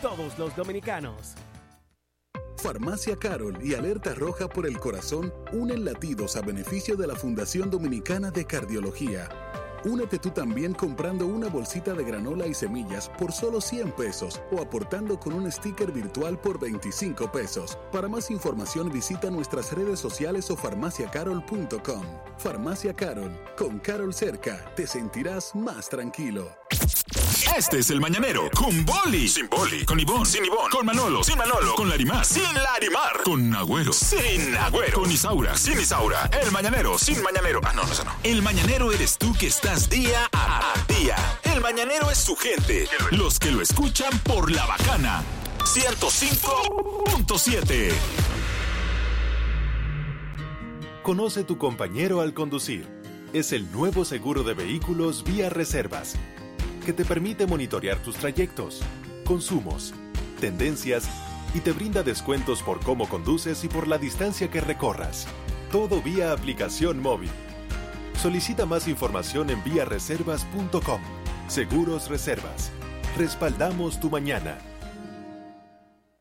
todos los dominicanos.
Farmacia Carol y Alerta Roja por el Corazón unen latidos a beneficio de la Fundación Dominicana de Cardiología. Únete tú también comprando una bolsita de granola y semillas por solo 100 pesos o aportando con un sticker virtual por 25 pesos. Para más información visita nuestras redes sociales o farmaciacarol.com. Farmacia Carol, con Carol cerca, te sentirás más tranquilo.
Este es el mañanero con Boli. Sin Boli. Con Ivón. Sin Ivón. Con Manolo. Sin Manolo. Con Larimar. Sin Larimar. Con Agüero. Sin Agüero. Con Isaura. Sin Isaura. El mañanero. Sin mañanero. Ah, no, no, eso no. El mañanero eres tú que estás día a a día. El mañanero es su gente. Los que lo escuchan por la bacana. 105.7.
Conoce tu compañero al conducir. Es el nuevo seguro de vehículos vía reservas que te permite monitorear tus trayectos, consumos, tendencias y te brinda descuentos por cómo conduces y por la distancia que recorras. Todo vía aplicación móvil. Solicita más información en viareservas.com. Seguros Reservas. Respaldamos tu mañana.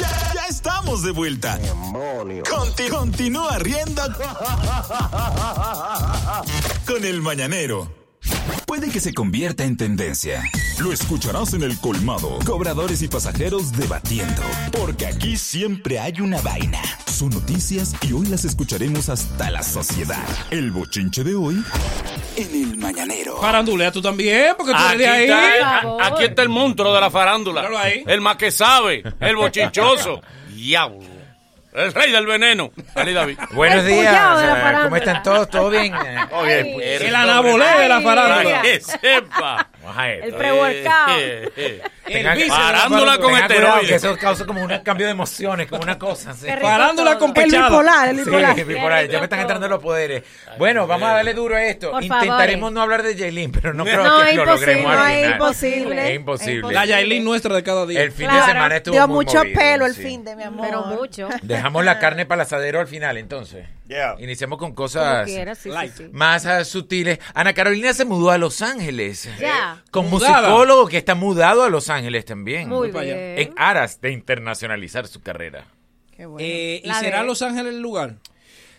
Ya, ya estamos de vuelta. Conti- continúa riendo con el mañanero.
puede que se convierta en tendencia. Lo escucharás en el colmado. Cobradores y pasajeros debatiendo. Porque aquí siempre hay una vaina. Son noticias y hoy las escucharemos hasta la sociedad. El bochinche de hoy en el mañanero.
Farandulea tú también, porque tú
Aquí
eres de ahí.
está, el- a- aquí está el monstruo de la farándula.
Míralo ahí.
El más que sabe, el bochichoso. Diablo. El rey del veneno. Ali David.
Buenos días, eh, ¿cómo están todos? ¿Todo bien?
Todo bien, pues.
El
Eres
anabolé
doble.
de la farándula.
Para que sepa.
El pre-workout.
Eh, eh, eh.
Tengan-
Farándula con
tengan cuidado, Que
esteroides.
eso causa como un cambio de emociones, como una cosa. sí.
Qué rico Farándula todo. con pechada.
El bipolar, el
Sí,
bipolar.
el bipolar.
Ya me están entrando los poderes. Bueno, vamos a darle duro a esto.
Por favor.
Intentaremos no hablar de Jaylin, pero no creo
No,
que
es
lo logremos
imposible,
al
es
final.
imposible.
Es imposible.
La Yailin nuestra de cada día.
El fin de semana estuvo
Dio
muy
mucho
movido,
pelo el
sí.
fin de mi amor.
Pero mucho.
Dejamos la carne para el asadero al final, entonces. Iniciamos con
Como
cosas
quieras, sí, sí,
light.
sí.
más ah, sutiles. Ana Carolina se mudó a Los Ángeles.
Ya.
Eh,
Con
Mudada.
musicólogo que está mudado a Los Ángeles también.
Muy Voy para allá.
En aras de internacionalizar su carrera.
Eh, ¿Y
La
será
de-
Los Ángeles el lugar?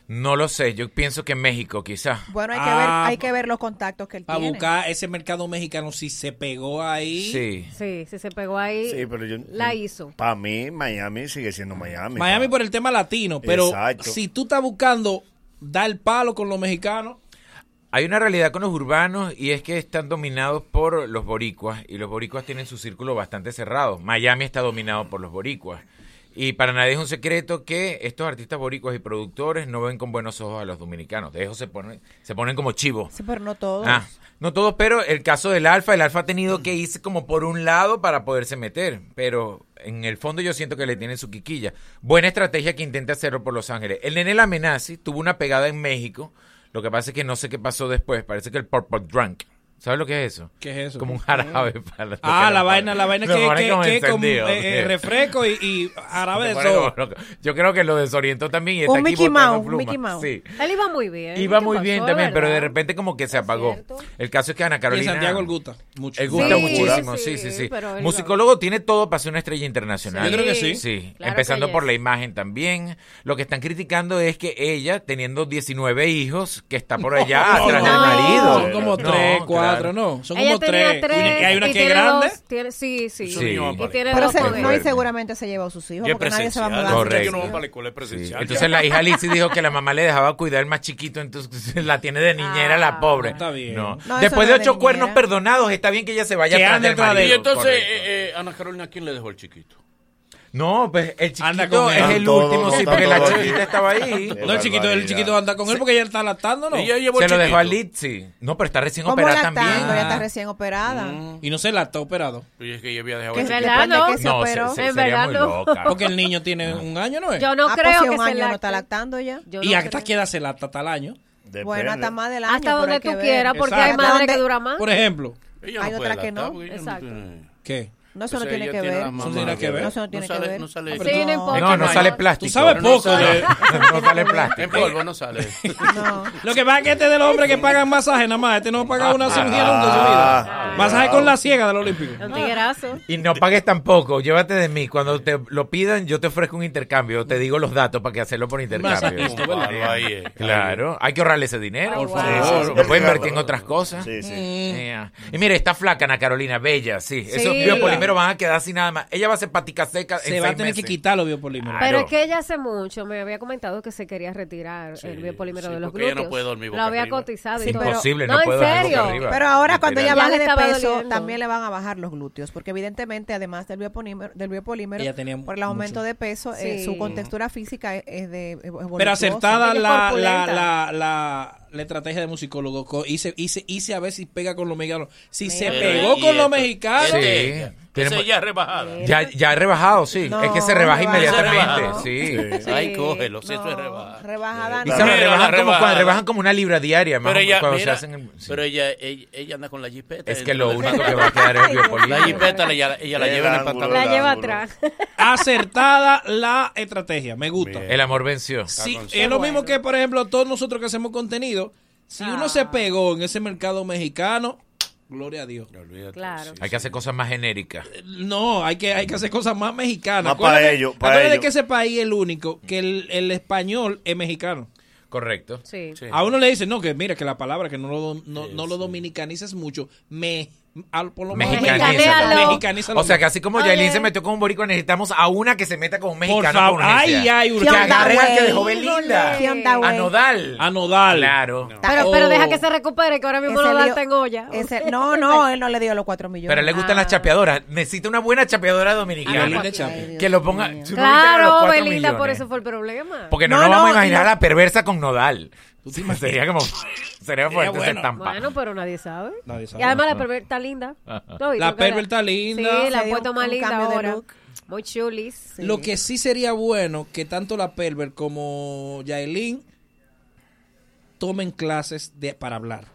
No lo sé, yo pienso que en México quizá.
Bueno, hay, que
Ah,
ver, hay que ver los contactos que él
Para
tiene.
buscar ese mercado mexicano, si se pegó ahí.
Sí.
Sí, sí se pegó ahí.
Sí, pero yo-
la hizo.
Para mí, Miami sigue siendo Miami.
Miami por el tema latino, pero
Exacto.
si tú estás buscando dar el palo con los mexicanos,
Hay una realidad con los urbanos y es que están dominados por los boricuas y los boricuas tienen su círculo bastante cerrado. Miami está dominado por los boricuas. Y para nadie es un secreto que estos artistas boricuas y productores no ven con buenos ojos a los dominicanos. De eso se ponen, se ponen como chivos.
Sí, pero no todos.
Ah, no todos, pero el caso del Alfa, el Alfa ha tenido que irse como por un lado para poderse meter, pero en el fondo yo siento que le tienen su quiquilla. Buena estrategia que intenta hacerlo por Los Ángeles. El Nene Lamenazi tuvo una pegada en México, lo que pasa es que no sé qué pasó después, parece que el Purple Drunk. ¿Sabes lo que es eso?
¿Qué es eso?
Como un jarabe para
ah, la vaina, la vaina
Lo
que,
ponen
que,
como
que como
encendido,
eh, eh,
sí.
refresco y, y árabe
Se
de
pone
soda.
como loco. Yo creo que lo desorientó también y este está
Un
aquí
Mickey
botando
Mouse, un
plumas.
Mickey Mouse.
Sí.
Él iba muy bien.
Iba
¿Qué
muy
pasó,
bien también, pero de
verdad?
repente como que se apagó. El caso es que Ana Carolina.
Santiago el Guta, mucho.
El Guta
Sí,
muchísimo, sí,
sí,
sí, sí.
pero él
Musicólogo tiene todo para ser una estrella internacional.
Sí, Yo creo que sí.
Sí,
claro
empezando
que
por
yes.
la imagen también. Lo que están criticando es que ella, teniendo 19 hijos, que está por allá
No,
atrás
no,
del marido.
Son como tres,
claro.
cuatro, no. Son
Ella
como
tenía
tres.
tres.
Una- y hay una
y
que es
tiene
grande.
dos, tiene- sí, sí.
Sí.
Y tiene Pero dos se- con no, y
él.
seguramente se lleva a sus hijos
Yo
porque nadie se va a
presencial.
mudar.
Correcto.
Correcto.
para la escuela, es presencial.
Entonces la hija Lizzy dijo que la mamá le dejaba cuidar el más chiquito, entonces la tiene de niñera la pobre. Está bien.
No,
Después
eso
de
no es
ocho
de
cuernos
niñera.
perdonados, está bien que ella se vaya
Que
atrás
ande
del
atrás de
marido.
él. Y entonces,
correcto.
eh, eh, Ana Carolina, ¿quién le dejó el chiquito?
No, pues el chiquito
con él.
es el
Están todos-
último, sí,
están
porque la
todos aquí.
chiquita estaba ahí.
No, el chiquito, el chiquito anda con él porque ella está lactando, ¿no?
Se lo dejó a Litzy. No, pero está recién
¿Cómo
operada
lactando?
también.
Ella está recién operada.
Y no se la está operado.
Y es que ella había dejado
Que el se chiquito. la- no.
Que se No, se- operó. se- sería muy loca.
Porque el niño tiene un año, ¿no es?
Yo no Ah, pues, creo si que un se año no está lacte. lactando ya.
¿Y hasta qué edad se lacta? ¿Hasta el año?
Bueno, hasta más del año.
Hasta
pero
donde
hay que
tú
ver.
quieras, porque hay
Hasta
madre que
donde-
dura más.
Por ejemplo.
Ella
Hay
no
otra que no.
Exacto.
¿Qué?
No, eso
O
no
sea,
tiene
ella
que
tiene
ver.
la
Eso
mamá.
no tiene que ver.
No, eso no tiene que ver.
No
sale-
Ah,
no
pero
sale-
no.
No, no sale plástico.
Tú sabes poco de-
No sale plástico.
En polvo no sale.
Lo que pasa es que este es del hombre que pagan masaje nada más. Este no paga
Ah.
una cirugía nunca en su vida. Masaje con la ciega del Olímpico.
Un tiguerazo.
Y no pagues tampoco, llévate de mí. Cuando te lo pidan, yo te ofrezco un intercambio, te digo los datos para que hacerlo por intercambio.
Masajista, ¿verdad? Ahí es.
Claro, hay que ahorrarle ese dinero.
Por Ay, favor. wow. Sí, sí,
Lo
sí.
puede invertir en otras cosas. Yeah. Y mire, está flaca Ana Carolina, bella, sí. Esos
Sí.
biopolímeros van a quedar sin nada más. Ella va a ser patica seca.
Se va a tener que quitar los biopolímeros.
Claro.
Pero es que ella hace mucho me había comentado que se quería retirar el biopolímero
sí,
de los
porque ella
glúteos.
no puede dormir boca
Lo había
arriba.
cotizado. y
Sí,
todo.
imposible, no
no,
puede
en
dormir boca
serio.
arriba.
Pero
Pero ahora cuando ella baje
Literal.
Ya le
de
estaba
peso,
doliendo.
también le van a bajar los glúteos, porque evidentemente, además del biopolímero, del biopolímero
Ella tenía
por el aumento
mucho.
de peso, eh,
Sí.
su contextura física
e-,
es, es de...
eh,
es
Pero
voluptuosa.
acertada
Ella es
la, la,
corpulenta.
la, la, la estrategia de musicólogo. Co- Hice, hice, hice a ver si pega con los mexicanos. Si se
Pero
pegó
y
con los
esto-
mexicanos.
Sí.
Esa
Tenemos-
ella rebajada.
Ya, ya he rebajado, sí.
No,
es que se rebaja
rebajado.
inmediatamente.
Rebajado.
Sí. Eh,
Sí. Ay, cógelo, sí, eso es rebajada.
Rebajada.
Y se lo rebajan,
Mira, la
como,
rebajada.
cuando- rebajan como una libra diaria, más
Pero
o menos,
ella,
cuando se
mira,
hacen el-
pero ella, ella, ella anda con la jipeta.
Es que
dentro
lo
del
único que
pantalón.
va a quedar es el biopolímero.
La jipeta la- ella, ella la
El
lleva en el
ángulo,
pantalón.
La lleva atrás.
Acertada la estrategia. Me gusta.
El amor venció.
Sí, es lo mismo que, por ejemplo, todos nosotros que hacemos contenido. Si uno se pegó en ese mercado mexicano, gloria a Dios.
Claro.
Hay que hacer cosas más genéricas.
No, hay que, hay que hacer cosas más mexicanas.
Más para
Acuérdate-
ello, para
acuérdate
ello.
que ese país es el único que el, el español es mexicano.
Correcto.
Sí.
A uno le dicen, no, que mira, que la palabra que no lo, do- no, no lo dominicanices mucho, me, al, por lo menos-
Mexicanízalo.
Mexicanízalo.
O sea, que así como
Oye.
Yailin se metió con un boricua, necesitamos a una que se meta con un
Por
mexicano.
favor,
con urgencia.
ay, ay,
Que
urgencia.
agarre al que dejó Belinda.
¿Qué onda, güey?
A Nodal.
A Nodal. Claro.
Pero,
Oh.
pero deja que se recupere, que ahora mismo
Ese
lo da
lío-
en olla.
Ese- no, no, él no le dio los cuatro millones.
Pero a él le gustan las chapeadoras. Necesita una buena chapeadora dominicana.
Belinda chape.
Que lo ponga. Tú no viste los
Claro,
cuatro
Belinda, por
millones.
eso fue el problema.
Porque no, nos vamos a imaginar a la perversa con Nodal. Sería como. Sería fuerte esa
bueno.
estampa.
Bueno, pero nadie sabe.
Nadie sabe.
Y además la
No.
perver está linda.
Ajá.
No, y
La
creo que
perver está linda.
Sí, la
Se
han
dio
puesto más
un
linda
cambio de
ahora.
look.
Muy chulis.
Lo que sí sería bueno que tanto la Perver como Yaelin tomen clases de, para hablar.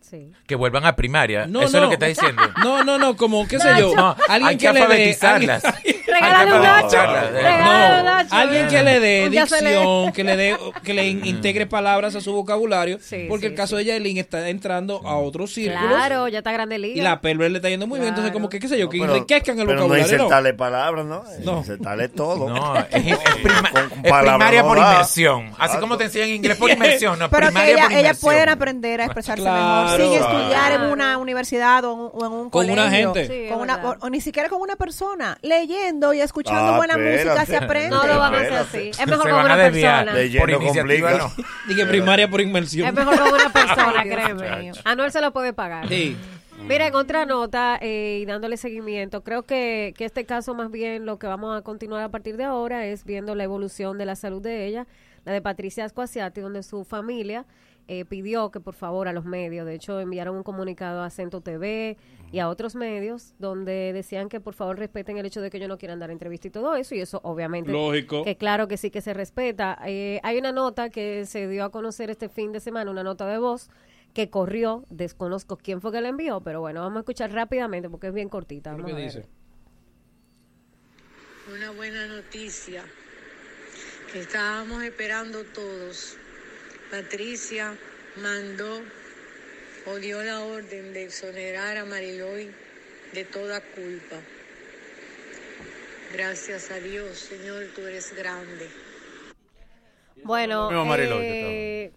Sí.
Que vuelvan a primaria.
No,
eso
no.
es lo que está diciendo.
No, no, no, como qué sé yo.
No, hay que
le dé-
alfabetizarlas.
alguien-
Regálale un Nacho. Regálale
¿eh? No,
un Nacho.
alguien que le dé
Un día se le-
dicción, que le dé, que le in- integre palabras a su vocabulario, porque el caso de Yaelin está entrando
Mm.
a otros círculos.
Claro, ya está grande liga.
Y la Perver le está yendo muy bien, entonces como que qué sé yo, que
Pero-
enriquezcan el
pero
vocabulario.
No
¿no?
insertarle palabras, ¿no? Insertarle todo.
No, es, es prima-
Con- con
es
palabras
primaria
no
por
da.
inmersión. Así como te enseñan inglés por inmersión. No,
Pero que
primaria
ella-
por
ellas
inmersión.
pueden aprender a expresarse
Claro.
mejor sin
Claro.
estudiar en una universidad o en, un- o en un
Con
colegio.
una gente. Sí,
Con una- o, o ni siquiera con una persona. Leyendo y escuchando
Ah,
buena música
espérate.
se aprende.
No lo van a hacer así. Es mejor con una persona.
Leyendo
Por iniciativa,
complica.
Dije primaria por inmersión.
Es mejor con una persona,
Ay, Dios
créeme.
mío.
Anuel se lo puede pagar.
Sí.
Mira, en otra nota eh, y dándole seguimiento, creo que, que este caso más bien lo que vamos a continuar a partir de ahora es viendo la evolución de la salud de ella, la de Patricia Ascuasiati, donde su familia eh, pidió que por favor a los medios, de hecho enviaron un comunicado a Centro TV y a otros medios donde decían que por favor respeten el hecho de que ellos no quieran dar entrevista y todo eso y eso obviamente
Lógico.
que claro que sí que se respeta. Eh, hay una nota que se dio a conocer este fin de semana, una nota de voz que corrió, desconozco quién fue que la envió, pero bueno, vamos a escuchar rápidamente porque es bien cortita. Vamos a ver.
Una buena noticia que estábamos esperando todos. Patricia mandó o dio la orden de exonerar a Mariloy de toda culpa. Gracias a Dios, Señor, tú eres grande.
Bueno,
Mismo Mariló,
eh,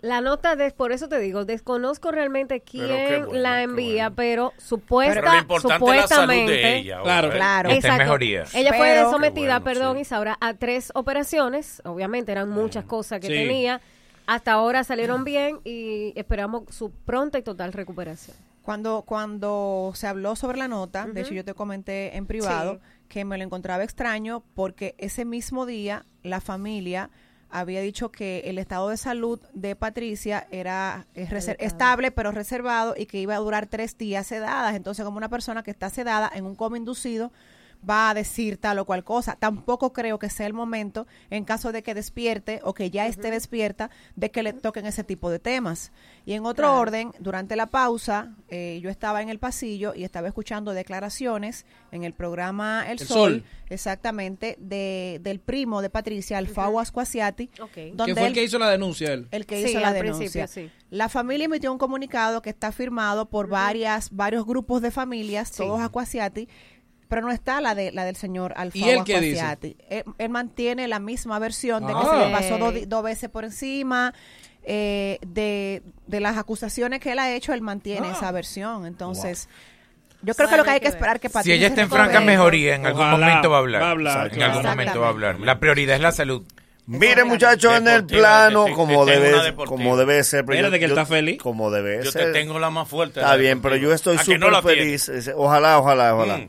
la nota de, por eso te digo, desconozco realmente quién
qué bueno,
la envía, pero supuesta,
Pero lo importante es la salud de
supuestamente,
ella ahora, Claro. ¿eh? Que esté en
exacto.
mejoría.
Ella fue
Pero-
sometida, perdón, Isaura, a tres operaciones. Obviamente eran muchas cosas que
Sí.
tenía. Hasta ahora salieron bien y esperamos su pronta y total recuperación.
Cuando, cuando se habló sobre la nota, de hecho yo te comenté en privado
Sí.
que me lo encontraba extraño porque ese mismo día la familia había dicho que el estado de salud de Patricia era es reser- estable pero reservado y que iba a durar tres días sedadas. Entonces como una persona que está sedada en un coma inducido va a decir tal o cual cosa. Tampoco creo que sea el momento, en caso de que despierte o que ya esté despierta, de que le toquen ese tipo de temas. Y en otro
Claro.
orden, durante la pausa, eh, yo estaba en el pasillo y estaba escuchando declaraciones en el programa El, Sol,
El Sol.
exactamente, de, del primo de Patricia, Alfao Ascuasiati,
Que
donde
fue el
él-
que hizo la denuncia él.
el que
Sí,
hizo la
al principio,
denuncia. La familia emitió un comunicado que está firmado por varias, varios grupos de familias, todos acuasiati, pero no está la de la del señor Alfaro
él qué dice?
Acuasiati. Él, él mantiene la misma versión de que
Ah.
se le pasó dos di- dos veces por encima. eh, de, de las acusaciones que él ha hecho, él mantiene
Ah.
esa versión. Entonces, yo creo que lo que hay que esperar que pase.
Si ella está en franca mejoría, en algún
Ojalá.
momento va a hablar.
Va a hablar,
en algún
claro.
momento va a hablar. La prioridad es la salud.
Mire, muchachos, en el
Deportiva,
plano,
detec-
como
detec- una
debe,
deportiva.
como debe ser. pero
Espérate que él está
feliz. Como debe
Yo
ser.
te tengo la más fuerte.
Está bien, pero yo estoy
¿A que no
súper
la tiene?
feliz. Ese- Ojalá, ojalá, ojalá.
Mm.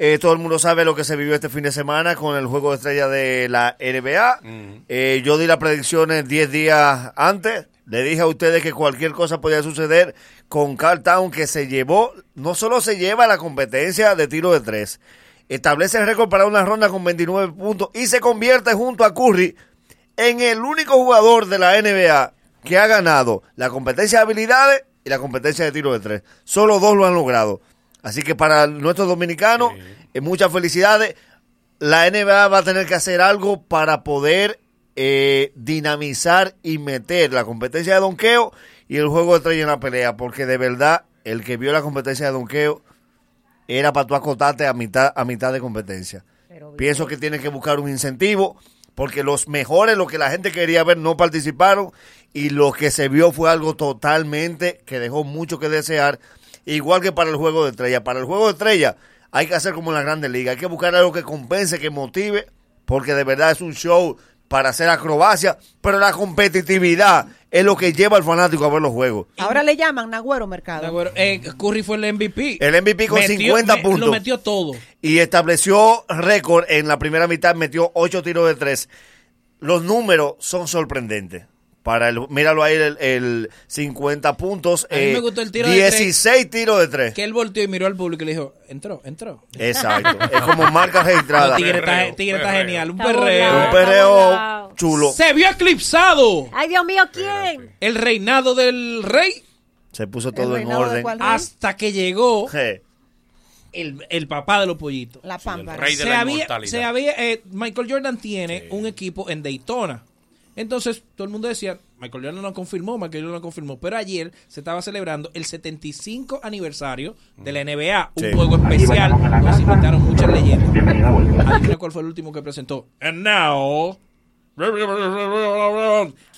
Eh, todo el mundo sabe lo que se vivió este fin de semana con el juego de estrella de la NBA.
Mm.
Eh, yo di las predicciones 10 días antes. Le dije a ustedes que cualquier cosa podía suceder con Carl Town, que se llevó, no solo se lleva la competencia de tiro de tres, establece el récord para una ronda con 29 puntos y se convierte junto a Curry en el único jugador de la NBA que ha ganado la competencia de habilidades y la competencia de tiro de tres. Solo dos lo han logrado. Así que para nuestros dominicanos, eh, muchas felicidades. La NBA va a tener que hacer algo para poder eh, dinamizar y meter la competencia de donqueo y el juego de estrella en la pelea. Porque de verdad, el que vio la competencia de donqueo era para tú acotarte a mitad, a mitad de competencia. Pienso que tienen que buscar un incentivo porque los mejores, lo que la gente quería ver, no participaron y lo que se vio fue algo totalmente que dejó mucho que desear, igual que para el juego de estrella. Para el juego de estrella hay que hacer como en la Grande Liga, hay que buscar algo que compense, que motive, porque de verdad es un show para hacer acrobacia, pero la competitividad es lo que lleva al fanático a ver los juegos.
Ahora le llaman Nagüero Mercado.
Nagüero, eh, Curry fue el MVP.
El MVP con
Metió-
50
me-
puntos.
Lo metió todo.
y estableció récord en la primera mitad, metió ocho tiros de tres. Los números son sorprendentes. Para el, míralo ahí, el, el 50 puntos.
A mí me
eh,
gustó el tiro de
16 tiros de tres.
Que él volteó y miró al público y le dijo, entró, entró.
Exacto. es como marca registrada.
No, Tigre está, Ah, Tigre está genial. Un perreo.
Un perreo chulo.
Se vio eclipsado
Ay, Dios mío, ¿quién?
el reinado del rey
Se puso todo en orden.
hasta que llegó
Sí.
el, el papá de los pollitos.
La pampa.
rey de
se
la
había,
inmortalidad.
se había- eh, Michael Jordan tiene un equipo en Daytona. Entonces, todo el mundo decía, Michael Jordan no confirmó, Michael Jordan no confirmó. Pero ayer se estaba celebrando el 75 aniversario de la NBA. Un
Sí.
juego especial donde se invitaron muchas leyendas. Adivina cuál fue el último que presentó. And now...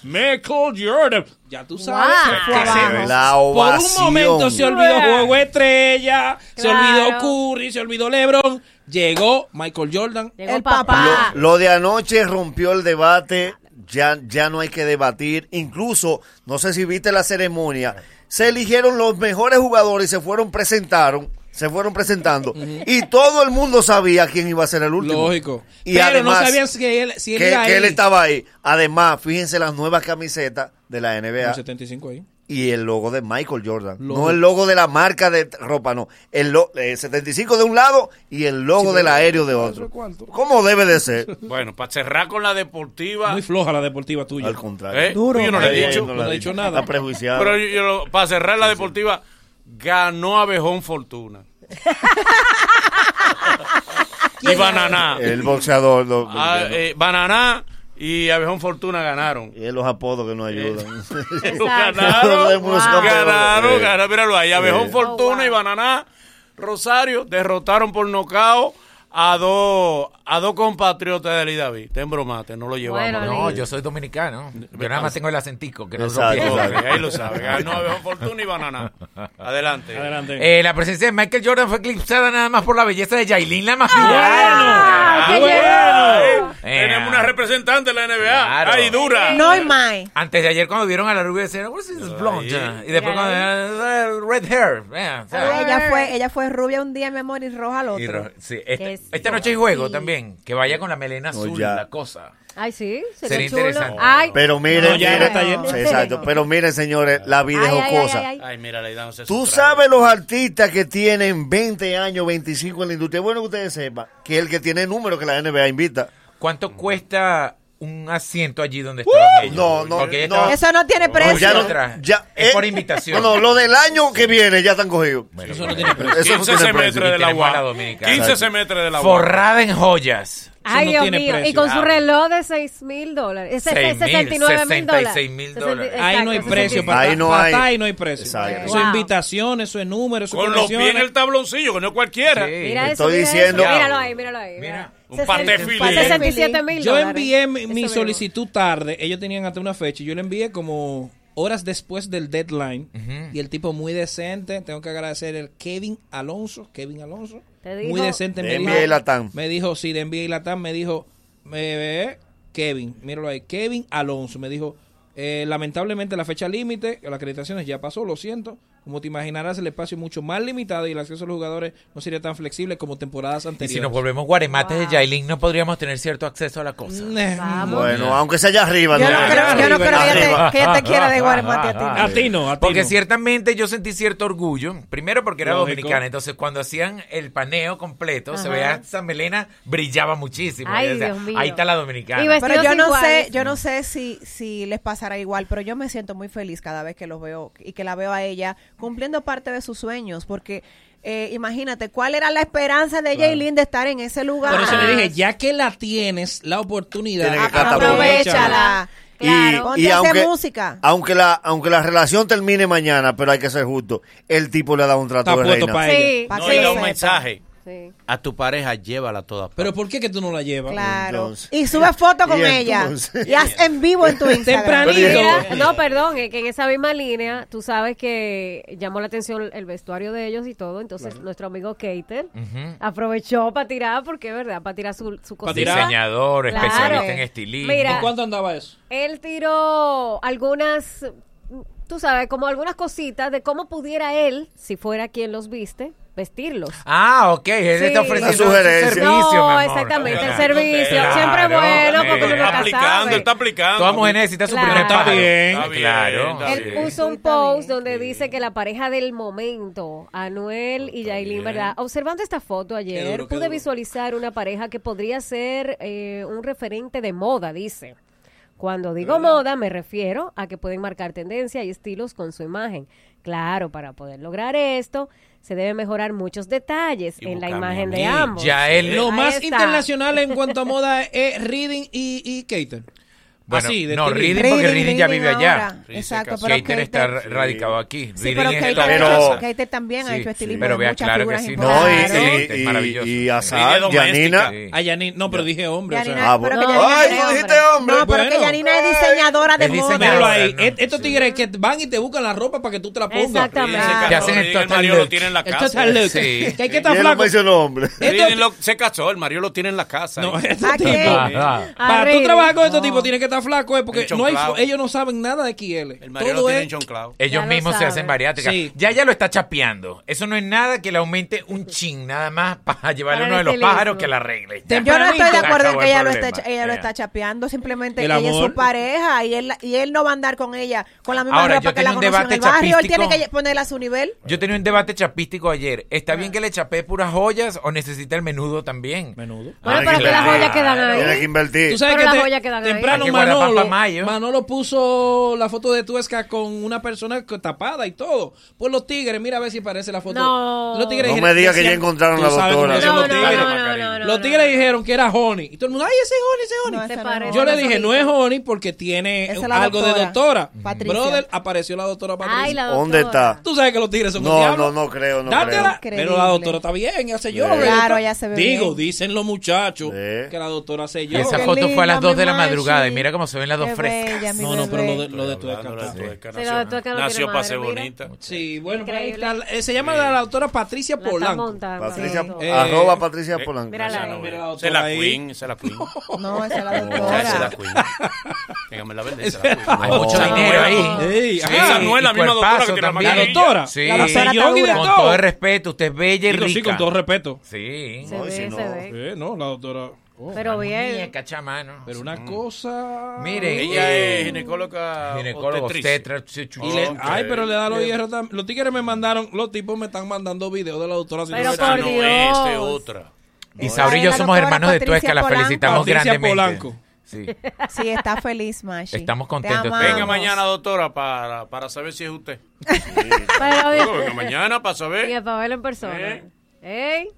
Michael Jordan. Ya tú sabes.
Wow.
que fue
Sí,
abajo.
la
Por un
ovación.
momento se olvidó
Wow.
Juego Estrella, se olvidó
Claro.
Curry, se olvidó LeBron. Llegó Michael Jordan.
el
Ah.
papá.
Lo de anoche rompió el debate, ya, ya no hay que debatir. Incluso, no sé si viste la ceremonia, se eligieron los mejores jugadores y se fueron, presentaron, se fueron presentando. Y todo el mundo sabía quién iba a ser el último.
Lógico.
Y
Pero
además,
no sabían si él, si
que,
él iba
que él
ahí.
estaba ahí. Además, fíjense las nuevas camisetas de la NBA.
Un 75 ahí.
Y el logo de Michael Jordan.
Logo.
No el logo de la marca de ropa, no. El lo- eh, 75 de un lado y el logo
Sí,
del
pero-
aéreo de otro. ¿Cómo debe de ser?
Bueno, para cerrar con la deportiva.
Muy floja la deportiva tuya.
Al contrario.
Eh, Duro. yo no le he
Ella
dicho. No
la
le he
dice.
dicho nada.
Está prejuiciada.
Pero yo- yo lo- para cerrar la deportiva, ganó Abejón Fortuna. y Bananá.
El boxeador. lo-
Ah, eh, Bananá y Abejón Fortuna ganaron.
Y es los apodos que nos ayudan.
ganaron,
Wow.
ganaron,
Eh.
ganaron. Míralo ahí. Abejón
Oh,
Eh.
Fortuna y Bananá Rosario derrotaron por nocao a dos a dos compatriotas de Ali David. Te embromaste, no lo llevamos.
Bueno, No, Lee. yo soy dominicano. Yo nada más tengo el acentico, que no lo
Exacto,
pierdo.
ok, Ahí lo sabe. Ganó Abejón Fortuna y Bananá. Adelante.
Eh, la presencia de Michael Jordan fue eclipsada nada más por la belleza de Yailin la más
¡Ah,
¡Bueno! Eh.
bueno! Tenemos una representante de la NBA. Ahí dura.
No hay más.
Antes de ayer cuando vieron a la rubia decían, "What is this blonde?" Y después cuando eh, red hair. eh, o sea,
Ella fue, ella fue rubia un día, mi amor, y roja al
y
Ah, otro.
ro- sí, esta,
Que sí.
esta noche hay juego también, que vaya con la melena
No,
azul
ya.
la cosa.
Ay, sí, sería,
Sería
chulo.
interesante.
Ay,
Pero miren,
No, ya
miren-
está lleno.
exacto, pero miren, señores, la vida es jocosa.
Ay, mira, le damos
Tú sabes los artistas que tienen 20 años, 25 en la industria. Es Bueno, que ustedes sepan que el que tiene número que la NBA invita.
¿Cuánto cuesta un asiento allí donde estaban ellos?
No, no,
Porque ella
no. eh,
estaba-
Eso no tiene precio.
ya no- ya- es por invitación.
No, no, lo del año que viene ya están cogidos.
eso no tiene precio.
Eso no
15
tiene
se
precio.
mete de la
Y tenemos a
UAP.
dominicana.
15 se
Exacto.
mete de la UAP.
Forrada en joyas.
Ay,
Eso no
Dios
tiene
mío.
precio.
Y con su
Ah.
reloj de 6 mil dólares. Ese-
Seis mil,
69 mil dólares.
66 mil
Sesenta-
dólares.
exacto,
Ahí no hay
65.
precio. Para
Ahí
ahí
no
no
hay.
ahí no hay precio.
Exacto.
Eso es
Wow.
invitación, eso es número, eso es
Con los pies en
conexiones.
el tabloncillo, que no es cualquiera.
Mira eso,
Estoy
mira eso.
diciendo-
Míralo ahí, míralo ahí. Mira.
Un paté filé.
67 mil
Yo
dólares.
envié mi,
Eso
mi
mismo.
solicitud tarde. Ellos tenían hasta una fecha. y Yo le envié como horas después del deadline. Y el tipo muy decente. Tengo que agradecer el Kevin Alonso. Kevin Alonso.
Te
dijo-
muy decente.
De
me
NBA
dijo-
Latam.
Me dijo, sí, de NBA Latam. Me dijo, eh, Kevin, míralo ahí. Kevin Alonso. Me dijo, eh, lamentablemente la fecha límite, las acreditaciones ya pasó, lo siento. Como te imaginarás, el espacio es mucho más limitado y el acceso a los jugadores no sería tan flexible como temporadas
Y
anteriores.
si nos volvemos guaremates de Yailin, no podríamos tener cierto acceso a la cosa.
Bueno, aunque sea allá arriba.
Yo no creo- yo no creo que te-
Arriba.
que te quiera de
guaremate
ah,
a ti, no.
A ti no, a ti
Porque
no.
ciertamente yo sentí cierto orgullo. Primero porque era
Lógico.
dominicana. Entonces, cuando hacían el paneo completo, se
Ajá.
veía esa melena, brillaba muchísimo.
Ay,
Y decía,
Dios mío.
Ahí está la dominicana.
Pero yo no sé, yo no sé si, si les pasará igual, pero yo me siento muy feliz cada vez que los veo y que la veo a ella cumpliendo parte de sus sueños, porque eh, imagínate cuál era la esperanza de Jaylin de estar en ese lugar.
Por eso le dije, ya que la tienes, la oportunidad,
Tiene que catapultar. Y,
Ah, Ponte
y
a hacer
aunque,
música.
aunque la aunque la relación termine mañana, pero hay que ser justo. El tipo le ha dado un trato
Está
de
puesto
reina.
pa' ella. Sí, pa'
No,
que
y da un
sepa.
mensaje.
Sí.
A tu pareja, llévala toda.
Pero ¿por qué que tú no la llevas?
Claro. y sube foto con ella. Y haz en vivo en tu Instagram.
Mira, no, perdón, es que en esa misma línea, tú sabes que llamó la atención el vestuario de ellos y todo, entonces
Claro.
nuestro amigo Keiter
Ujú.
aprovechó para tirar, porque es verdad, para tirar su, su
Para
cosita.
tirar. Diseñador,
Claro.
especialista en estilismo.
Mira,
¿Por cuánto
andaba eso?
Él tiró algunas, tú sabes, como algunas cositas de cómo pudiera él, si fuera quien los viste, vestirlos.
Ah, ok, él
Sí.
está ofreciendo
Una
su
sugerencia.
servicio,
No,
mi amor.
exactamente, el
Claro.
servicio.
Claro, eh,
Siempre bueno, porque uno nunca
aplicando,
sabe.
está aplicando.
Toda mujer necesita su
Claro.
primer
Está
pájaro.
bien.
Ah,
Está bien,
Claro.
está
Él puso un post donde dice que la pareja del momento, Anuel y Yailin, ¿verdad? Observando esta foto ayer,
Qué duro, qué
pude
duro.
visualizar una pareja que podría ser eh, un referente de moda, dice. Cuando digo moda, me refiero a que pueden marcar tendencia y estilos con su imagen. Claro, para poder lograr esto, se deben mejorar muchos detalles en la imagen de ambos.
Ya él-
Lo
Ahí
más
está.
internacional en cuanto a moda eh. es Reading y, y Cater.
Bueno,
Así, de
no,
estilo.
Reading, porque Reading, ya vive allá.
Exacto, pero
Skater está
Keiter-
ra- radicado aquí.
Sí,
Reading
pero
está en
Keiter-
la
pero-
casa.
Keiter también ha hecho estilismo
Pero
de
vea,
muchas
claro que
figuras
sí.
importantes.
No,
No, y-
excelente,
y-
maravilloso.
y Azar, Reading doméstica. Yanina. Sí.
Ah, Yanina. No, pero dije hombre. o sea.
Yanina- Ah, pero que bueno. Yanina Ay, es tú dijiste hombre. hombre. No, pero que Yanina es diseñadora de Es moda. diseñadora,
Míralo ahí.
¿no?
Et- Estos tigres que van y te buscan la ropa para que tú te la pongas.
Exactamente.
Sí,
Te
se casó,
hacen el
Reading, el
total
marido lo
look.
tiene en la
El
casa.
total look.
Sí.
Que hay que estar flaco.
Reading lo- se casó, el marido lo tiene en la casa. No,
estos tipos. Ah. Para tú trabajar con estos tipos tienes que estar flaco, eh, porque
En
no hay,
chonclao.
fo- ellos no saben nada de XL. El
marido lo tiene en chonclao.
Ellos
Ya lo
mismos se
saben.
hacen bariátrica.
Sí.
Ya ya lo está chapeando. Eso no es nada que le aumente un chin, nada más para llevarle
Para
uno de
el
los
estilismo.
pájaros que la arregle. Ya.
Yo no estoy de acuerdo en
Acabó
que
el
ella lo,
problema.
está, cha- ella lo
Ya.
está chapeando, simplemente
El
ella es
amor.
su pareja y él, y él no va a andar con ella con la misma
Ahora, yo
ropa que
tengo
la
un
conoció en
debate
el barrio, él
chapístico.
tiene que ponerla a su nivel.
Yo tenía un debate chapístico ayer.
Ah.
¿Está bien que le chapé puras joyas o necesita el menudo también? Menudo.
Bueno, pero que las joyas quedan ahí.
Tiene que invertir.
Tú sabes
Pero
que
las
te-
joyas quedan ahí.
temprano
Eh, Hay que guardar
Manolo,
pa' mayo.
Manolo puso la foto de Tuesca con una persona co- tapada y todo. Pues los tigres, mira a ver si parece la foto.
No.
Los tigres
No
dijeron-
me diga que ya
decían-
encontraron
Tú
la
sabes cómo
doctora.
decían
No,
los
no,
tigres.
no, no, no,
Los tigres dijeron que era Honey. Y todo el mundo, ay, ese es Honey,
ese es
Honey.
parece.
Yo le dije, no es Honey porque tiene
Esa es la
algo de
doctora.
doctora.
Patricia.
Brother, apareció la doctora Patricia.
la
¿Dónde está?
Tú sabes que los tigres son
No,
el diablo.
no, no creo, no
Dátela.
creo.
Pero la doctora está bien, ya se llora.
Claro, ella se ve
Digo,
bien.
dicen los muchachos que la doctora se llora.
Esa foto fue a las 2 de la madrugada y mira cómo se ven las dos frescas.
No, no, pero lo de, lo de Tuerca. está-
Sí, lo de Tuerca no
Nació
tiene
pa'
madre,
ser
mira.
bonita.
Sí, bueno, pues ahí está. Eh, Se llama la, doctora Patricia
está
Polanco.
Ah,
montando.
Patricia- arroba Patricia
Eh,
Polanco.
mírala
Esa
ahí.
no, mira
la
Esa es la queen, esa es la queen.
No, esa es la
No,
doctora.
Esa es la queen. Dígame la verdad, esa es la queen.
Hay mucho dinero ahí.
Sí, esa no es la
y
misma doctora
cuerpazo
que tiene la
también.
mascarilla.
Sí.
La doctora está dura.
Con todo el respeto, usted es bella y
Digo,
rica.
sí, con todo respeto.
Sí.
Se ve, se ve.
Eh, no, la doctora. oh.
Pero bien.
Pero una cosa.
Mire, eh,
Ella es
Mm. ginecóloga.
Ginecólogo,
obstetricia.
obstetra, sí,
Y le-
Ok.
Ay, pero le da los hierros también. Los tigres me mandaron, los tipos me están mandando videos de la doctora.
Pero
Silvestre.
por No, Dios. este, otra.
Y Sabrina y yo somos hermanos de Tuesca, la felicitamos
Patricia
grandemente.
Polanco.
Sí.
Sí, está feliz, Mashi.
Estamos
Te
contentos
amamos.
Venga mañana, doctora, para, para saber si es usted.
Pero bien.
Luego, venga mañana para
Y
saber.
a Pavel en persona. ¡Ey!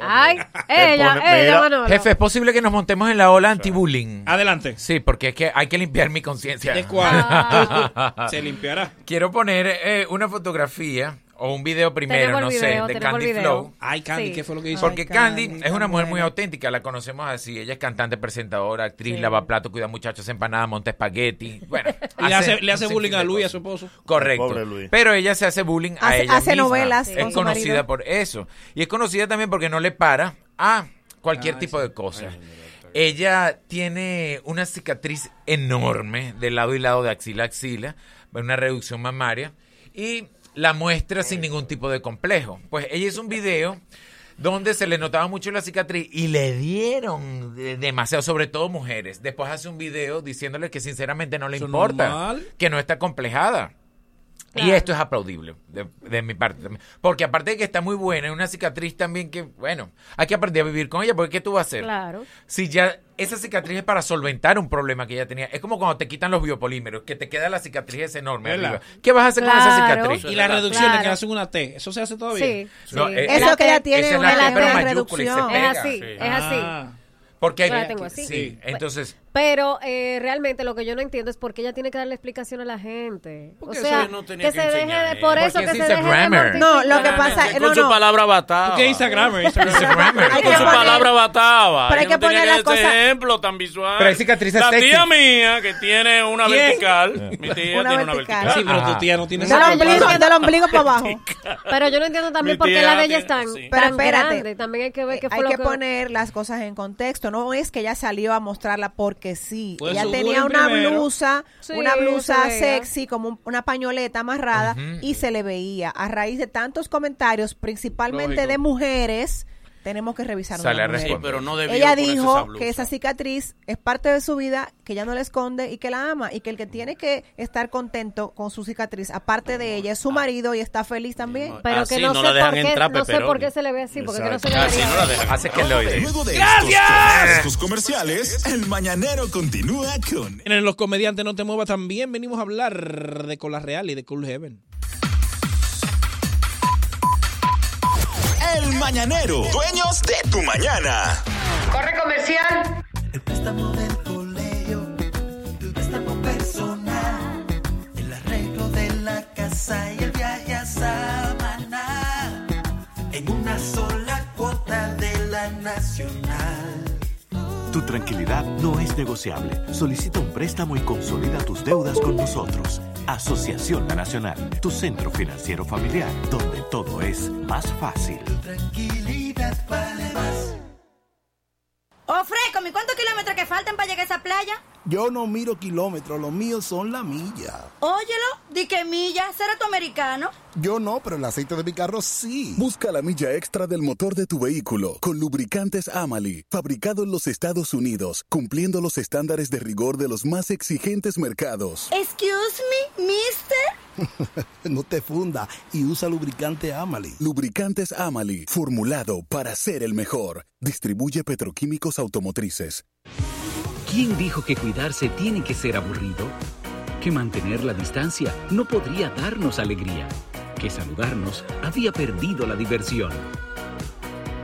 ¡Ay!
Eh,
¡Ella!
Mira,
¡Ella, Manolo!
Jefe, es posible que nos montemos en la ola anti-bullying.
Adelante.
Sí, porque es que hay que limpiar mi conciencia.
¿De cuál? Se limpiará.
Quiero poner eh, una fotografía o un video primero,
Tenemos el
no
video,
sé, de
tenemos el
Candy
video.
Flow.
Ay, Candy, Sí. ¿qué fue lo que hizo?
Porque
Ay,
Candy,
Candy,
es
tan
una mujer muy
buena.
auténtica, la conocemos así. Ella es cantante, presentadora, actriz,
Sí.
lavaplato, cuida muchachos, empanadas, monta espagueti. Bueno,
Y le hace, le
un
hace
sinfín
bullying
de
a Luis, a su esposo.
Correcto.
Pobre
Pero ella se hace bullying a
Hace-
ella
hace
misma.
novelas con
Es
su
conocida
marido.
por eso. Y es conocida también porque no le para a cualquier
Ah,
tipo de cosa. ella tiene una cicatriz enorme de lado y lado, de axila a axila, una reducción mamaria. Y la muestra sin ningún tipo de complejo. Pues ella hizo un video donde se le notaba mucho la cicatriz y le dieron de- demasiado, sobre todo mujeres. Después hace un video diciéndole que sinceramente no le
Eso es
importa,
normal.
que no está complejada. Y esto es aplaudible de, de mi parte también. Porque aparte de que está muy buena, es una cicatriz también que, bueno, hay que aprender a vivir con ella, porque ¿qué tú vas a hacer?
Claro.
Si ya esa cicatriz es para solventar un problema que ella tenía. Es como cuando te quitan los biopolímeros, que te queda la cicatriz esa enorme.
¿Verdad?
arriba. ¿Qué vas a hacer con esa
Claro.
cicatriz?
Y las reducciones que
Claro.
hacen una T, ¿eso se hace todavía?
Sí. No, eh,
Eso que ella tiene
esa es
una
la T, pero
gran
mayúscula y se
reducción.
pega.
Ah.
Es así,
Sí.
es así.
Porque
Yo la
ella-
tengo así.
sí, entonces
Pero eh, realmente lo que yo no entiendo es por qué ella tiene que darle explicación a la gente. O
Porque
sea,
eso no tenía
que,
que
se deje
enseñar,
de,
¿eh?
por
Porque
eso que
es
se deje de
Instagrammer.
mortificar.
No, lo que pasa
Con
no,
su
no.
palabra bataba.
¿Qué Instagrammer?
Instagrammer.
Hay que
Con su
poner-
palabra bataba.
pero hay
Ella
que
no
poner
tenía que
las
dar ese
cosas-
ejemplo tan visual.
Pero hay cicatrices
La tía
sexy.
mía, que tiene una
¿Quién?
vertical. Mi tía
Una
tiene una
vertical.
vertical.
Sí, pero tu tía no tiene
Del ombligo, del
ombligo para abajo.
Pero yo no entiendo también
Mi
por qué
tía
la de ella
tiene-
es tan,
sí.
tan
Pero espérate. eh,
grande. También hay que ver qué fue
Hay
lo
que poner las cosas en contexto. No es que ella salió a mostrarla porque sí.
Pues
ella
su
tenía
bullying
una
primero.
blusa,
Sí,
una blusa
se veía.
sexy, como un- una pañoleta amarrada, y se le veía. A raíz de tantos comentarios, principalmente
Lógico.
de mujeres, tenemos que revisar.
Sale
una
a
mujer.
responder. Sí, pero no debió
Ella
ponerse esa
dijo
blusa.
que esa cicatriz es parte de su vida, que ella no la esconde y que la ama, y que el que tiene que estar contento con su cicatriz, aparte de ella, es
Ah.
su marido y está feliz también.
Pero que no, sé por qué, no sé por qué se le ve así, porque que no se le
Exacto. Ah,
vería.
sí, no la dejan.
Hace que lo oye.
Luego de
¡Gracias!
estos comerciales, el mañanero continúa con
En los comediantes no te muevas también venimos a hablar de Cola Real y de Cool Heaven.
El mañanero, dueños de tu mañana.
Corre comercial.
personal, el arreglo de la casa y el viaje a Samaná, en una sola cuota de la nacional.
Tu tranquilidad no es negociable. Solicita un préstamo y consolida tus deudas con nosotros. Asociación La Nacional, tu centro financiero familiar, donde todo es más fácil.
Tranquilidad vale más.
Oh, Fresco, ¿y cuántos kilómetros que faltan para llegar a esa playa?
Yo no miro kilómetros, los míos son la milla.
Óyelo, di que milla, será tu americano.
Yo no, pero el aceite de mi carro sí.
Busca la milla extra del motor de tu vehículo con lubricantes Amali, fabricado en los Estados Unidos, cumpliendo los estándares de rigor de los más exigentes mercados.
Excuse me, mister.
No te funda y usa lubricante Amali.
Lubricantes Amali, formulado para ser el mejor. Distribuye petroquímicos automotrices.
¿Quién dijo que cuidarse tiene que ser aburrido? Que mantener la distancia no podría darnos alegría. Que saludarnos había perdido la diversión.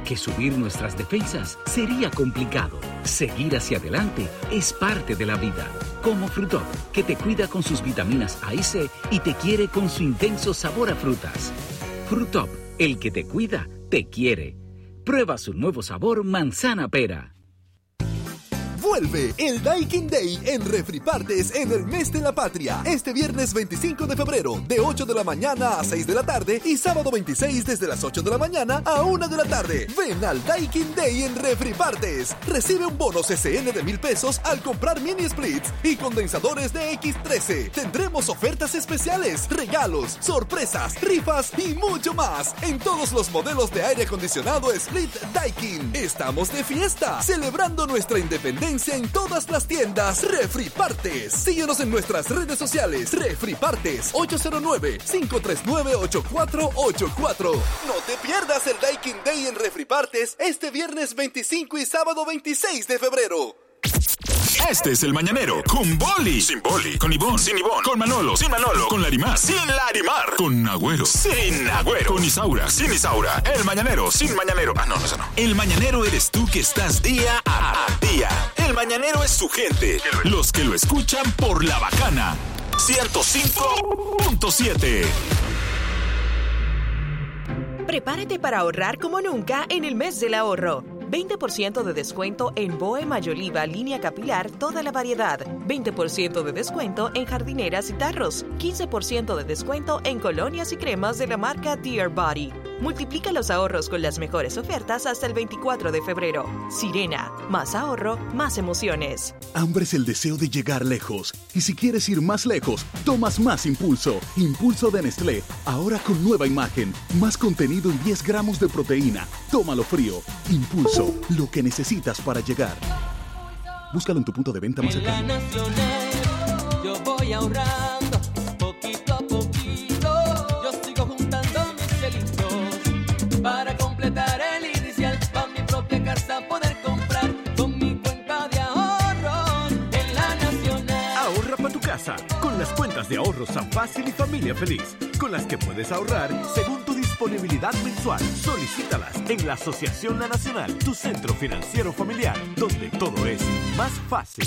Que subir nuestras defensas sería complicado. Seguir hacia adelante es parte de la vida. Como Frutop, que te cuida con sus vitaminas A y C y te quiere con su intenso sabor a frutas. Frutop, el que te cuida, te quiere. Prueba su nuevo sabor manzana pera.
Vuelve el Daikin Day en Refripartes en el mes de la patria. Este viernes 25 de febrero, de 8 de la mañana a 6 de la tarde y sábado 26 desde las 8 de la mañana a 1 de la tarde. Ven al Daikin Day en Refripartes. Recibe un bono CCN de mil pesos al comprar mini splits y condensadores de X13. Tendremos ofertas especiales, regalos, sorpresas, rifas y mucho más en todos los modelos de aire acondicionado Split Daikin. Estamos de fiesta, celebrando nuestra independencia en todas las tiendas Refri Partes. Síguenos en nuestras redes sociales Refri Partes 809-539-8484. No te pierdas el Daikin Day en Refri Partes este viernes 25 y sábado 26 de febrero.
Este es el mañanero con Boli, sin Boli, con Ivón, sin Ivón, con Manolo, sin Manolo, con Larimar, sin Larimar, con Agüero, sin Agüero, con Isaura, sin Isaura, el mañanero, sin mañanero. Ah, no, no, eso no. El mañanero eres tú que estás día a día. El mañanero es su gente, los que lo escuchan por la bacana. 105.7.
Prepárate para ahorrar como nunca en el mes del ahorro. 20% de descuento en Boe Mayoliva línea capilar toda la variedad. 20% de descuento en jardineras y tarros. 15% de descuento en colonias y cremas de la marca Dear Body. Multiplica los ahorros con las mejores ofertas hasta el 24 de febrero. Sirena, más ahorro, más emociones.
Hambre es el deseo de llegar lejos. Y si quieres ir más lejos, tomas más impulso. Impulso de Nestlé. Ahora con nueva imagen. Más contenido y 10 gramos de proteína. Tómalo frío. Impulso. Lo que necesitas para llegar. Búscalo en tu punto de venta más
La
cercano.
nacional, yo voy ahorrando, poquito a poquito, yo sigo juntando mis chelitos para completar el inicial, para mi propia casa poder comprar con mi cuenta de ahorro en la nacional.
Ahorra para tu casa con las cuentas de ahorro San Fácil y Familia Feliz, con las que puedes ahorrar según tu disponibilidad.
disponibilidad mensual. Solicítalas en la Asociación La Nacional, tu centro financiero familiar, donde todo es más fácil.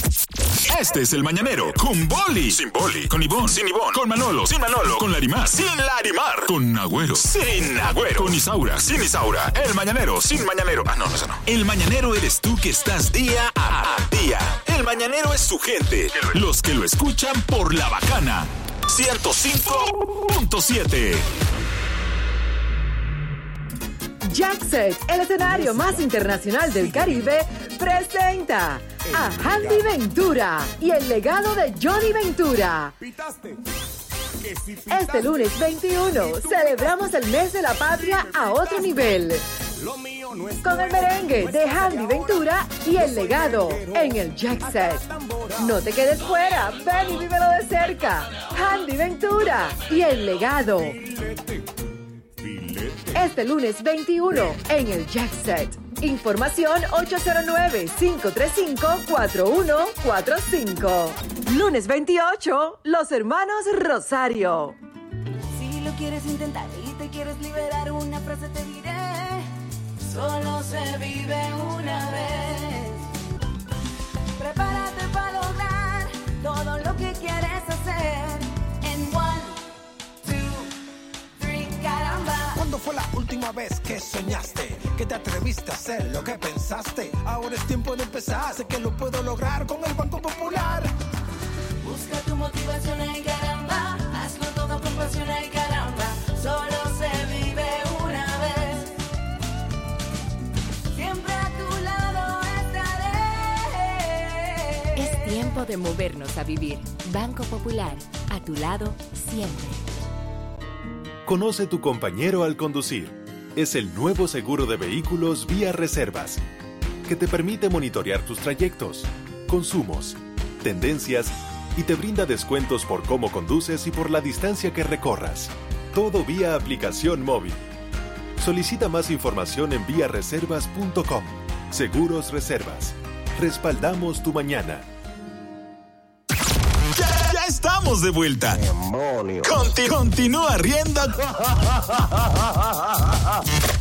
Este es el mañanero. Con Boli. Sin Boli. Con Ivón. Sin Ivón. Con Manolo. Sin Manolo. Con Larimar. Sin Larimar. Con Agüero. Sin Agüero. Con Isaura. Sin Isaura. El mañanero. Sin mañanero. Ah, no, no, eso no. El mañanero eres tú que estás día a día. El mañanero es su gente. Los que lo escuchan por la bacana. 105.7.
Jackset, el escenario más internacional del Caribe, presenta a Handy Ventura y el legado de Johnny Ventura. Este lunes 21 celebramos el mes de la patria a otro nivel. Con el merengue de Handy Ventura y el legado en el Jackset. No te quedes fuera, ven y vívelo de cerca. Handy Ventura y el legado. Este lunes 21 en el Jackset. Información 809-535-4145. Lunes 28, los hermanos Rosario.
Si lo quieres intentar y te quieres liberar, una frase te diré. Solo se vive una vez. Prepárate para lograr todo lo que quieres hacer. En one, two, three, caramba.
¿Cuándo fue la última vez que soñaste? Que te atreviste a hacer lo que pensaste. Ahora es tiempo de empezar, sé que lo puedo lograr con el Banco Popular.
Busca tu motivación en caramba. Hazlo todo con pasión en caramba. Solo se vive una vez. Siempre a tu lado estaré.
Es tiempo de movernos a vivir. Banco Popular, a tu lado siempre.
Conoce tu compañero al conducir. Es el nuevo seguro de vehículos vía reservas, que te permite monitorear tus trayectos, consumos, tendencias y te brinda descuentos por cómo conduces y por la distancia que recorras. Todo vía aplicación móvil. Solicita más información en viareservas.com. Seguros Reservas. Respaldamos tu mañana.
Ya, ya estamos de vuelta. Conti- continúa riendo Ah,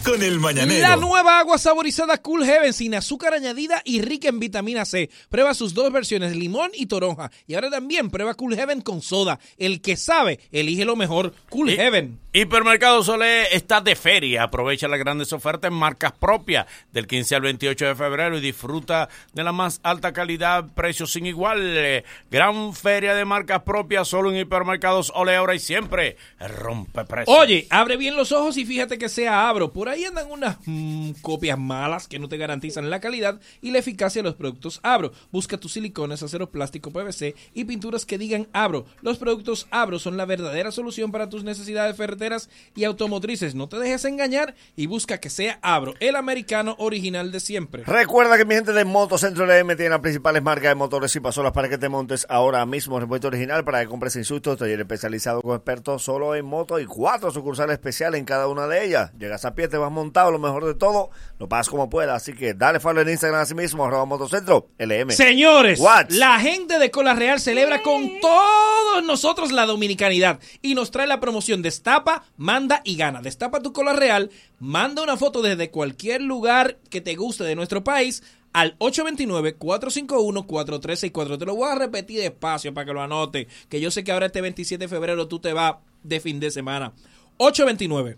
con el mañanero.
La nueva agua saborizada Cool Heaven sin azúcar añadida y rica en vitamina C. Prueba sus dos versiones, limón y toronja. Y ahora también prueba Cool Heaven con soda. El que sabe, elige lo mejor. Cool Heaven.
Hipermercado Sole está de feria. Aprovecha las grandes ofertas en marcas propias del 15 al 28 de febrero y disfruta de la más alta calidad, precios sin igual. Eh, Gran feria de marcas propias solo en Hipermercados Sole ahora y siempre. Rompe precios.
Oye, abre bien los ojos y fíjate que sea Abro. Por ahí andan unas mm, copias malas que no te garantizan la calidad y la eficacia de los productos Abro. Busca tus silicones, acero plástico, PVC y pinturas que digan Abro. Los productos Abro son la verdadera solución para tus necesidades ferreteras y automotrices. No te dejes engañar y busca que sea Abro, el americano original de siempre.
Recuerda que mi gente de Motocentro LM tiene las principales marcas de motores y pasolas para que te montes ahora mismo. Repuesto original para que compres sin susto. Taller especializado con expertos solo en moto y cuatro sucursales especiales en cada una de ellas. Llegas a pie, te vas montado, lo mejor de todo, lo pagas como puedas. Así que dale follow en Instagram así mismo, arroba Motocentro LM.
Señores,
What?
la gente de Cola Real celebra con todos nosotros la dominicanidad y nos trae la promoción Destapa, manda y gana. Destapa tu Cola Real, manda una foto desde cualquier lugar que te guste de nuestro país al 829-451-4364. Te lo voy a repetir despacio para que lo anote, que yo sé que ahora este 27 de febrero tú te vas de fin de semana. 829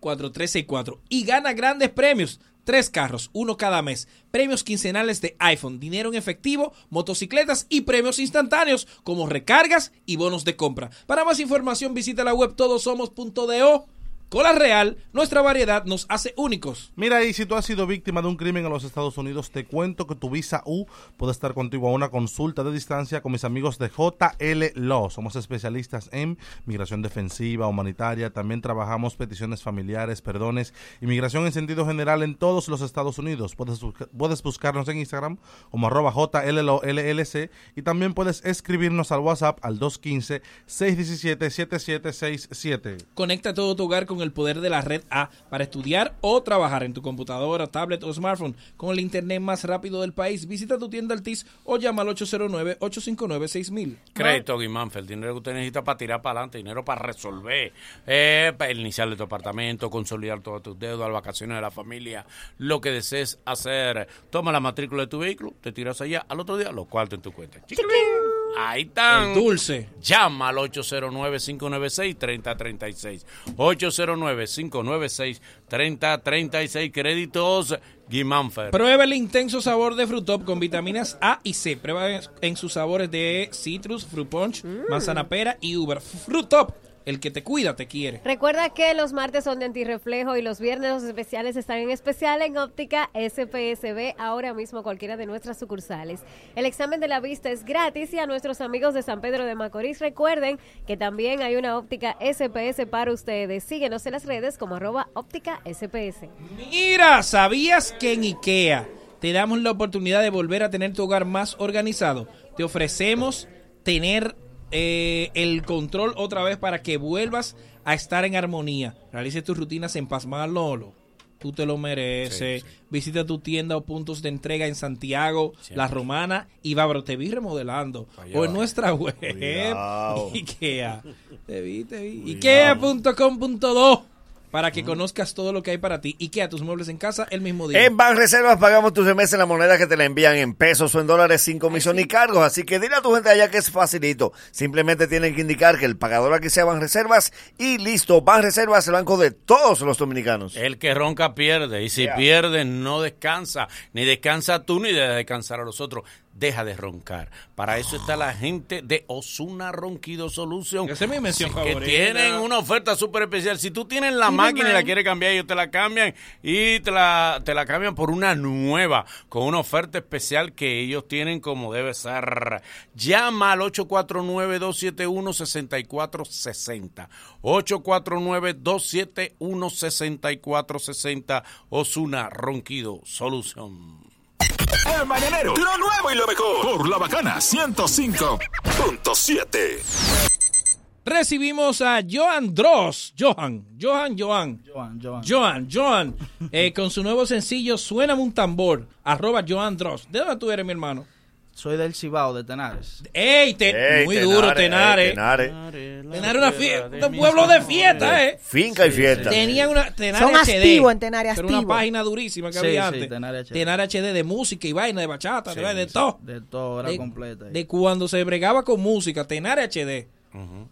451-4364 y gana grandes premios. Tres carros, uno cada mes, premios quincenales de iPhone, dinero en efectivo, motocicletas y premios instantáneos como recargas y bonos de compra. Para más información visita la web todosomos.do. Cola Real, nuestra variedad nos hace únicos.
Mira, y si tú has sido víctima de un crimen en los Estados Unidos, te cuento que tu visa U puede estar contigo a una consulta de distancia con mis amigos de JL Law. Somos especialistas en migración defensiva, humanitaria. También trabajamos peticiones familiares, perdones, inmigración en sentido general en todos los Estados Unidos. Puedes, busca- puedes buscarnos en Instagram como arroba JLLOLLC y también puedes escribirnos al WhatsApp al 215-617-7767.
Conecta todo tu hogar con el el poder de la red A para estudiar o trabajar en tu computadora, tablet o smartphone con el internet más rápido del país. Visita tu tienda Altis o llama al 809-859-6000.
Crédito, Guimánfer, el dinero que usted necesita para tirar para adelante, dinero para resolver, eh, para iniciar tu apartamento, consolidar todos tus deudas, las vacaciones de la familia, lo que desees hacer. Toma la matrícula de tu vehículo, te tiras allá, al otro día lo cuartos en tu cuenta. Chiquilín. Ahí están.
El dulce.
Llama al 809-596-3036. 809-596-3036. Créditos Guimánfer.
Prueba el intenso sabor de Frutop con vitaminas A y C. Prueba en- en sus sabores de citrus, fruit punch, manzana pera y uva. Frutop, el que te cuida te quiere.
Recuerda que los martes son de antirreflejo y los viernes los especiales están en especial en óptica SPSB, ahora mismo cualquiera de nuestras sucursales. El examen de la vista es gratis y a nuestros amigos de San Pedro de Macorís recuerden que también hay una óptica SPS para ustedes. Síguenos en las redes como arroba óptica SPS.
Mira, ¿sabías que en IKEA te damos la oportunidad de volver a tener tu hogar más organizado? Te ofrecemos tener eh, el control otra vez para que vuelvas a estar en armonía. Realice tus rutinas en Paz Lolo. Tú te lo mereces. Visita tu tienda o puntos de entrega en Santiago, La Romana y Babro. Te vi remodelando. O en nuestra web.
Cuidado.
IKEA. Te vi, te vi. Ikea.com.do para que conozcas todo lo que hay para ti. Ikea, tus muebles en casa el mismo día.
En Banreservas pagamos tus remesas en la moneda que te la envían en pesos o en dólares sin comisión ni cargos, así que dile a tu gente allá que es facilito. Simplemente tienen que indicar que el pagador aquí sea Banreservas y listo. Banreservas, el banco de todos los dominicanos.
El que ronca pierde y si
Yeah.
pierde no descansa, ni descansa tú ni de descansar a los otros. Deja de roncar. Para eso está la gente de Osuna Ronquido Solution.
Esa es mi mención
que
favorita.
tienen una oferta súper especial. Si tú tienes la
Mira,
máquina y la
man.
quieres cambiar, ellos te la cambian y te la, te la cambian por una nueva, con una oferta especial que ellos tienen como debe ser. Llama al 849-271-6460. 849-271-6460. Osuna Ronquido Solución.
El Mañanero. Lo nuevo y lo mejor. Por La Bacana 105.7.
Recibimos a Joan Dross. Johan, Johan, Johan. Johan, Johan. Johan, eh, con su nuevo sencillo Suena un tambor. Arroba Joan Dross. ¿De dónde tú eres, mi hermano?
Soy del Cibao, de Tenares.
¡Ey! te-
Ey,
muy
Tenares,
duro,
ey,
Tenares.
Tenares.
Tenares una fiesta. Un pueblo de fiesta, ¿eh?
Finca y fiesta.
Tenían una Tenares
Son
HD,
activos en Tenares,
pero una
activos.
página durísima que
Sí, sí,
había antes.
Tenares HD.
Tenares HD de música y vaina, de bachata,
Sí,
de, vaina, de
sí,
todo.
De todo, era
De-
completa.
De cuando se bregaba con música, Tenares HD.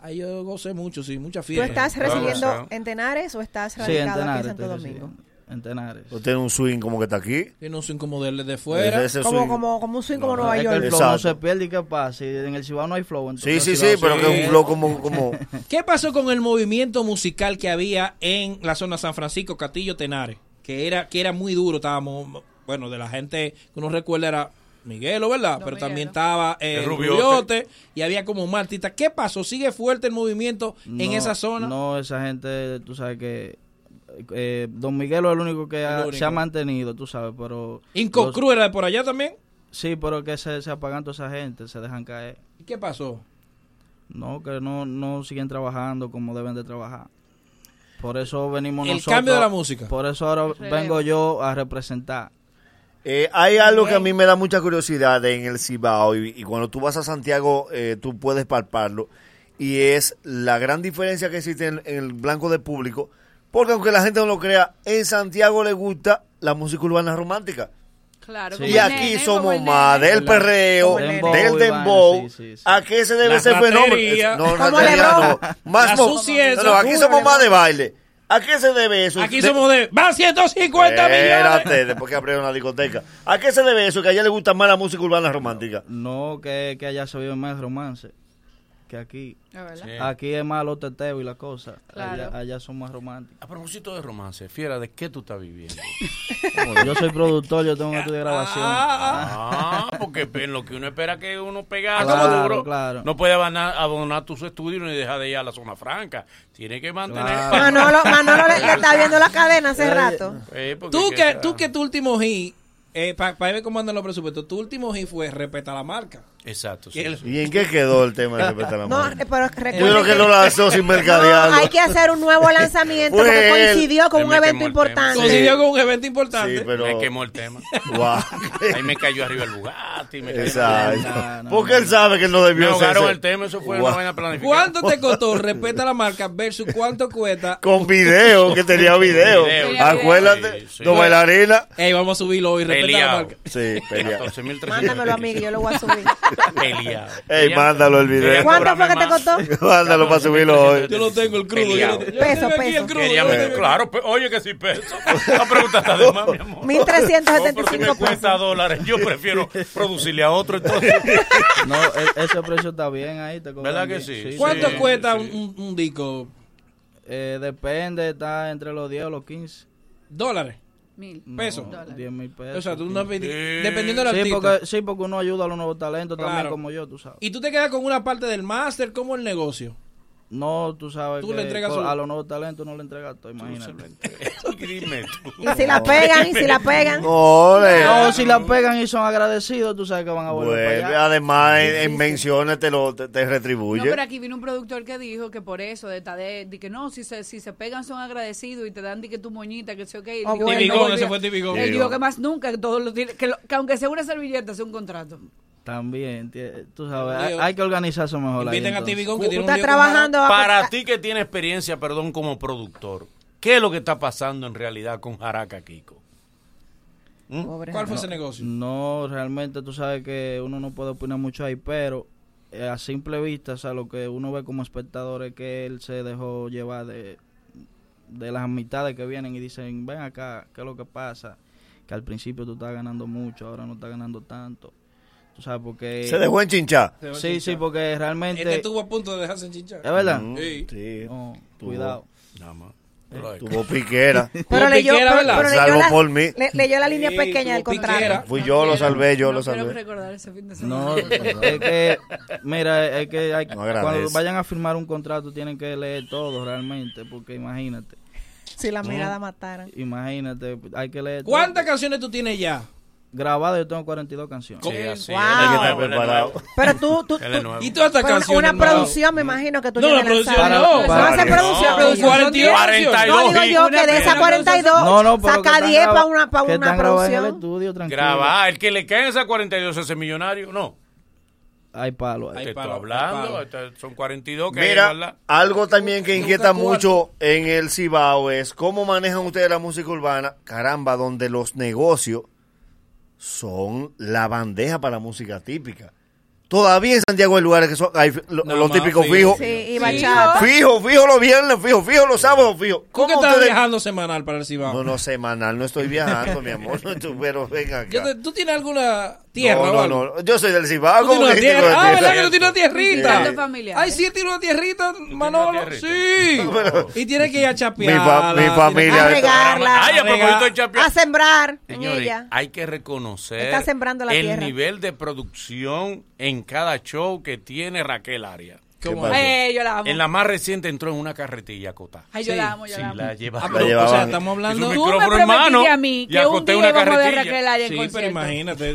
Ahí yo gocé mucho, sí, mucha
¿Tú
fiesta.
estás residiendo en Tenares o estás radicado aquí en
Tenares,
Este
Santo
entonces, sí.
Domingo?
En Tenares.
Usted tiene un swing como que está aquí.
Tiene un swing como de, de fuera.
Ese- ese
Como,
swing.
como, como un swing como
No,
Nueva
es que
York.
el flow no
Exacto.
se pierde y qué pasa. En el Cibao no hay flow.
Sí,
entonces
sí,
el
sí,
Cibao
pero que es un flow
flow
como... como...
¿Qué pasó con el movimiento musical que había en la zona San Francisco, Castillo, Tenares? Que era, que era muy duro, estábamos, bueno, de la gente que uno recuerda era Miguelo, ¿verdad? Pero también estaba eh,
El
Rubiote.
Rubiote.
y había como más artistas. ¿Qué pasó? ¿Sigue fuerte el movimiento en
No,
esa zona?
No, esa gente, tú sabes que... eh, Don Miguelo es el único que ha-
único.
se ha mantenido, tú sabes, pero...
Inco
los-
Cruz era de por allá también.
Sí, pero que se, se apagan toda esa gente, se dejan caer.
¿Y qué pasó?
No, que no, no siguen trabajando como deben de trabajar. Por eso venimos
El
nosotros.
cambio de la música.
Por eso ahora
Relevo.
vengo yo a representar.
Eh, hay algo que a mí me da mucha curiosidad en el Cibao y, y cuando tú vas a Santiago eh, tú puedes palparlo y es la gran diferencia que existe en, en el blanco de público porque aunque la gente no lo crea, en Santiago le gusta la música urbana romántica.
Claro,
Y aquí somos más
Como
del
el
perreo,
nene. Dembow,
del
Iván,
dembow. ¿A qué se debe
La
ese fenómeno?
ratería.
Es- No,
Como
ratería
Lebron.
no. Más
La
mo-
suciedad,
no, no, aquí
tú,
somos más
Lebron.
de baile. ¿A qué se debe eso?
Aquí somos de... ¡Van 150 millones!
Espérate, después que abrieron la discoteca. ¿A qué se debe eso? Que a ella le gusta más la música urbana romántica.
No que, que allá se vive más romance que aquí.
Es Ah, verdad. Sí.
Aquí es más los teteos y las cosas.
Claro.
Allá, allá son más románticos.
A propósito de romance, fiera, ¿de qué tú estás viviendo?
Yo soy productor, yo tengo un estudio de grabación.
Ah, porque en lo que uno espera que uno pega
Ah, ¿cómo
algo
duro?
duro, no puede abandonar, abandonar tus estudios ni dejar de ir a la zona franca. Tiene que mantener.
Manolo, Manolo le, le está viendo la cadena hace rato.
Eh, porque
Tú
que
que,
sea-
tú que tu último hit para ver cómo andan los presupuestos, tu último hit fue respeta la marca.
Exacto.
Que el-
¿Y en qué quedó el tema de respetar la
No,
mano?
eh, pero recuerden
Yo creo que lo lanzó sin mercadearlo.
No, hay que hacer un nuevo lanzamiento
Fue
porque
él.
coincidió con
Él
un
me
evento
quemó el
importante.
tema. Coincidió
con un evento importante.
Sí, pero-
Me quemó el tema.
Guau.
Ahí me cayó arriba el Bugatti. Me cayó
Exacto. Porque él sabe que él no debió
Me
hacer
ahogaron
eso.
el tema, eso fue
Guau.
una buena planificación.
¿Cuánto te costó respeta la marca versus cuánto cuesta?
Con video, que tenía video.
Video.
Acuérdate,
Sí, sí.
dos bailarinas.
Ey, vamos a subirlo hoy, respeta la
Peleado.
marca.
Sí, peleado.
Mándamelo a mí, que yo lo voy a subir.
Peleado.
Ey, mándalo el video.
¿Cuánto fue que te costó?
Mándalo para subirlo hoy.
Yo lo tengo el crudo. yo lo- yo tengo
Peso,
aquí
peso.
el crudo.
Ella me- claro, pe- oye que sí peso. La pregunta está de más, mi amor. No,
pues,
1375
pero si me cuesta dólares, yo prefiero producirle a otro. Entonces,
No, e- ese precio está bien ahí. Te cobran
¿Verdad que
bien.
sí?
¿Cuánto
sí.
cuesta un- un, un disco?
Eh, depende, está entre los 10 o los 15.
¿Dólares?
Mil.
Pesos.
10 mil pesos.
O sea, tú no pedí-
Sí.
dependiendo del
sí,
artista.
Porque, sí, porque uno ayuda a los nuevos talentos también,
Claro.
como yo, tú sabes.
Y tú te quedas con una parte del máster, como el negocio.
No, tú sabes
Tú
que
le entregas
co-
su-
a los nuevos talentos no le entregas todo, imagínate.
Dime tú.
Y si la pegan, y si la pegan.
No, le-
No, si la pegan y son agradecidos, tú sabes que van a volver
Vuelve,
para allá.
además, en, en menciones te, lo, te, te
No,
retribuye.
pero aquí vino un productor que dijo que por eso, de Tadé, de que no, si se, si se pegan son agradecidos y te dan de que tu moñita, que sé ok.
Ah, bueno. Tibigón, ese fue Tibigón.
Él dijo
Tibigón.
que más nunca, que, todos los, tiene- que, lo- que aunque sea una servilleta, sea un contrato.
También, tie- tú sabes, hay,
Leo.
hay que organizarse mejor. ahí,
Inviten a
entonces.
Tibigón que tiene un
estás
lío con
trabajando
Jara-
Para ti que tienes experiencia, perdón, como productor, ¿qué es lo que está pasando en realidad con Jaraca Kiko?
¿Cuál
No,
fue ese negocio?
¿Mm? No, realmente tú sabes que uno no puede opinar mucho ahí, pero eh, a simple vista, o sea, lo que uno ve como espectador es que él se dejó llevar de, de las amistades que vienen y dicen, ven acá, ¿qué es lo que pasa? Que al principio tú estás ganando mucho, ahora no estás ganando tanto. Tú sabes, porque...
Se dejó enchinchar. Se dejó
Sí,
enchinchar.
sí, porque realmente...
Este estuvo a punto de dejarse hinchar.
¿Es verdad?
Sí.
Oh,
Mm, Tuvo-
cuidado.
Eh, Tuvo piquera.
Pero leyó,
piquera,
pero,
¿verdad?
pero leyó
Salvo
la,
por mí.
le- leyó la línea
Sí,
pequeña del
como
contrato.
Fui yo, lo salvé, yo lo
Quiero
salvé.
recordar ese fin de semana.
No, es que, mira, es que hay-
agradece.
cuando vayan a firmar un contrato tienen que leer todo realmente, porque imagínate,
Si la mirada
Mm.
matara.
imagínate, hay que leer todo.
¿Cuántas canciones tú tienes ya?
Grabado yo tengo 42 canciones.
Sí, así es.
Wow. Hay que estar
preparado.
Pero tú, tú,
Él es
tú-
nuevo.
Y todas estas
pero
canciones
Una
nuevas.
producción, me imagino que tú
No,
tienes
la producción
lanzada.
no.
No, no hace
Varias.
producción.
No,
producción.
42.
No, digo yo que de esas 42,
No, no, pero que
saca
están
10 para
graba-
una, pa'
que
una
están grabadas en el
producción.
estudio, tranquilo.
Graba, Ah, el que le cae esa 42 ese millonario, no.
Hay palo ahí.
Te estoy hablando, esta- son 42 que hay, ¿verdad?
Mira, algo también que inquieta mucho en el Cibao es cómo manejan ustedes la música urbana, caramba, donde los negocios son la bandeja para la música típica. Todavía en Santiago hay lugares que son hay lo-
Nada
los
más
típicos
fijo.
fijos.
Sí, y bachata.
Fijo, fijo los viernes, fijo, fijo los sábados, fijo.
¿Tú que
¿Cómo
estás
ustedes-
viajando semanal para el Cibao?
No, no, semanal, no estoy viajando, mi amor. No, tú- pero venga acá.
Yo te- ¿Tú tienes alguna tierra
no,
o
no,
algo?
no, Yo soy del Cibao.
¿Tú
¿cómo
tienes una
que tengo
tierra? Ah,
tierra?
¿verdad que tú tienes una tierrita?
Sí.
Ay,
¿eh?
sí, tiene una tierrita, Manolo. Sí. Y tiene que ir a chapear.
Mi fa- mi familia-
A regarla.
Ay, a propósito de Chapi-
A sembrar en
Señores,
ella.
hay que reconocer
Está sembrando la
el
tierra.
nivel de producción en cada show que tiene Raquel Aria.
¿Cómo
pasó? Eh, yo la amo.
En la más reciente entró en una carretilla a Cotá.
Ay, yo la amo, yo
sí,
la amo.
lleva-
Ah,
la
pero,
llevaba.
o sea, estamos hablando...
Hizo un
Tú me
micrófono en mano
prometiste a mí
y
que un
acoté
día
una
íbamos a ver a
carretilla.
Raquel Aria en
Sí, pero
concierto.
imagínate,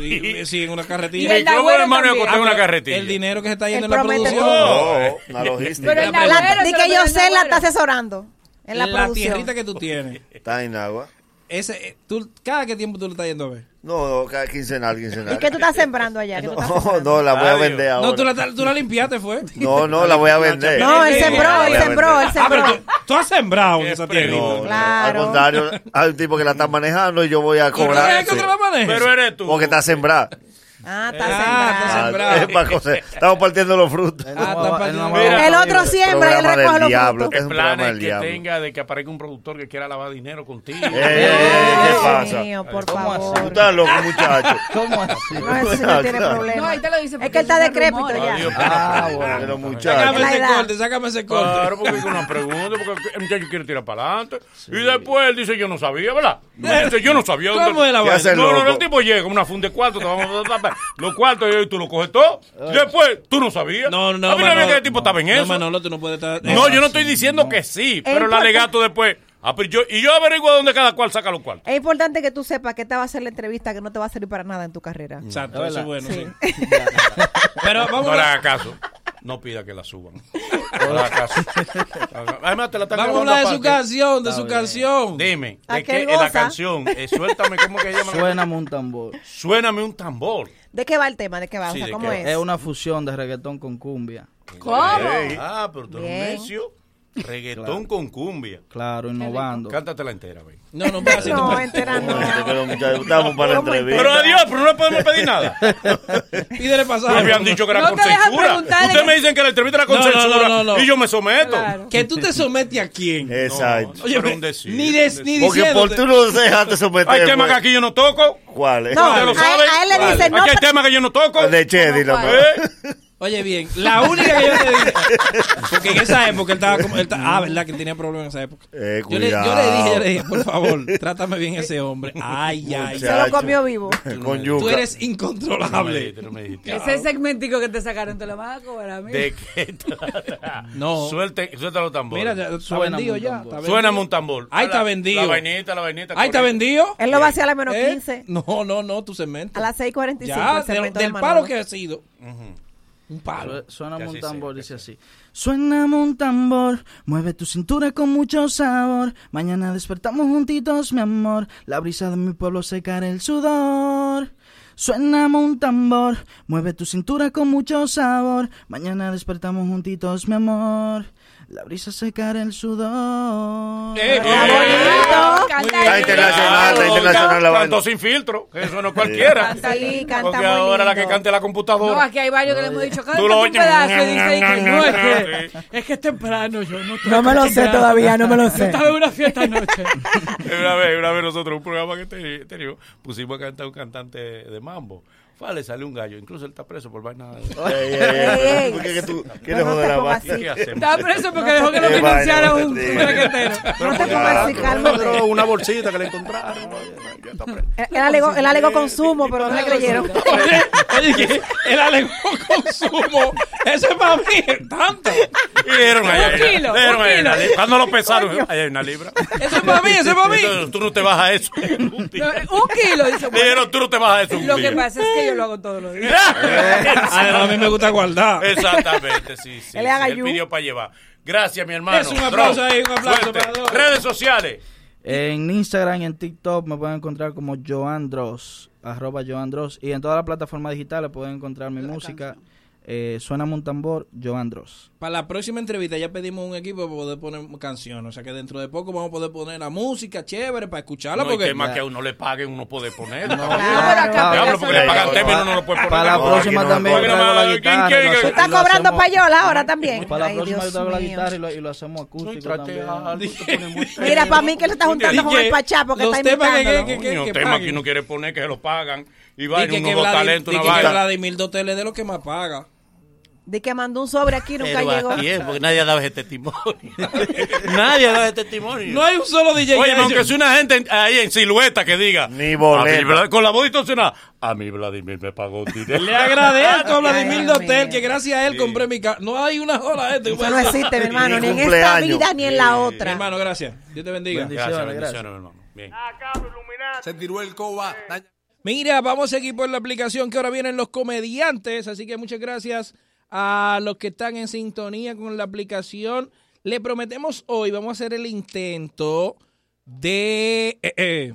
di- sí, en una carretilla.
Y el Micrófono en mano y
también.
acotado en una
Ah, pero
carretilla.
El dinero que se está yendo en
Él
la
promete
producción.
todo. No, una logística. Pero el
La
La-
pregunta-
di que yo sé, la está asesorando. En la,
la
producción.
tierrita que tú tienes.
Está en agua.
Ese, eh, tú, cada qué tiempo tú le estás yendo a ver.
No, no, cada quincenal, quincenal.
¿Y qué tú estás sembrando allá? ¿Qué tú estás
No, no, la voy a vender ahora.
No, tú la, tú la limpiaste, fue.
No, no, la voy a vender.
No, él
Sí,
sembró,
voy
él
a
sembró, él
vender.
sembró.
Ah, pero tú, tú has sembrado en esa tierra.
No, Al contrario, hay un tipo que la está manejando y yo voy a
¿Tú
cobrar.
eres el que otra la maneja?
Pero eres tú.
Porque está sembrada.
Ah, está
Ah,
sembrado.
Ah, es para coser. Estamos partiendo los frutos.
Ah, El otro siembra y
Programa
él
del
recoge los
diablo,
frutos.
este es un programa
planes
del
que
diablo.
tenga de que aparezca un productor que quiera lavar dinero contigo.
Eh, eh, ¿Qué pasa?
mío, por
¿Cómo
favor.
así? Tú estás loco, muchacho.
¿Cómo así?
No, ese no tiene problema.
No, ahí te lo dice.
Es que él está decrépito ya.
Ah, bueno, pero
Sácame
muchacho.
ese
edad.
corte, sácame ese corte.
Claro, porque es una pregunta, porque el muchacho quiere tirar para adelante. Y después él dice, yo no sabía, ¿verdad? Él dice, yo no sabía.
¿Cómo
dónde-
es la
¿Qué
vaina?
hace el No, no,
loco?
no, el tipo llega, una funda de cuarto, te vamos a tapar. Los cuartos y tú lo coges todo. Después, tú no sabías. A
No, no,
mí no
Manolo,
había que el tipo estaba en
no,
eso.
Manolo, tú no puedes estar.
No, yo no estoy diciendo que sí, pero el
porque-
alegato después. Ah, pero yo, y yo averiguo dónde cada cual saca los cuartos.
Es importante que tú sepas que esta va a ser la entrevista que no te va a servir para nada en tu carrera.
Exacto, eso es bueno, sí.
Pero vamos
Mm. No
a-
le haga caso. No pida que la suban. No le haga caso. Además, te la están
Vamos
grabando
a hablar de su
aparte.
canción, de su canción.
Dime, ¿de
Aquel
qué es
goza.
la canción? Eh, suéltame, ¿cómo que llaman?
Suéname un tambor.
Suéname un tambor.
¿De qué va el tema? ¿De qué va?
Sí,
o sea,
¿de
¿cómo
qué?
es?
Es una fusión de reggaetón con cumbia.
¿Cómo?
Ah, pero tú eres un
Bien.
necio. Reggaetón
Claro.
con cumbia.
Claro, innovando.
Cántatela entera, güey.
No, no,
pedacito, No, pedacito.
entera no.
Pero muchachos, estamos para la entrevista.
Pero adiós, pero no podemos pedir nada.
Pídele pasaje.
No me han dicho que era
No
con
te dejan
censura.
preguntarle
Ustedes
que-
me dicen que la entrevista era con
No, no, no,
censura.
no, no.
Y yo me someto.
Que tú te sometes a quién.
Exacto.
Oye,
Pero
me-
un decir,
ni des-
un
ni
decir.
Porque por tú no dejaste someter.
Hay temas que
pues.
aquí yo no toco.
¿Cuáles?
No, Ustedes lo saben.
a él le
¿Cuáles?
dicen, no, pues,
Aquí hay
pero-
temas que yo no toco.
De pues. Chedi, la
¿Eh?
Oye, bien, la única que yo te dije. Porque en esa época él estaba como. él ta- ah, ¿verdad? Que él tenía problemas en esa época.
Eh,
Yo le, yo
cuidado.
le dije, yo le dije, por favor, trátame bien a ese hombre. Ay, ay.
Se lo comió
vivo.
Con
Tú
yuca.
eres incontrolable.
ah,
Ese segmentico que te sacaron te lo vas a cobrar a mí.
¿De qué trata?
No.
Suelte, suelta los tambores.
Mira, ya- está vendido ya, está vendido.
Suéname un tambor.
Ahí está
La-
vendido.
La vainita, la vainita.
Ahí está
correcto.
vendido.
Él lo va a hacer a las menos
¿Eh?
15.
No, no, no, tu cemento.
A las 6.45.
Ya,
el
de-
segmento de
del
Manolo.
palo que ha sido. Un palo.
Suena
Que así
un
sea,
tambor, dice así.
Suéname un tambor, mueve tu cintura con mucho sabor. Mañana despertamos juntitos, mi amor. La brisa de mi pueblo secará el sudor. Suéname un tambor, mueve tu cintura con mucho sabor. Mañana despertamos juntitos, mi amor. La brisa secará el sudor.
Eh,
Está internacional, está internacional la vaina.
Cantó sin filtro, que eso no es cualquiera.
Canta ahí, canta
Porque
muy
ahora la que
lindo.
cante la
No,
computadora.
aquí hay varios que le hemos dicho, canta
Tú lo
un
oyes.
pedazo y dice ahí que no, es que, es que es temprano, yo no
No me lo sé todavía, no me lo sé.
Yo estaba en una fiesta anoche.
una vez, una vez nosotros, un programa que te- tenía, pusimos a cantar un cantante de mambo. Fue, le salió un gallo, incluso él está preso por vaina. de-
Ey, ey, ey, ¿por qué que tú quieres
No te
joder la
pongas
vaina?
así. ¿Qué hacemos?
Estaba preso porque dejó que lo
Qué vaina,
financiara
no te
un
digo.
raquetero.
Pero
No te pongas así,
porque-
cálmate.
pero Una bolsita que le encontraron. oye, ya está preso.
Él, él alegó, él alegó consumo, pero no le creyeron.
Oye, oye, que el alegó consumo. Eso es para mí, tanto.
Y dieron ahí,
Un
ahí,
kilo,
dieron
un
ahí
kilo.
una libra. Cuando lo pesaron, ahí hay una libra.
Eso es para mí, eso es para mí.
Eso, Tú no te bajas eso. Un
kilo, dice,
Le dieron, tú no te bajas eso. un
Lo que
día.
pasa es que yo lo hago todos los días.
Eh,
Además, a mí me gusta guardar.
Exactamente, sí, sí.
Él le haga
sí, él
yu.
pidió para llevar. Gracias, mi hermano.
Eso, un aplauso ahí, un aplauso
Suerte.
para Dross.
Redes sociales.
En Instagram y en TikTok me pueden encontrar como Joandros, arroba Joandros. Y en todas las plataformas digitales pueden encontrar mi música. Eh, Suéname un tambor, Joandros.
Para la próxima entrevista ya pedimos un equipo para poder poner canciones. O sea que dentro de poco vamos a poder poner la música chévere para escucharla.
No, y
porque
tema que a uno le paguen, uno puede poner. No,
pero acá-
Diablo, porque le pagan tema y uno no lo puede poner.
Para la próxima también traigo la guitarra. y lo hace-
Tú estás
y lo
cobrando
hacemos-
payola ahora también.
Para la
Ay,
próxima yo
Dios
traigo la
mío.
guitarra y lo, y lo hacemos acústico también.
Mira, para mí que lo está juntando con el pachá porque está imitándolo.
Coño, temas que uno quiere poner que se los pagan. Y va,
Dije
y
que
uno dos
Vladi-
talentos,
dije
una
que
vaina.
Vladimir Dotel es de lo que más paga.
De que mandó un sobre aquí y nunca llegó.
porque nadie ha dado ese testimonio. nadie ha dado ese testimonio.
No hay un solo DJ que
Oye,
haya
aunque
hecho-
sea una gente en- ahí en silueta que diga. Ni
boleta.
con la voz distorsionada. A mí Vladimir me pagó un dinero.
Le agradezco a Vladimir Dotel que gracias a él compré mi casa. No hay una sola gente. que
Eso no
pueda-
existe, mi hermano, ni en esta vida ni en la otra.
Mi hermano, gracias. Dios te bendiga.
Bendiciones, Gracias, bendiciones, hermano. Bien.
Se tiró el coba.
Mira, vamos a seguir por la aplicación que ahora vienen los comediantes, así que muchas gracias a los que están en sintonía con la aplicación. Le prometemos hoy, vamos a hacer el intento de... eh, eh,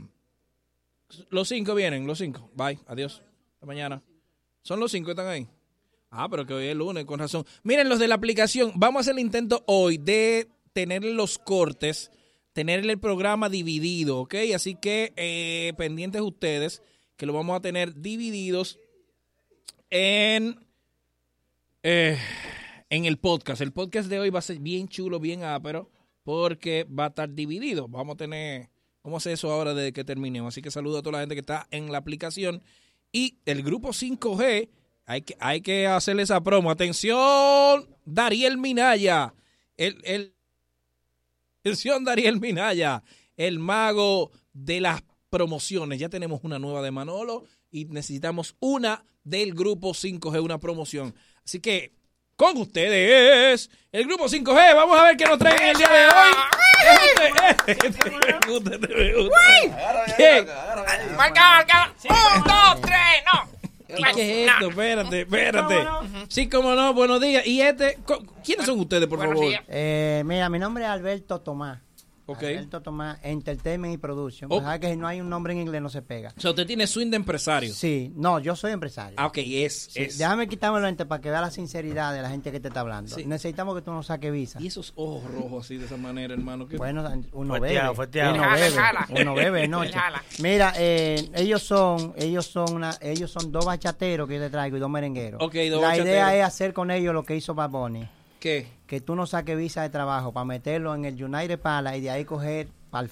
Los cinco vienen, los cinco. Bye, adiós. Hasta mañana. Son los cinco que están ahí. Ah, pero que hoy es lunes, con razón. Miren, los de la aplicación, vamos a hacer el intento hoy de tener los cortes, tener el programa dividido, ¿ok? Así que eh, pendientes ustedes, que lo vamos a tener divididos en, eh, en el podcast. El podcast de hoy va a ser bien chulo, bien ápero, porque va a estar dividido. Vamos a tener, vamos a hacer eso ahora desde que terminemos. Así que saludo a toda la gente que está en la aplicación. Y el grupo 5G, hay que, hay que hacerle esa promo. Atención, Dariel Minaya. El, el, atención, Dariel Minaya, el mago de las promociones. Ya tenemos una nueva de Manolo y necesitamos una del grupo 5G, una promoción. Así que, con ustedes, el grupo 5G. Vamos a ver qué nos traen el día de hoy.
Marca, marca. Un, dos, tres, no.
¿Y qué es esto? Espérate, espérate. Sí, cómo no, buenos días. ¿Y este? co- ¿Quiénes son ustedes, por favor?
Eh, mira, mi nombre es Alberto Tomás.
Ok.
Alberto Tomás, Entertainment y Production.
Oh.
O sea que si no hay un nombre en inglés no se pega.
O sea, usted tiene swing de empresario.
Sí, no, yo soy empresario.
Ah, ok, es,
Sí,
es.
Déjame quitarme la lente para que vea la sinceridad de la gente que te está hablando.
Sí.
Necesitamos que tú nos saques visa.
Y esos ojos rojos así de esa manera, hermano. que-
Bueno, uno
Fuerteado,
bebe,
fuerteado.
uno
Jala,
bebe,
jala.
uno bebe de noche.
Jala.
Mira, eh, ellos son, ellos son, una, ellos son dos bachateros que yo te traigo y dos merengueros.
Ok, dos
La
bachateros.
idea es hacer con ellos lo que hizo Bad Bunny.
¿Qué?
Que tú no saques visa de trabajo para meterlo en el United Palace y de ahí coger para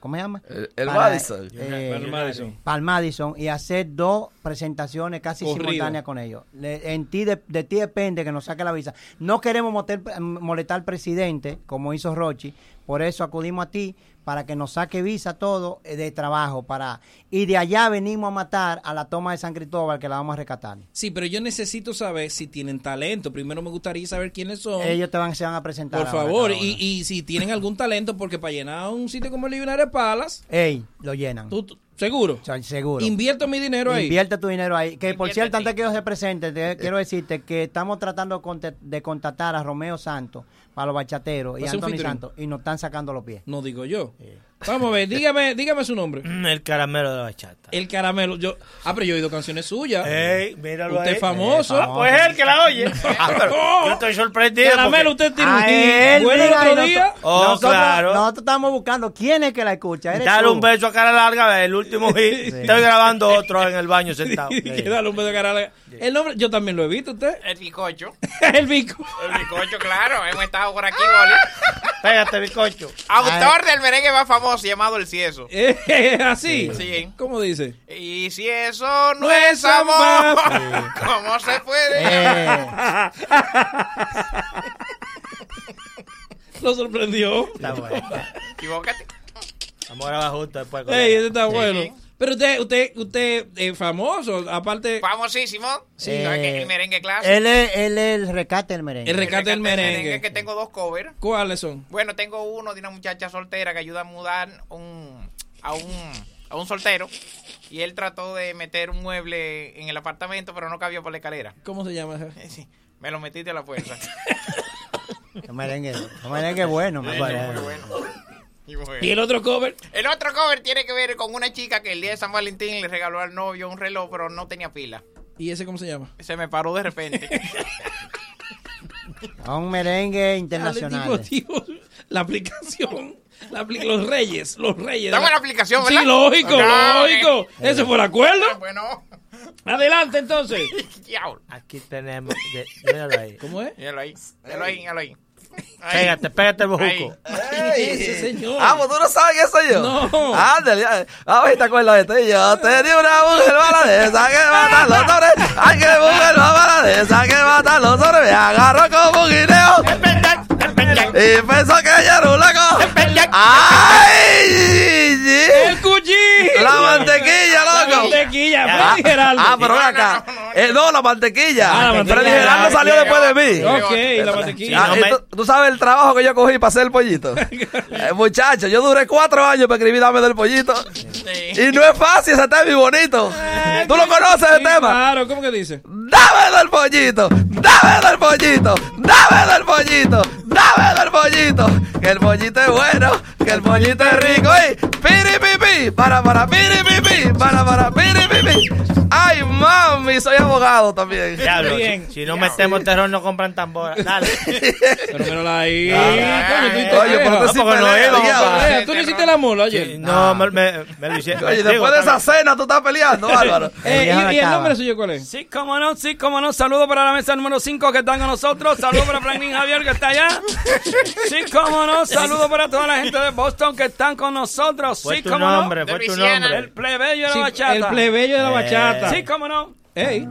¿cómo se llama?
El- el
Para-
Madison. Eh, Para el Madison.
Para el Madison y hacer dos presentaciones casi
Corrido.
simultáneas con ellos. Le- en ti de, de ti depende que nos saque la visa. No queremos motel- molestar al presidente, como hizo Rochi, por eso acudimos a ti para que nos saque visa todo eh, de trabajo para y de allá venimos a matar a la toma de San Cristóbal que la vamos a rescatar.
Sí, pero yo necesito saber si tienen talento. Primero me gustaría saber quiénes son.
Ellos te van se van a presentar.
Por
ahora,
favor,
ahora.
y, y si tienen algún talento, porque para llenar un sitio como el Millonarios Palas,
Ey, lo llenan.
seguro.
seguro.
invierto mi dinero ahí.
Invierte tu dinero ahí. Que por cierto, antes que yo se presente, te- quiero decirte que estamos tratando con- de contactar a Romeo Santos para los bachateros y
Hace un
Anthony
featuring.
Santos y nos están sacando los pies.
No digo yo. Vamos a ver, dígame, dígame su nombre.
Mm, El caramelo de la bachata.
El caramelo. Yo, ah, pero yo he oído canciones suyas.
Ey, míralo
Usted
ahí.
es famoso.
Ah, pues él que la oye. Ah, pero yo estoy sorprendido
Caramelo,
porque-
usted tiene un
Ah,
hit.
él,
Bueno,
mira,
otro
y
día.
noto- Oh,
nosotros,
claro.
Nosotros estamos buscando quién es que la escucha. Eres
Dale
tú.
un beso a cara larga, el último hit. Estoy grabando otro en el baño sentado.
Que dale un beso de cara a la- El nombre, yo también lo he visto usted.
El bicocho.
El bico.
El bicocho, claro. Hemos estado por aquí, boli.
Pégate, bicocho.
Autor del merengue más famoso llamado El Cieso.
Eh, ¿Así?
Sí.
¿Cómo dice?
Y si eso no es amor, ¿cómo se puede?
Eh.
llamar?
Lo sorprendió.
Está bueno.
Equivócate.
Vamos a grabar juntos después. con
Ey,
él.
ese está
Sí.
bueno. Pero usted, usted, usted es famoso, aparte.
Famosísimo. Sí,
Eh,
¿sabes qué? el merengue clásico.
Él es, él es el rescate del merengue.
El rescate del merengue.
que tengo dos covers.
¿Cuáles son?
Bueno, tengo uno de una muchacha soltera que ayuda a mudar un, a, un, a un soltero. Y él trató de meter un mueble en el apartamento, pero no cabía por la escalera.
¿Cómo se llama? ese?
Eh, Me lo metiste a la fuerza.
El merengue, el merengue es bueno, me
Eh, Muy
parece.
bueno. Y bueno.
¿Y el otro cover?
El otro cover tiene que ver con una chica que el día de San Valentín le regaló al novio un reloj, pero no tenía pila.
¿Y ese cómo se llama?
Se me paró de repente.
A un merengue internacional.
Dale, tipo, tío, la aplicación. la apli- los reyes, los reyes.
Estamos en la aplicación, ¿verdad?
Sí, lógico,
Ah,
lógico.
eh.
Eso fue el acuerdo.
Bueno.
Adelante, entonces.
Diablo.
Aquí tenemos. de- Míralo ahí.
¿Cómo es?
Míralo ahí. Míralo ahí, míralo ahí. Ahí.
Pégate, pégate,
Ahí.
bojuco.
Ese señor.
Ah, pues tú no sabes quién soy yo. No. Ándale, ándale. a ver si te acuerdas de esto. Yo tenía una mujer baladesa que mata los hombres. Ay, qué mujer más baladesa que mata los hombres. Me agarró como un guineo. Y pensó que ella era un loco. ¡Ay! sí.
¡El cuchillo!
¡La mantequilla, loco!
La mantequilla,
Ah,
Freddy Geraldo.
Ah, pero ven acá. Eh, no, la mantequilla.
Ah, la mantequilla.
Freddy Geraldo salió después de mí.
Ok, la mantequilla.
Ah, ¿y tú, tú sabes el trabajo que yo cogí para hacer el pollito? Eh, muchacho, yo duré cuatro años para escribir Dame del pollito. Y no es fácil ese tema y bonito. ¿Tú lo conoces ese tema?
Ah, Claro, ¿cómo que dice?
Dame del pollito, dame del pollito, dame del pollito, dame del pollito. Que el pollito es bueno, que el pollito es rico. ¡Ey! ¡Piri, pi, pi! Para, para, piri, pi, pi! Para, para, piri, pi, pi! ¡Ay, mami! Soy abogado también.
Diablo,
Bien.
si-
no metemos terror, no compran tambora. Dale.
Pero mírala ahí.
Oye, pero tú sí peleas, diablo.
Oye, ¿Tú no hiciste la mula ayer?
No, me, lo hicieron. Oye, después de esa cena tú estás peleando, Álvaro.
Eh, y, y el nombre suyo cuál es?
Sí, cómo no, sí, cómo no. Saludos para la mesa número 5 que están con nosotros. Saludos para Franklin Javier que está allá. Sí, cómo no. Saludos para toda la gente de Boston que están con nosotros.
Fue
sí,
tu
cómo
nombre,
no.
fue De tu Luisiana. nombre.
El plebeyo de
Sí,
la bachata.
el plebeyo de la Eh. bachata.
Sí, cómo no.
Ey.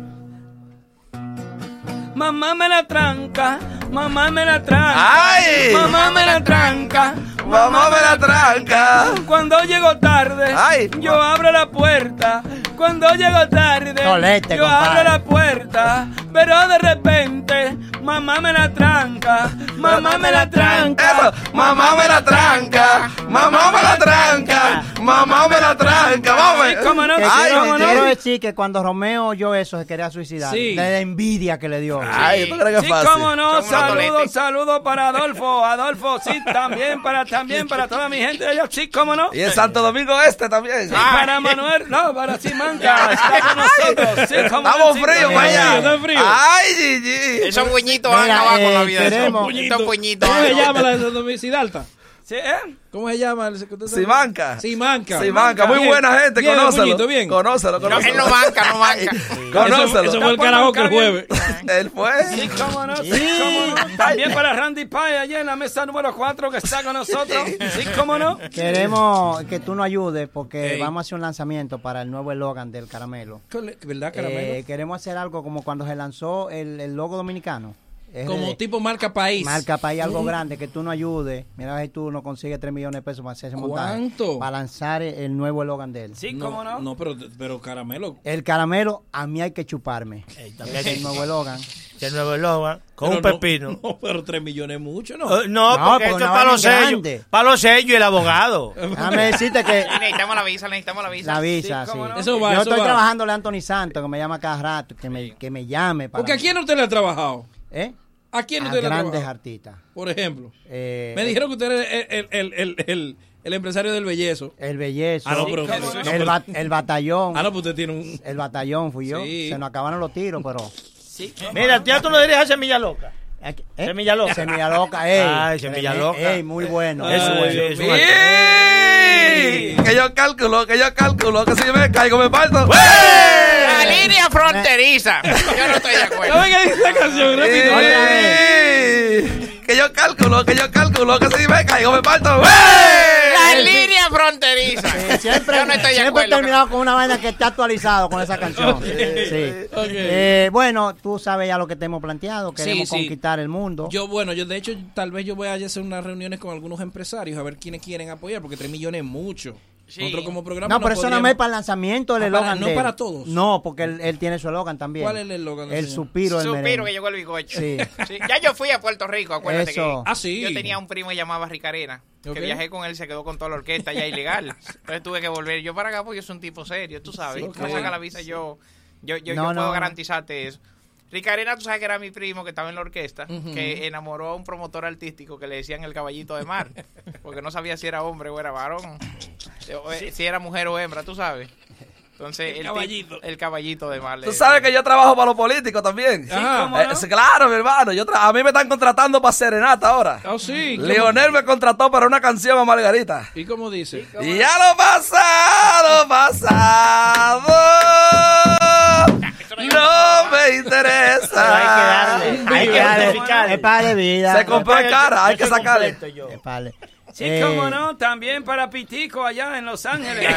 Mamá me la tranca, mamá me la tranca.
¡Ay!
Mamá me la tranca.
Mamá me la tranca.
Cuando llego tarde, yo abro la puerta. Cuando llego tarde,
Tolete,
yo
compadre.
abro la puerta. Pero de repente, mamá mamá me la tranca, mamá me la tranca.
Mamá me la tranca, mamá me la tranca, mamá me la tranca, vamos.
Ay, cómo no, Que cómo quiero, no. quiero decir que cuando Romeo oyó eso se quería suicidar.
Sí.
De la envidia que le dio.
Sí. sí, cómo no, saludos, saludos para Adolfo, Adolfo, sí, también para, también para toda mi gente de allá, sí, cómo no.
Y en Santo Domingo Este también.
Sí, para Manuel, no, para Simanca, está con nosotros, sí, cómo no,
Estamos
sí,
fríos,
está
vaya.
frío, está frío.
Ay, Gigi.
Esos puñitos
Mira,
van a acabar con la
eh,
vida. de Esos
queremos-
puñitos, puñitos. eh.
¿Cómo
se
van a
llama
acabar.
la de Sidalta?
¿Sí, eh?
¿Cómo se llama? el que usted sabe?
Simanca.
Simanca.
Simanca, muy
Bien.
buena gente,
Bien,
conócelo.
Puñito, bien.
Conócelo,
No,
conócelo.
él no banca,
no banca.
Conócelo.
Eso fue el karaoke el jueves.
Él fue.
Sí, cómo no, sí, cómo no. También para Randy Pye, allá en la mesa número 4 que está con nosotros. Sí, cómo no.
Queremos que tú nos ayudes porque
Ey.
vamos a hacer un lanzamiento para el nuevo eslogan del caramelo.
¿Verdad, Caramelo?
Eh, queremos hacer algo como cuando se lanzó el, el logo dominicano. Es
Como
de-
tipo marca país.
Eh. Marca país, algo
Mm.
grande, que tú nos ayudes. Mira si tú nos consigues 3 millones de pesos para hacer ese montaje.
¿Cuánto?
Para lanzar el, el nuevo eslogan de él.
no, No, pero, pero Caramelo.
El caramelo, a mí hay que chuparme.
también.
Es el nuevo eslogan.
El nuevo eslogan,
con un pepino.
No, pero 3 millones es mucho, ¿no?
No,
Eh,
no, porque
pues,
esto es para los sellos. Para los sellos y el abogado.
Déjame decirte que
Sí, necesitamos la visa, necesitamos la visa.
La visa, sí.
cómo no.
Yo estoy trabajándole a Anthony Santos, que me llama cada rato, que me, que me llame. Para
Porque ¿a quién usted le ha trabajado?
¿Eh?
¿A quién
A
usted le ha
grandes
trabajado?
artistas.
Por ejemplo.
Eh,
Me dijeron que usted era el, el, el, el, el- el empresario del bellezo.
El bellezo.
Ah, no, pero-
el,
no,
el
pero-
ba- el batallón.
Ah, no, pues usted tiene un...
El batallón fui yo.
Sí.
Se nos acabaron los tiros, pero.
Mira, ya tú no dirías a Semilla Loca.
Semilla loca. Semilla loca, ey.
Ay, Semilla Loca.
Ey, muy bueno.
Eso
Muy
es,
bueno.
eso
Ey.
Que yo calculo, que yo calculo, que si yo me caigo me parto.
La línea fronteriza. Yo no estoy de acuerdo.
¿Saben qué dice la canción?
Repito.
Que yo calculo, que yo calculo, que si me caigo me parto.
La línea fronteriza. Yo no estoy de
Siempre he
acuerdo.
terminado con una vaina que está actualizado con esa canción. Sí. Eh, bueno, tú sabes ya lo que te hemos planteado. Queremos
Sí, sí.
conquistar el mundo.
Yo, bueno, yo de hecho, tal vez yo voy a hacer unas reuniones con algunos empresarios a ver quiénes quieren apoyar, porque 3 millones es mucho. Nosotros como programa
No, pero eso no
podríamos-
es para el lanzamiento del
Ah, para-
eslogan.
no
de él.
para todos.
No, porque él, él tiene su eslogan también.
¿Cuál es el eslogan del
El
señor?
suspiro. del
Suspiro
merengue.
que llegó el bigocho.
Sí.
Sí, Ya yo fui a Puerto Rico, acuérdate
Eso.
que
Ah, sí.
yo tenía un primo que llamaba Ricarena,
Ok.
que viajé con él, se quedó con toda la orquesta ya ilegal. Entonces tuve que volver yo para acá porque yo soy un tipo serio, tú sabes.
Sí,
No
ok.
saca la visa, yo, yo, yo,
No,
yo puedo
no.
garantizarte eso. Ricarena, tú sabes que era mi primo que estaba en la orquesta,
Ujú.
que enamoró a un promotor artístico que le decían el caballito de mar, porque no sabía si era hombre o era varón, o, eh, si era mujer o hembra, tú sabes. Entonces, el, tip-
caballito.
el caballito de mar. le
Tú sabes que yo trabajo para los políticos también.
Ajá. ¿cómo no?
Eh, sí, claro, mi hermano. Yo tra- a mí me están contratando para serenata ahora.
Ah, sí. ¿cómo-
Leonel me contrató para una canción a Margarita.
¿Y cómo dice?
Y ya lo pasado, pasado. No me interesa.
Hay que darle. Es para de vida.
Se compró en cara, hay que sacarle.
Es para de-
Sí,
Eh,
cómo no, también para Pitico allá en Los Ángeles.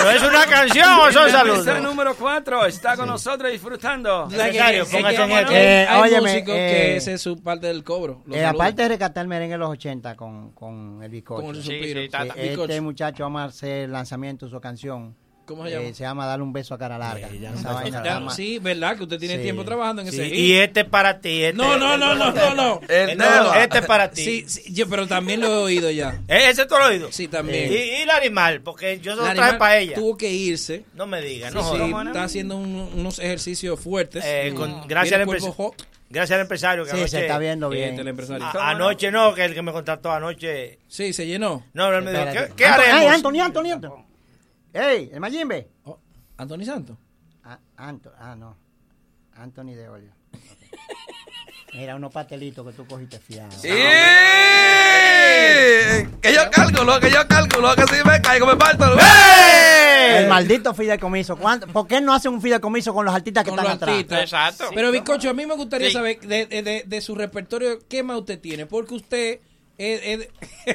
¿Pero es una canción o son
En la
saludos?
mesa número 4 está con nosotros disfrutando.
Necesario, póngase en
Bueno,
esto.
Eh,
hay
óyeme,
músicos
eh,
que ese es su parte del cobro. Los
eh,
saludos.
aparte de rescatar el merengue en los 80 con, con el bizcocho.
Con el Sí, suspiro. sí, tata.
Eh, este
Bizcocho.
muchacho vamos a hacer el lanzamiento de su canción.
¿Cómo se llama?
Eh, se llama Darle un beso a cara larga. Esa
Ya,
vaina está más-
sí, verdad que usted tiene
Sí.
tiempo trabajando en
Sí,
ese
y
hit.
este es para ti. Este,
No, no, no, no, no, no.
El
No,
dedo.
no.
Este es para ti.
Sí, sí, yo, pero también lo he oído ya.
¿Eh? ¿Ese tú lo has oído?
Sí, también.
Y, y la animal, porque yo se lo traje
Larimar
para ella.
Tuvo que irse.
No me digas,
Sí,
no
sí,
jodas.
está haciendo un- unos ejercicios fuertes.
Eh,
Mm.
con- gracias,
Tiene
al
cuerpo
empresa-
hot.
gracias al empresario. Que
Sí, se
anoche,
está viendo bien. Este, el empresario.
A-
¿Cómo no?
anoche no, que el que me contrató anoche.
Sí, se llenó.
No, no, él me dijo,
Espérate.
¿qué, qué
Anto-
haremos?
Ey, Anthony, Anthony, Anthony. Ey, el Mayimbe.
Anthony Santos.
Ah, Anto- ah, no. Anthony de Olio. Ok. Mira, unos pastelitos que tú cogiste fiado.
Sí. Que yo calculo, que yo calculo, que si me caigo me parto.
El maldito fideicomiso. ¿Cuánto- ¿Por qué no hace un fideicomiso con los artistas que
Con
están
los
atrás?
artistas.
Exacto.
Pero, Bizcocho, a mí me gustaría
Sí.
saber de, de- de- de su repertorio, ¿qué más usted tiene? Porque usted... eh, eh,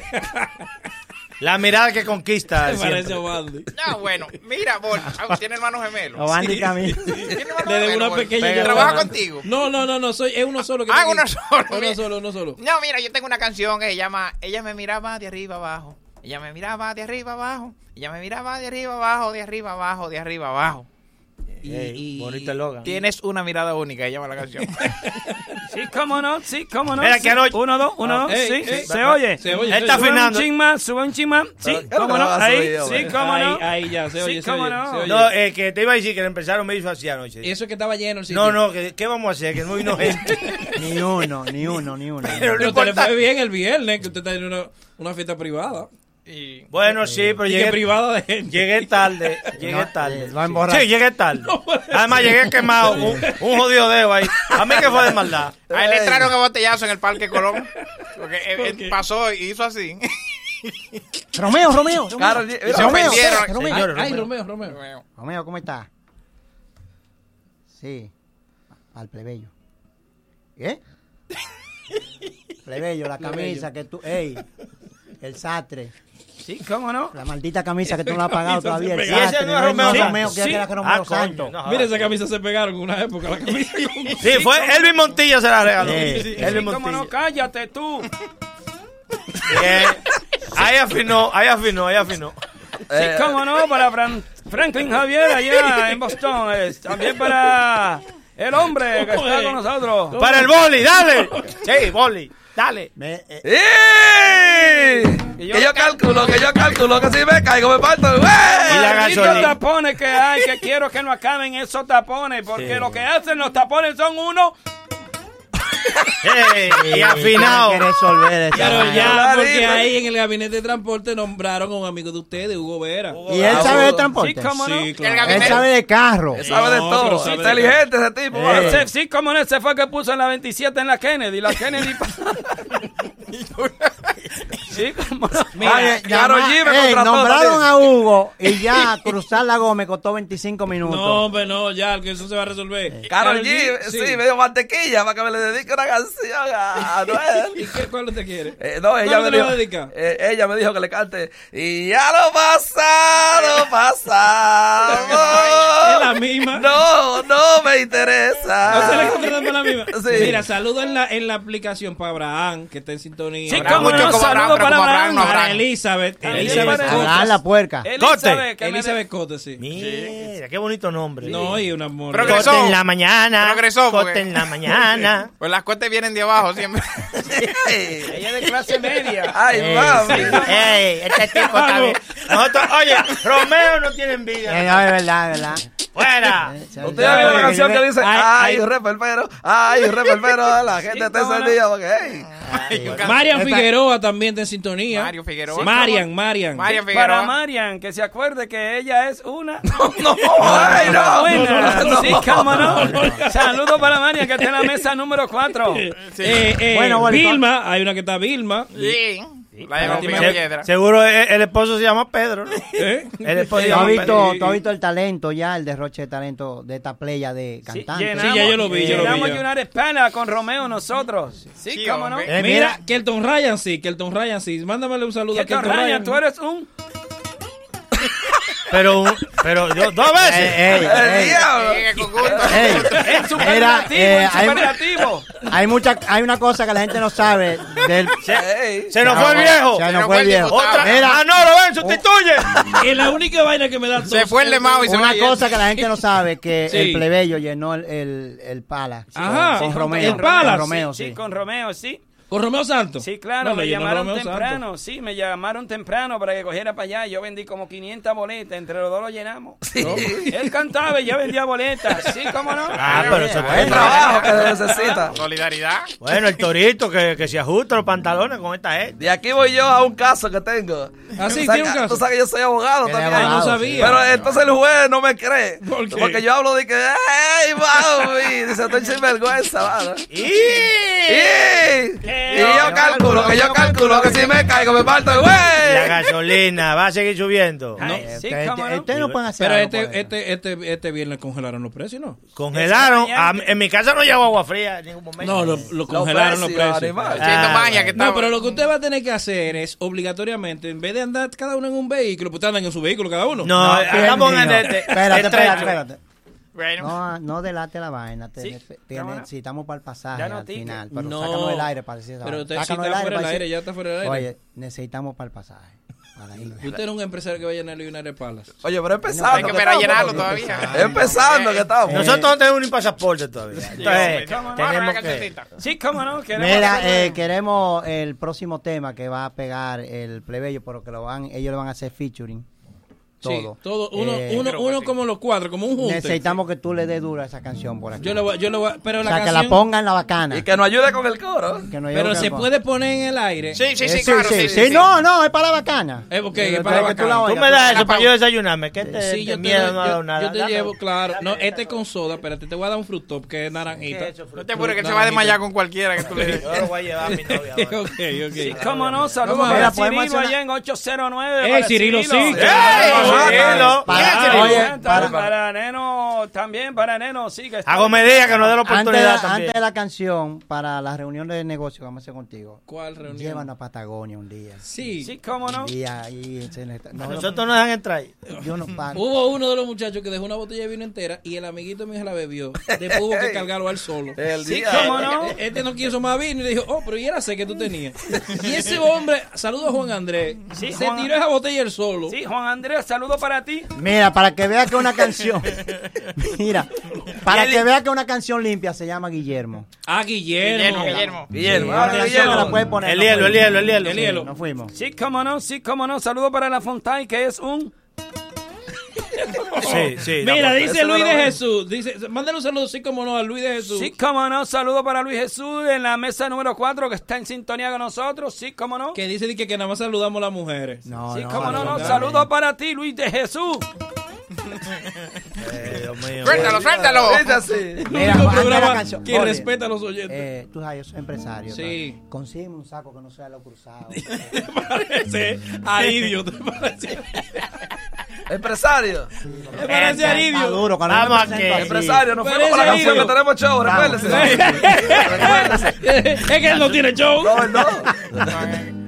La mirada que conquista.
Se parece
siempre.
a Bandy.
No, bueno, mira, Bol, ah, tiene hermanos gemelos.
O Andy Camil.
Desde una pequeña...
Trabaja contigo.
No, no, no, no, soy, es uno solo. Que
Ah,
tengo
uno
aquí.
solo,
Uno
bien.
solo, uno solo.
No, mira, yo tengo una canción que se llama Ella me miraba de arriba abajo. Ella me miraba de arriba abajo. Ella me miraba de arriba abajo, de arriba abajo, de arriba abajo.
Y- y-
bonito
eslogan.
Tienes una mirada única, llama la canción.
Sí, cómo no, sí, cómo no.
Mira,
sí.
que anoche-
Uno, dos,
Ah,
uno, dos.
ey,
sí,
ey,
se
va-
oye.
se oye, se oye.
Sube un
Fernando.
ching más, sube un ching
Ah,
más. Sí,
Claro
cómo
que
no.
lo vas a
Ahí,
subir,
sí,
eh.
hombre.
cómo no.
Ahí, ahí ya, se oye,
Sí,
se
cómo
oye, se
no.
oye. No, eh, que te iba a decir que le empezaron medio así anoche.
Eso es que estaba lleno el sitio.
No, no, que, ¿qué vamos a hacer? Que no vino gente.
Ni uno, ni uno, ni uno.
Pero te le fue bien el viernes, que usted está en una, una fiesta privada. Eh,
Bueno, sí, pero
Y que
llegué,
privada de
llegué tarde. Llegué
No,
tarde.
eh, lo emborracho.
sí, llegué tarde. Además, llegué quemado. Un, un jodido dedo ahí. A mí que fue de maldad.
A él le entraron a botellazo en el Parque Colón. Porque él- él pasó y hizo así.
Romeo, Romeo. Romeo.
Carol, mira,
Romeo,
Romeo, Romeo,
Romeo, Romeo.
Romeo. Ay, Romeo,
Romeo.
Romeo, ¿cómo está? Sí, al plebeyo. ¿Qué? Plebeyo, la camisa que tú... ¡Ey! El sastre.
Sí, cómo no.
La maldita camisa que tú no la has pagado
Esa
todavía.
camisa
El
se pega. Y
sastre,
ese no es Romeo
es
Santos.
Romeo, que
Sí.
era que Romeo
Ah, coño,
Santos.
no jodas. Mira esa camisa se pegaron en una época. La camisa
Sí, fue Elvin Montilla se la regaló.
Sí, sí,
Elvin
cómo
Montilla.
no, cállate tú.
Bien. Ahí afinó, ahí afinó, ahí afinó.
Sí,
Eh,
cómo no, para Fran- Franklin Javier allá en Boston. eh, también para el hombre que está con nosotros.
Para el boli, dale. Sí, boli, dale.
¡Sí!
Que yo calculo, que yo calculo, que si me caigo me parto ¡Eh! el güey.
Malditos tapones que hay, que quiero que no acaben esos tapones, porque
Sí.
lo que hacen los tapones son uno.
y afinado.
Hay que resolver esa
Pero
vaina.
ya, porque
Clarito.
ahí en el gabinete de transporte nombraron a un amigo de ustedes, Hugo Vera.
¿Y él sabe de transporte?
Sí, cómo no.
Sí, claro. Él sabe de carro. Él sabe de todo.
pero
Inteligente ese tipo,
Eh.
¿eh?
Ese- Sí, cómo no, ese fue el que puso en la 27 en la Kennedy. La Kennedy. pa- sí, cómo no.
Oye, llama- eh, nombraron a Hugo y ya Cruzar la Gómez costó 25 minutos.
No, hombre, no, ya, que eso se va a resolver.
Carol G, sí, me dio mantequilla para que me le dedique una canción a, a Noel.
¿Y qué, cuál te quiere?
Eh, no, ella me,
¿Cuál te lo
dijo, eh, ella me dijo que le cante y ya lo pasado, Ah, pasado.
Es la misma.
No, no me interesa.
No se le contrata por la misma.
Sí.
Mira, saludo en la, en la aplicación para Abraham, que está en sintonía.
Sí, cómo no,
saludo
saludo
para
para Abraham, no
Para
Abraham.
Elizabeth.
Elizabeth
Elizabeth
Cotes.
Cotes.
Abraham la puerca.
Elizabeth, Elizabeth Cotes, sí.
Mira, qué bonito nombre.
No, y un amor.
Cote en la mañana.
Progresó.
Cote
porque-
en la mañana.
Pues las cortes vienen de abajo siempre. Eh, Ella es de clase media. Ay,
Ey,
mami.
sí. Ey, este tipo está bien. Nosotros, oye, Romeo no tiene envidia.
Eh, no, es verdad, es verdad.
¡Fuera!
Usted ya vio la canción que dice, ay, un reperpero, ay, un reperpero, la gente está encendida porque, hey.
Marian
Esta-
Figueroa también está en sintonía.
Mario Figueroa.
Sí, Marian, Marian.
Marian
Para
Figueroa.
Marian, que se acuerde que ella es una.
No, ay, no.
Buena.
No, no, no.
Sí, cómo no. Saludos para Marian, que está en la mesa número 4.
Eh,
Bueno, bueno,
eh, Vilma, hay una que está Vilma.
Sí. La llamo
Fátima
Pica
Se-
Piedra.
Seguro e, el, el esposo se llama Pedro. ¿no?
¿Eh?
El
¿Tú
esposo se
has,
llama
visto,
Pedro.
tú has visto el talento ya, el derroche de talento de esta playa de cantantes?
Llenamos- Llenamos United Hispana con Romeo nosotros. Sí, cómo no.
hombre. Eh,
mira,
mira.
Kelton Ryan sí, Kelton Ryan sí. Mándamele un saludo
Kelton
a Kelton Ryan.
Ryan,
Tú eres un...
Pero, un- pero yo-
Eh,
dos veces.
Ey, ey, ey. Ey, mira, eh, hay, hay mucha, hay una cosa que la gente no sabe. Del,
se,
se nos fue el viejo.
Se nos fue el viejo.
Otra.
Mira,
Ah, no, lo ven,
Uh.
sustituye.
Es la única vaina que me da
Se fue el de Mao y se
una
fue
cosa que la gente no sabe que
Sí.
el plebeyo llenó el, el, el pala con-
Ajá.
con,
Sí,
Romeo.
El Pala.
Con Romeo, sí.
con Romeo, sí. ¿Con Romeo Santos? Sí, claro, No, me le llenó llamaron Romeo temprano, sí, me llamaron temprano para que cogiera para allá. Yo vendí como 500 boletas, entre los dos lo llenamos. Él cantaba y yo vendía boletas, sí, cómo no.
Ah, pero eso
Hay
puede.
trabajo que
necesita.
Solidaridad.
Bueno, el torito que, que se ajusta los pantalones con esta gente.
De aquí voy yo a un caso que tengo.
Ah,
Tú
sí,
sabes
tiene un
que-
caso.
Tú sabes que yo soy abogado
Él es
también.
abogado, Ah, no sabía.
Pero entonces el juez no me cree.
¿Por qué?
Porque yo hablo de que, ¡ay, mami! Dice, estoy sin vergüenza, mano. Y, y yo calculo, que yo calculo que si me caigo me parto el
La
güey.
gasolina va a seguir subiendo.
Sí, cómo eh, no.
Ustedes no pueden hacer
Pero
algo
este, este, este, este viernes congelaron los precios, ¿no?
Congelaron. A- en mi casa no llevo agua fría en ningún momento.
No, lo, lo congelaron los precios.
Ah, bueno.
no, pero lo que usted va a tener que hacer es obligatoriamente, en vez de andar cada uno en un vehículo, pues ustedes andan en su vehículo cada uno.
No, No, andamos en el- el-
Espérate,
estrecho.
espérate, espérate.
Bueno.
No, no delate la vaina. te- te-
cámara.
necesitamos para el pasaje
Ya no
al
tique.
final. Pero
No.
sácanos el aire para decir esa
Pero
vaina.
usted sí
Sácanos
está fuera del
para decir-
aire, ya está fuera del aire.
Oye, necesitamos para el pasaje. Para ir.
Usted era un empresario que va a llenar el United Palace.
Oye, pero empezando.
Hay que esperar a
estamos,
llenarlo
loco.
todavía.
Empezando,
Eh,
que estamos.
Nosotros no tenemos ni pasaporte todavía. Entonces,
¿Cómo no?
tenemos
Arranca
que...
Sí, cómo no. Queremos
Mira,
hacer-
eh, queremos el próximo tema que va a pegar el plebeyo, pero que lo van, ellos le van a hacer featuring. Todo.
Sí, todo. Uno,
Eh,
uno, uno como los cuatro, como un junte.
Necesitamos que tú le des duro a esa canción por aquí.
Yo le voy, yo le voy, pero
o
la
sea,
canción,
que la pongan la bacana.
Y que nos ayude con el coro.
Que nos ayude
Pero
con
se
el-
puede poner en el aire.
Sí, Eh, sí, sí, sí, sí. No, no, es para la bacana.
Eh, ok,
Pero
es
tú-
para la
que tú la
bacana.
oigas.
Tú me das eso para yo desayunarme. ¿Qué te,
Sí,
te
yo te,
miedo?
doy-
no ha
yo-
dado nada.
yo te
Dame-
llevo, claro. No, este es con soda, espérate, te voy a dar un fruit top que es naranjita.
No te apures que él se va a desmayar con cualquiera que tú le des.
Yo lo voy a llevar a mi novia. Ok, ok.
Sí, cómo no. Saludos
Vamos a ver,
para
podemos
Cirilo
hacer
allá en 809.
Eh,
para
Cirilo, sí,
¡Ey! claro,
Cirilo.
Para-
Bien, Cirilo.
Oye,
Para-
para, para Neno, también para Neno, sí. Que está-
Hago medida que nos dé la oportunidad
antes de,
también.
antes de la canción, para la reunión de negocio que vamos a hacer contigo.
¿Cuál reunión?
Llevan a Patagonia un día.
Sí. Sí, cómo no.
Y ahí se le-
A nosotros no dejan entrar.
Yo no pago.
Hubo uno de los muchachos que dejó una botella de vino entera y el amiguito mío se la bebió. Después hubo que cargarlo al solo.
El
sí,
día.
cómo no. Este no quiso más vino y le dijo, oh, pero y era sé que tú tenías. Y ese hombre, saludos a Juan Andrés,
Sí,
se
Juan-
tiró esa botella al solo.
Sí, Juan Andrés, saludos para ti.
Mira, para que vea que una canción. Mira, para que vea que una canción limpia se llama Guillermo.
Ah, Guillermo.
Guillermo.
Guillermo.
Sí, ahora Guillermo la puede poner, El no hielo, fuimos. el hielo, el hielo. Sí, no fuimos.
Sí, cómo no, sí, cómo no. Saludos para la Fontaine, que es un... Sí, sí, la
Mira,
Fontaine.
dice
Eso no
Luis
lo
de
veo.
Jesús. Dice, mándale un saludo, sí, como no, a Luis de Jesús.
Sí, cómo no. Saludos para Luis Jesús en la mesa número 4, que está en sintonía con nosotros. Sí, cómo no.
Que dice que, que nada más saludamos a las mujeres.
No, sí,
no,
cómo no, no.
no.
Saludos para ti, Luis de Jesús.
Suéltalo, suéltalo.
único
Mira, antes de la
programa
canción.
que
Oye,
respeta a los oyentes.
eh, tú sabes, yo soy empresario.
Sí.
¿no? Consígueme un saco que no sea lo cruzado.
Parece a idio, te parece.
Empresario.
Me parece
Está-
Aridio.
está duro cuando
Vamos
me presento
a que-
así.
Empresario, nos fuimos
Parece
para la canción que
Aridio.
tenemos show. Recuérdese.
es que él no tiene show.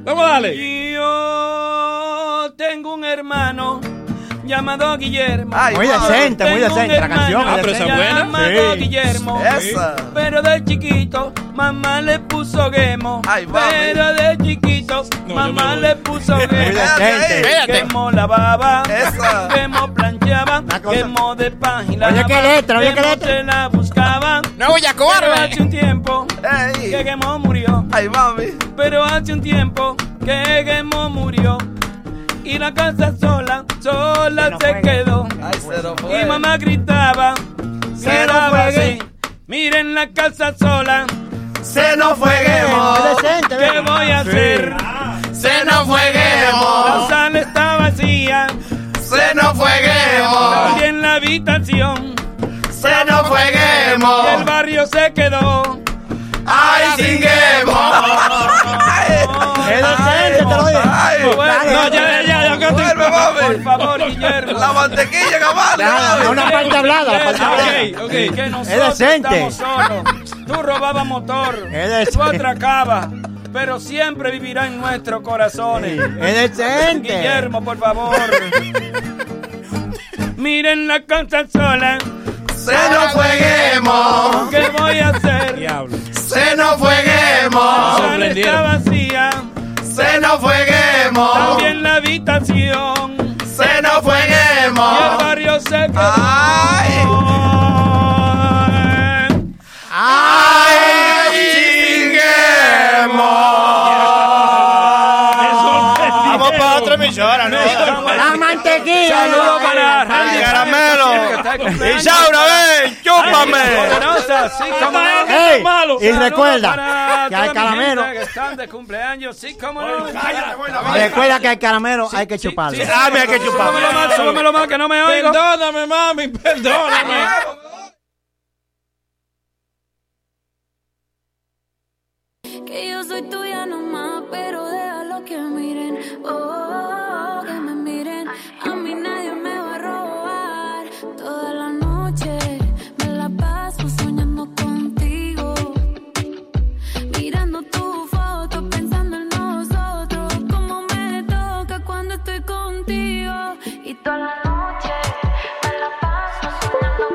Vamos a darle. Yo tengo un hermano llamado Guillermo.
Muy decente, muy decente Ah, la canción.
Ah, pero esa es buena. Llamado Guillermo.
Esa.
Pero de chiquito, mamá le puso gemo. pero de chiquito, mamá le puso gemo.
decente. Espérate.
Gemo lavaba.
Esa.
Gemo planchaba. Gemo de página.
Oye, qué letra, oye, qué letra.
se la buscaba.
No voy a cobarde.
Pero hace un tiempo que Gemo murió. Ay, mami. Pero hace un tiempo que Gemo murió. Y la casa sola, sola se, quedó. Y mamá gritaba,
Se nos
gritaba
fue
así. Miren la casa sola.
Se nos fue Gemo.
¿Qué voy a
Sí.
hacer?
Se nos fue Gemo.
La sala está vacía.
Se nos fue Gemo.
También la habitación.
Se nos fue Gemo.
Y el barrio se quedó.
¡Ay, sin Gemo!
Es
docente, te lo digo.
No, ya, ya, ya, ya. Por favor, Guillermo.
La mantequilla,
Vale,
cabal.
vale.
Una
Ok,
parte hablada, la
ok,
parte hablada.
ok, que nosotros
decente.
estamos solos. Tú robabas motor. Tú atracabas. Pero siempre vivirá en nuestros corazones.
Es decente.
Guillermo, por favor. Miren la casa sola.
Se nos fue Guillermo.
¿Qué voy a hacer? Diablo.
Se nos fue Gemo.
Está vacía.
Se nos fue Gemo.
También la habitación.
Se nos fue Gemo.
Y el barrio se quedó.
¡Ay,
Vamos para otra emisora, ¿no?
La mantequilla.
Saludos para Randy
Caramelo. Isaura, ven, chúpame.
Sí, cómo no.
Ey, y recuerda
Para
que hay
toda mi gente
caramelo.
Que están de cumpleaños. Sí, cómo no.
Recuerda que hay caramelo, hay que chuparlo.
Ah, me hay que chuparlo. Súbamelo más, súbamelo más, que no me oigo.
Perdóname, mami, perdóname.
Que yo soy tuya nomás, pero déjalo que miren. Oh,